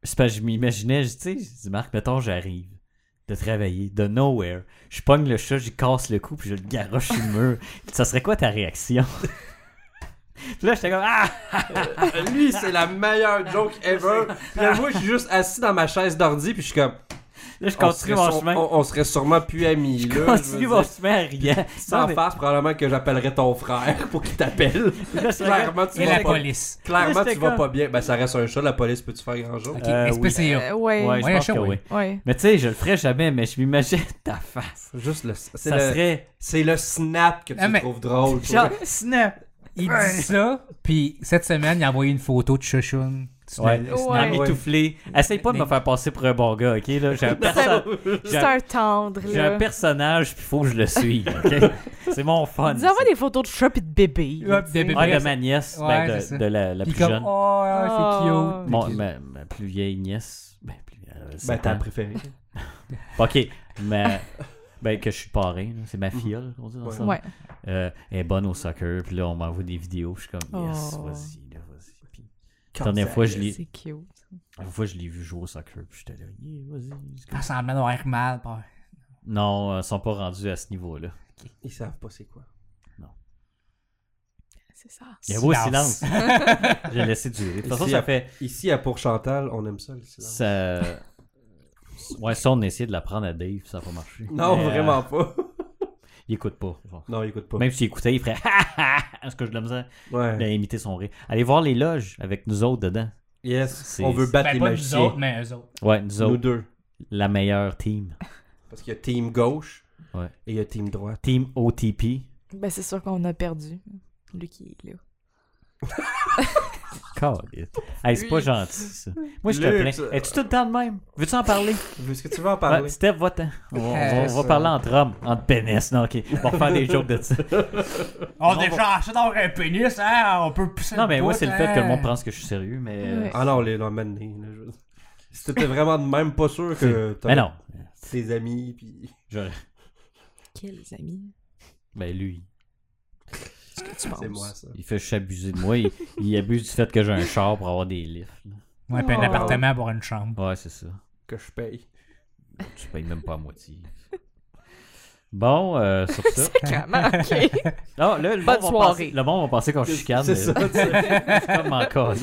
A: C'est parce que je m'imaginais, je- tu sais, je dis, Marc, mettons, j'arrive de travailler, de nowhere. Je pogne le chat, j'y casse le cou, puis je le garoche sur le mur. Ça serait quoi ta réaction? puis là, j'étais comme, ah!
D: Lui, c'est la meilleure joke ever. Puis là, moi, je suis juste assis dans ma chaise d'ordi, puis je suis comme.
A: Là, je
D: On
A: continue
D: serait,
A: mon
D: sur-
A: chemin.
D: on- on serait sûrement plus amis. là,
A: Je
D: je veux
A: continue
D: dire.
A: mon chemin à rien.
D: Sans
A: Non, mais-
D: farce, probablement que j'appellerais ton frère pour qu'il t'appelle.
A: Puis là, j'étais comme,
D: Clairement, tu
B: Et la
D: vas pas
B: police.
D: Clairement, tu
A: C'était
D: vas
A: comme-
D: pas bien. Ben, ça reste un chat, la police, peux-tu faire grand-chose?
B: Ok,
A: Euh, oui.
B: SPCA.
C: Euh, ouais.
A: Ouais,
C: ouais.
A: je
B: Ouais,
A: pense
B: un chat,
A: que oui.
B: oui.
A: Mais tu sais, je le ferais jamais, mais je m'imagine ta face.
D: Juste le. C'est
A: Ça
D: le,
A: serait.
D: c'est le snap que tu
B: Ah, mais-
D: trouves drôle. toi.
A: Genre, snap!
B: Il dit ça, puis cette semaine, il a envoyé une photo de Chuchun. sur
A: Ouais.
B: le-
C: Ouais.
B: sur
A: En
B: le-
A: mitouflé. Essaye pas de me
B: Mais-
A: faire passer pour un bon gars, ok? Là, j'ai un, perso- j'ai
C: C'est
A: un-
C: un tendre,
A: j'ai un
C: là.
A: personnage, puis faut que je le suive, ok? C'est mon fun.
C: Nous
A: ça.
C: avons des photos de chat et de bébé. là,
B: Ouais,
C: tu
B: de
C: sais.
B: bébé.
A: Ah, de ma nièce, ben,
B: Ouais,
A: de,
B: c'est ça.
A: de la, la
B: Puis
A: plus
B: comme,
A: jeune.
B: oh,
C: Oh.
B: c'est cute.
A: Mon-
B: C'est cute.
A: ma, ma plus vieille nièce. Ben, plus vieille. elle avait
D: Ben,
A: sept
D: ta
A: ans.
D: préférée.
A: Ok, mais. Ben, que je suis parrain, là. c'est ma fiole, on dit dans
D: Ouais.
A: ça.
C: Ouais.
A: Euh, elle est bonne au soccer, puis là, on m'envoie des vidéos, puis je suis comme, yes,
C: Oh.
A: vas-y, là, vas-y. Puis, la dernière fois, je l'ai-
C: C'est cute.
A: la dernière fois, je l'ai vu jouer au soccer, puis j'étais là, yeah, vas-y. c'est cool.
B: Faire semblant d'avoir l'air mal. bah.
A: Non, euh, ils sont pas rendus à ce niveau-là.
D: Ils savent pas c'est quoi.
C: C'est ça.
A: Il y a beau silence.
B: Ah,
A: J'ai laissé durer. De toute façon,
D: Ici,
A: ça
D: à-
A: fait.
D: Ici, à Pour Chantal, on aime ça, le silence.
A: Ça... Ouais, ça, on a essayé de l'apprendre à Dave, ça n'a pas marché.
D: Non,
A: Mais, euh,
D: vraiment pas.
A: il écoute pas. genre.
D: Non, écoute pas.
A: Même s'il écoutait, il ferait Ah, ah, ah Est-ce que je de la misère
D: Ouais.
A: Ben, imiter son rire. Allez voir les loges avec nous autres dedans.
D: Yes,
A: C'est-
D: on veut battre
B: Ben,
D: les
B: pas nous
D: magiciens.
B: autres, mais eux autres.
A: Ouais, nous
D: Nous
A: autres,
D: deux.
A: la meilleure team.
D: Parce qu'il y a team gauche
A: Ouais.
D: et il y a team droite.
A: Team OTP.
C: Ben, c'est sûr qu'on a perdu. Lui qui est là.
A: God. Hey, c'est pas
C: Lui.
A: gentil, ça. Moi, je te
D: Luc,
A: plains.
D: ça-
A: Es-tu tout le temps de même Veux-tu en parler
D: Est-ce que tu veux en parler?
A: Ouais, Steph, va-t'en. On, on va- on
D: Yes. euh.
A: va parler entre hommes, entre pénis. Non, ok. On va refaire des jokes de ça.
B: On décharge ça dans un pénis, hein? On peut pousser
A: Non,
B: le
A: mais
B: bout,
A: moi, c'est le fait que le
B: hein.
A: monde pense que je suis sérieux, mais. euh,
C: Ouais.
D: Ah non, les l'a mené. là, je- Si t'étais vraiment de même pas sûr que
A: euh, Mais non.
D: tes amis, puis
A: Je-
C: Quels amis.
A: Ben, lui,
C: Qu'est-ce que tu penses?
D: c'est moi ça.
A: il fait juste abuser de moi. Il, il abuse du fait que j'ai un char pour avoir des lifts. là.
B: Ouais, puis un
C: Oh.
B: appartement pour une chambre.
A: Ouais, c'est ça.
D: Que je paye.
A: Tu payes même pas à moitié. Bon, euh, sur ça.
C: Sacrement, ok.
A: Non, là, le
C: Bonne
A: monde va
C: soirée.
A: penser- le monde va penser qu'on chicane.
D: C'est
A: mais-
D: ça. tu sais.
A: C'est comme encore.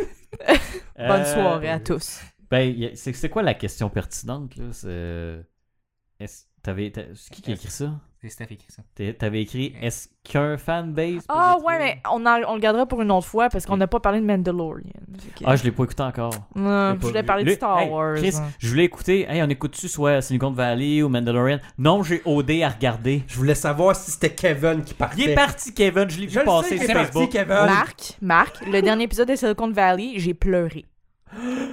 C: Bonne soirée à tous.
A: Ben, y a- c'est c'est quoi la question pertinente, là? C'est euh, est-ce- t'avais- t'as- c'est qui qui a écrit ça?
B: C'est Steph écrit ça.
A: T'es- T'avais écrit Est-ce qu'un fanbase. peut
C: Ah
A: détruire-
C: ouais, mais on, en- on le gardera pour une autre fois parce qu'on n'a pas parlé de Mandalorian. Fait que-
A: Ah, je l'ai pas écouté encore.
C: Euh,
D: l'ai pas
C: je voulais
D: vu.
C: parler de
A: Le-
C: Star
A: hey,
C: Wars.
A: Chris,
C: hein.
A: je voulais écouter. Hey, on écoute-tu soit Silicon Valley ou Mandalorian? Non, j'ai OD à regarder.
D: Je voulais savoir si c'était Kevin qui partait.
A: Il est parti, Kevin. Je l'ai
D: Je
A: vu
D: le
A: passer
D: sais
A: sur
D: qu'il est parti,
A: Facebook.
D: Kevin.
C: Marc, Marc, le dernier épisode de Silicon Valley, j'ai pleuré.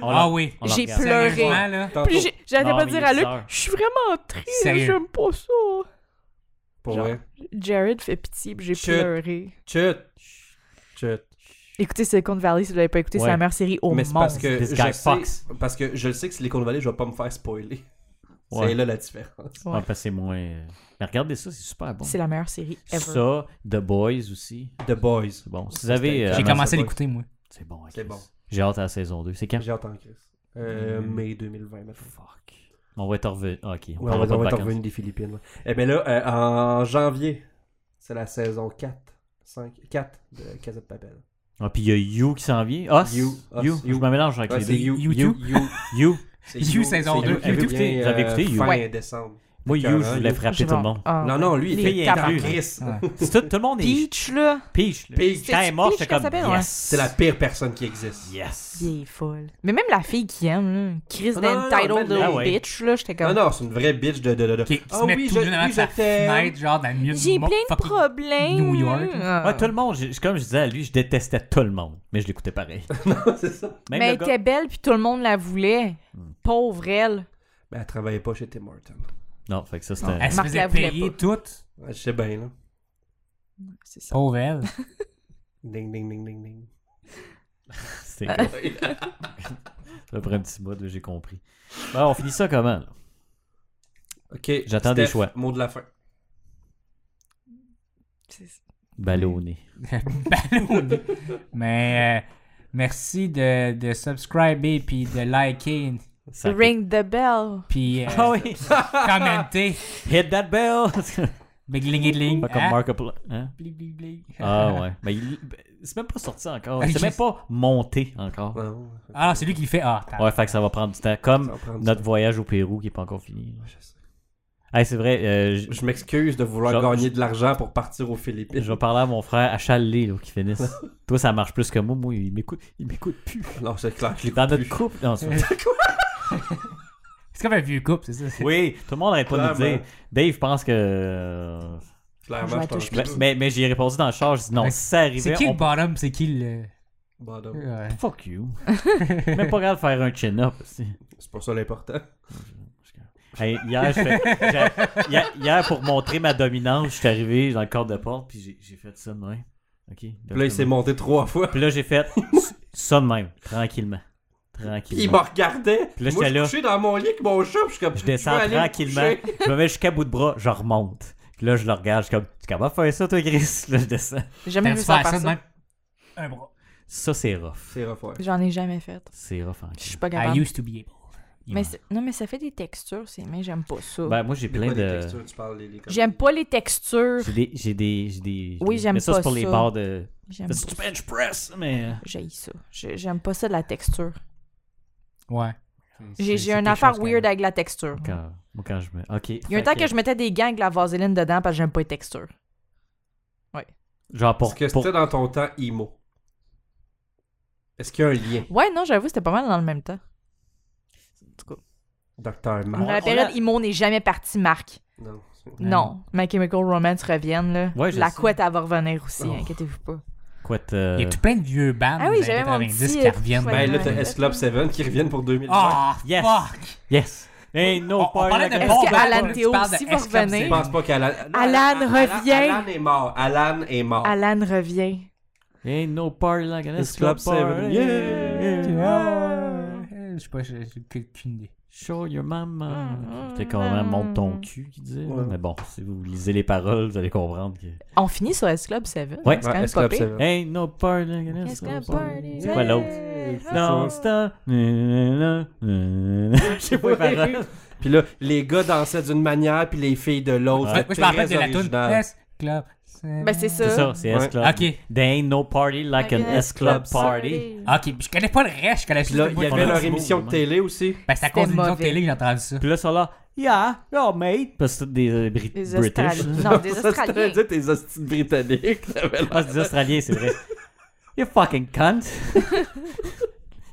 A: On l'a-
B: Ah oui.
A: on l'a
C: J'ai
A: regardé.
C: Pleurer.
B: Sérieusement, là.
D: Tantôt.
C: Puis j'ai- j'arrêtais
A: Non,
C: pas
A: mais
C: de dire
A: il est
C: à Luc,
A: bizarre.
C: je suis vraiment triste,
B: Sérieux.
C: j'aime pas ça.
D: Pour
A: Genre.
D: vrai.
C: Jared fait pitié, puis j'ai
D: Chut.
C: pleuré.
D: Chut. Chut.
C: Écoutez Silicon Valley si vous l'avez pas écouté,
A: Ouais.
C: c'est la meilleure série au
D: Mais c'est
C: monde.
D: parce que
A: This
D: je
A: guy
D: sais,
A: Fox.
D: parce que je le sais que Silicon Valley, je vais pas me faire spoiler.
A: Ouais.
D: C'est là la différence.
A: Ouais, Ah, parce que c'est moins. Mais regardez ça, c'est super bon.
C: C'est la meilleure série ever.
A: Ça, The Boys aussi.
D: The Boys.
A: C'est bon. Si vous avez.
D: J'ai
A: euh,
B: J'ai commencé à
D: c'est
B: l'écouter, moi.
A: C'est bon, hein,
D: C'est
A: Chris.
D: bon.
A: J'ai hâte à la saison 2. C'est quand
D: J'entends Chris. Euh,
B: Mm.
D: Mai 2020 maintenant.
A: Fuck. On va être revenu. ah, Ok, on
D: Ouais, on
A: parlera
D: va,
A: pas
D: on va être
A: de vacances.
D: revenu des Philippines. ouais. Eh bien là, euh, en janvier, c'est la saison 4. 5, 4 de Casa de Papel.
A: Ah, puis il y a You qui s'en vient. Us.
D: You, Us,
A: You.
D: You.
A: Je me mélange avec
D: Ouais,
A: les
D: c'est
A: deux.
D: You.
B: You
D: You.
B: Too.
D: You.
A: You.
D: C'est
B: You, saison
D: c'est
B: deux.
D: You
A: Avez-vous
D: qui
A: écouté-
D: vient,
A: vous avez
D: euh,
A: écouté You?
D: Fin
C: Ouais.
D: décembre.
A: Moi,
D: Écœurant,
A: You, je voulais
D: euh, You.
A: frapper tout le monde.
C: ah
B: Ah,
D: Non, non, lui, il
A: Les
D: était
A: tabarnak.
D: Chris.
B: Ouais.
A: C'est tout, tout le monde est
C: Peach, là,
A: Peach. là.
D: Peach.
A: Quand elle est morte,
C: Peach
A: j'étais
C: qu'elle
A: comme
C: s'appelle,
A: yes.
D: C'est la pire personne qui existe.
A: Yes.
C: il est folle. Mais même la fille qui aime, là, Chris
D: Non,
C: d'entitled
D: non, non, mais-
C: Little
A: Ah ouais.
C: Bitch, là, j'étais
D: Non,
C: comme...
D: non, c'est une vraie bitch de. de, de, de-
B: Qui, qui
D: Ah
B: se met
D: oui,
B: tout
D: je-
B: nu devant
D: oui,
B: sa
D: je t'aime.
B: fenêtre, genre dans le milieu
C: J'ai
B: du
C: plein
B: monde.
C: de
B: Fucking-
C: problèmes.
B: New York.
C: Ah.
A: Ouais, tout le monde, je- comme je disais à lui, je détestais tout le monde, mais je l'écoutais pareil.
D: Non, c'est ça.
A: Même
C: mais elle
A: le gars- Hmm.
C: était belle, puis tout le monde la voulait. Pauvre elle.
D: Ben, elle travaillait pas chez Tim Hortons.
A: Non, fait que ça c'était.
B: Elle se
C: Marc la
B: faisait
C: voulait
B: payer
C: pas.
B: toutes.
D: Ouais, Je sais bien, là.
A: Hmm.
C: C'est ça.
B: Pauvre elle.
D: Ding, ding, ding, ding, ding.
A: C'était cool. Après un petit bout, là, j'ai compris. Bon, on finit ça comment là?
D: Ok.
A: J'attends des
D: Steph,
A: choix.
D: Mot de la fin.
C: C'est-
A: Ballonné.
B: Ballonné. Mais euh, Merci de, de subscriber, puis de liker,
A: Ça-
C: Ring the bell.
B: puis euh,
A: Ah oui!
B: commenter.
A: Hit that bell!
B: Bigling, bigling.
A: Pas
D: Ah.
A: comme Markiplier. Hein?
B: Bling, bling, bling.
A: Ah ouais. Mais il- c'est même pas sorti encore.
B: Ah,
A: C'est même
B: je-
A: pas monté encore.
D: Non,
B: Ah, c'est lui qui le fait. Ah, t'as-
A: Ouais, fait que ça va prendre du temps.
D: ça
A: Comme
D: va prendre
A: notre
D: ça.
A: voyage au Pérou qui est pas encore fini. là.
D: Je sais.
A: Hey, c'est vrai, euh, j-
D: Je m'excuse de vouloir
A: Genre-
D: gagner de l'argent pour partir aux Philippines.
A: je vais parler à mon frère à Chalet là, qui finisse. Toi, ça marche plus que moi. Moi, il m'écoute, il m'écoute plus.
D: Non, c'est clair, je
A: Dans
D: l'écoute
A: notre
D: plus.
A: couple. Non, c'est-
B: C'est comme un vieux couple, c'est ça. c'est-
A: oui, tout le monde arrête pas de nous
D: Clairement.
A: dire. Dave pense que. euh,
C: Je vais
D: Clairement, je pense
C: toucher
A: Mais,
D: que-
A: mais, mais j'y ai répondu dans le char. J'ai dit non,
B: Ouais.
A: si ça
B: C'est
A: arrivait,
B: qui le
A: on
B: bottom, c'est qui le.
D: Bottom.
B: Ouais.
A: Fuck you. Même pas grave de faire un chin-up. aussi.
D: C'est pour ça l'important.
A: Hey, hier, je fais- j'ai- hier, hier, pour montrer ma dominance, je suis arrivé dans le corps de porte, puis j'ai- j'ai fait ça de même. OK?
D: Puis là, il s'est monté trois fois.
A: Puis là, j'ai fait ça de même, tranquillement.
D: Puis il
A: Tranquillement.
D: m'a regardé.
A: Puis là,
D: Moi,
A: j'étais
D: je
A: là.
D: suis couché dans mon lit avec mon chat. puis Je, suis comme,
A: Je descends
D: vais aller me
A: tranquillement,
D: coucher.
A: je me mets jusqu'à bout de bras, je remonte. Puis là, je le regarde, je suis comme, tu es capable de faire ça, toi, Chris? Là, je descends.
C: J'ai jamais
B: T'as
C: vu
B: dû
C: ça
B: faire
C: faire
B: ça de
C: ça.
B: même. Un bras.
A: Ça, c'est rough.
D: C'est refaire.
C: J'en ai jamais fait.
A: C'est rough hein. en
C: Je suis pas
B: I
C: capable.
B: used to be able.
C: Mais c'est- non, mais ça fait des textures, ces mains. J'aime pas ça.
A: Ben, moi, j'ai
D: C'est
A: plein
D: quoi les
A: de.
D: textures, tu parles, les- les-
C: J'aime pas les textures.
A: J'ai des, j'ai des, j'ai des.
C: Oui, j'aime
A: Mais ça,
C: pas
A: c'est pour les
C: ça.
A: barres de.
C: J'aime
A: Parce que tu
C: pas ça.
A: bench press, mais. euh,
C: J'haïs ça. J'ai- J'aime pas ça de la texture.
B: Ouais.
C: J'ai
B: C'est-
C: j'ai
B: c'est
C: une
B: quelque
C: affaire
B: chose quand
C: weird
B: même.
C: avec la texture.
A: Quand, moi, quand je me. Ok.
C: Il y a un temps que je mettais des gants avec de la vaseline dedans parce que j'aime pas les textures.
A: Genre
D: Parce
A: pour.
D: que
A: pour...
D: c'était dans ton temps IMO. Est-ce qu'il y a un lien,
C: Ouais, non, j'avoue, c'était pas mal dans le même temps.
D: Docteur
A: On-
C: Dans
D: Marc?
A: Ouais.
C: la
A: on
C: période
A: a-
C: Imo n'est jamais parti, Marc.
D: Non. c'est-
B: Ouais.
C: Non. My Chemical Romance revienne, là.
A: Ouais, je
C: la
A: sais.
C: couette, elle va revenir aussi,
D: Oh.
C: inquiétez-vous pas.
A: Quoi te-
B: Il y a tout plein de vieux bands
C: Ah oui,
B: des années
C: j'avais mon
B: 90
C: petit,
B: qui
C: euh,
B: reviennent.
C: Ouais,
D: Ben là,
C: ouais.
D: t'as S-Club 7 qui reviennent pour 2020.
B: Ah,
A: Yes.
B: fuck!
A: Yes! Hey, no
B: On- on
A: party
B: parlait de
A: like a-
C: Est-ce
B: bon,
C: que
B: ben,
C: Alan
B: tu
C: Théo
B: parles de
C: aussi va
B: Esclave
D: Je
C: revenir?
B: Zero.
D: pense pas qu'Alan... Non,
C: Alan revient.
D: Alan est mort. Alan est mort.
C: Alan revient.
A: Hey, no party like an
D: It's Club
A: party.
D: Seven. Yeah. Ah,
B: Euh, Je sais pas, j'ai j'ai aucune idée.
A: Show your mama.
C: Mm,
A: C'était quand même
C: mm,
A: monte
C: mm.
A: ton cul qui disait. là.
D: Ouais.
A: Mais bon, si vous lisez les paroles, vous allez comprendre que.
C: On finit sur S-Club 7.
A: Ouais.
C: c'est quand même pas pire.
A: Hey, no party like an
C: Est-ce que
A: Club
C: party-
A: C'est quoi l'autre?
C: Ouais.
A: Non, stop. Je sais pas les paroles.
D: Puis là, les gars dansaient d'une manière, puis les filles de
A: Ouais.
D: l'autre.
B: Moi,
D: C'était
B: je me rappelle de
D: très
B: la tune
D: original.
B: Yes, Club.
C: Ben, c'est
A: C'est
C: ça.
A: ça, c'est
D: Ouais.
A: S-Club.
B: Ok.
A: There ain't no party like an S-Club party.
B: Ok, puis je connais pas le reste, je connais
D: Puis
B: juste
D: là,
B: le
D: il
B: bout
D: y
B: de-
D: avait
A: Bon,
D: leur
A: bon,
D: émission
A: bon.
D: de télé aussi.
B: Ben, c'est à cause
C: C'était
B: d'une émission de
C: mauvais.
B: télé que j'ai entendu ça.
A: Puis là, ils sont là, yeah, yeah, mate. Parce que c'est tous des euh, Brit-
C: Des
A: British.
C: Australiens. Non, des
D: Ça, c'était
C: Australiens.
D: dire tes hostiles britanniques. t'avais l'air.
A: Ah, c'est des Australiens, c'est vrai. You fucking cunt.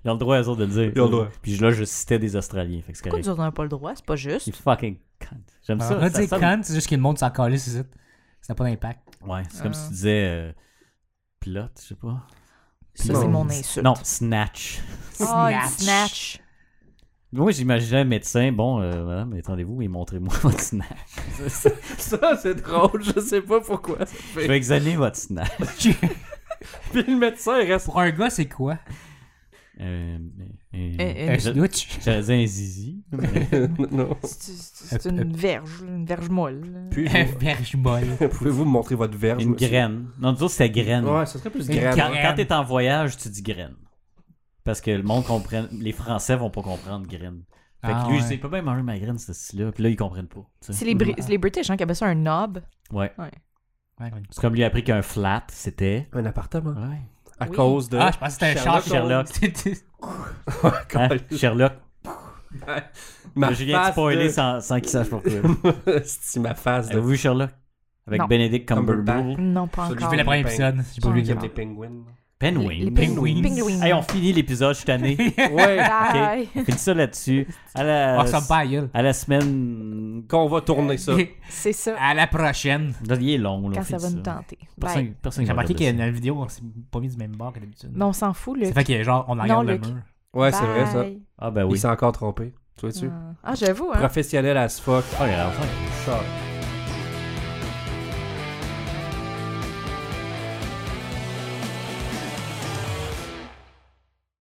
A: Ils ont le droit, eux autres, de le dire.
D: Ils ont le droit.
A: Puis là, je citais des Australiens. Fait que c'est
C: Pourquoi
A: correct.
C: nous autres, on n'a pas le droit? C'est pas juste.
A: You fucking cunt. J'aime
B: On
A: ça.
B: va
A: ça
B: dire
A: sonne-
B: quand, c'est juste que le monde s'en calait, c'est ça. Ça n'a pas d'impact.
A: Ouais, c'est comme si
C: Ah.
A: tu disais euh, pilote, je sais pas.
C: Ça,
D: Non.
C: c'est mon insulte.
A: Non, snatch.
C: Oh, il
B: Snatch.
C: snatch.
A: Moi, j'imaginais un médecin. Bon, euh, madame, attendez-vous et montrez-moi votre snatch.
D: Ça, c'est drôle. Je sais pas pourquoi. ça
A: Je
D: fait.
A: vais examiner votre snatch.
D: Puis le médecin il reste.
B: Pour un gars, c'est quoi?
A: Euh, euh,
C: Eh, eh.
B: Un
A: je-
B: snooch?
A: J'allais dire un zizi.
D: non.
C: C'est- C'est c'est une verge, une verge molle.
D: Puis,
B: Un verge molle.
D: pouvez-vous me montrer votre verge
A: Une
D: monsieur?
A: graine. Non, nous autres, c'est graine.
D: Ouais, ça serait plus
B: Une
D: graine.
A: Quand,
B: Graine.
A: quand t'es en voyage, tu dis graine. Parce que le monde comprend. Les Français vont pas comprendre graine. Fait que
B: Ah,
A: lui,
B: ouais.
A: je dis, il peut bien manger ma graine, ce là Puis là, ils comprennent pas. tu sais.
C: C'est les, Bri- c'est les British hein, qui appellent ça un knob.
A: Ouais.
B: Ouais.
A: C'est comme lui a appris qu'un flat, c'était.
D: Un appartement.
A: Ouais.
D: À
C: Oui.
D: cause de.
B: Ah, je pensais que c'était un char.
A: Sherlock.
D: Sherlock
B: C'était-
A: Hein,
D: Colin.
A: Sherlock.
D: Ma
A: je viens de
D: face
A: spoiler
D: de...
A: sans, sans qu'il sache pourquoi.
D: C'est ma face de.
A: Avez-vous vu Sherlock Avec
C: Non.
A: Benedict Cumberbatch.
D: Cumberbatch.
C: Non, pas
D: Celui-
B: J'ai
C: encore.
B: vu le premier épisode. J'ai pas vu
D: Celui
B: le
D: qui aime
B: deuxième.
D: des pingouins.
C: Les- les
A: Penguin.
C: penguins.
A: Penguins. Hey, on finit l'épisode, je suis tanné.
D: Ouais.
C: Bye.
A: On finit ça là-dessus. À la,
D: Ah,
B: On s'en bat, gueule.
A: à la semaine.
D: Qu'on va tourner ça.
C: C'est ça.
B: À la prochaine.
A: Là, Il est long. Là, Ah, on
C: Quand ça
A: finit
C: va nous tenter. Bye.
A: Personne, personne
B: J'ai
A: qui va
B: remarqué
A: regarder
B: que
A: ça.
B: dans la vidéo, on s'est pas mis du même bord que d'habitude.
C: Mais on s'en fout,
B: Ça
C: Luc.
B: fait que genre, on en
C: Non,
B: regarde le
C: Luc.
B: mur.
D: Ouais, c'est vrai ça.
C: Bye.
A: Ah, ben
D: Il
A: oui.
D: s'est encore trompé. Tu vois-tu?
C: Ah, Ah, j'avoue, hein.
D: Professionnel as fuck.
A: Ah, il a l'air fin.
D: Sure.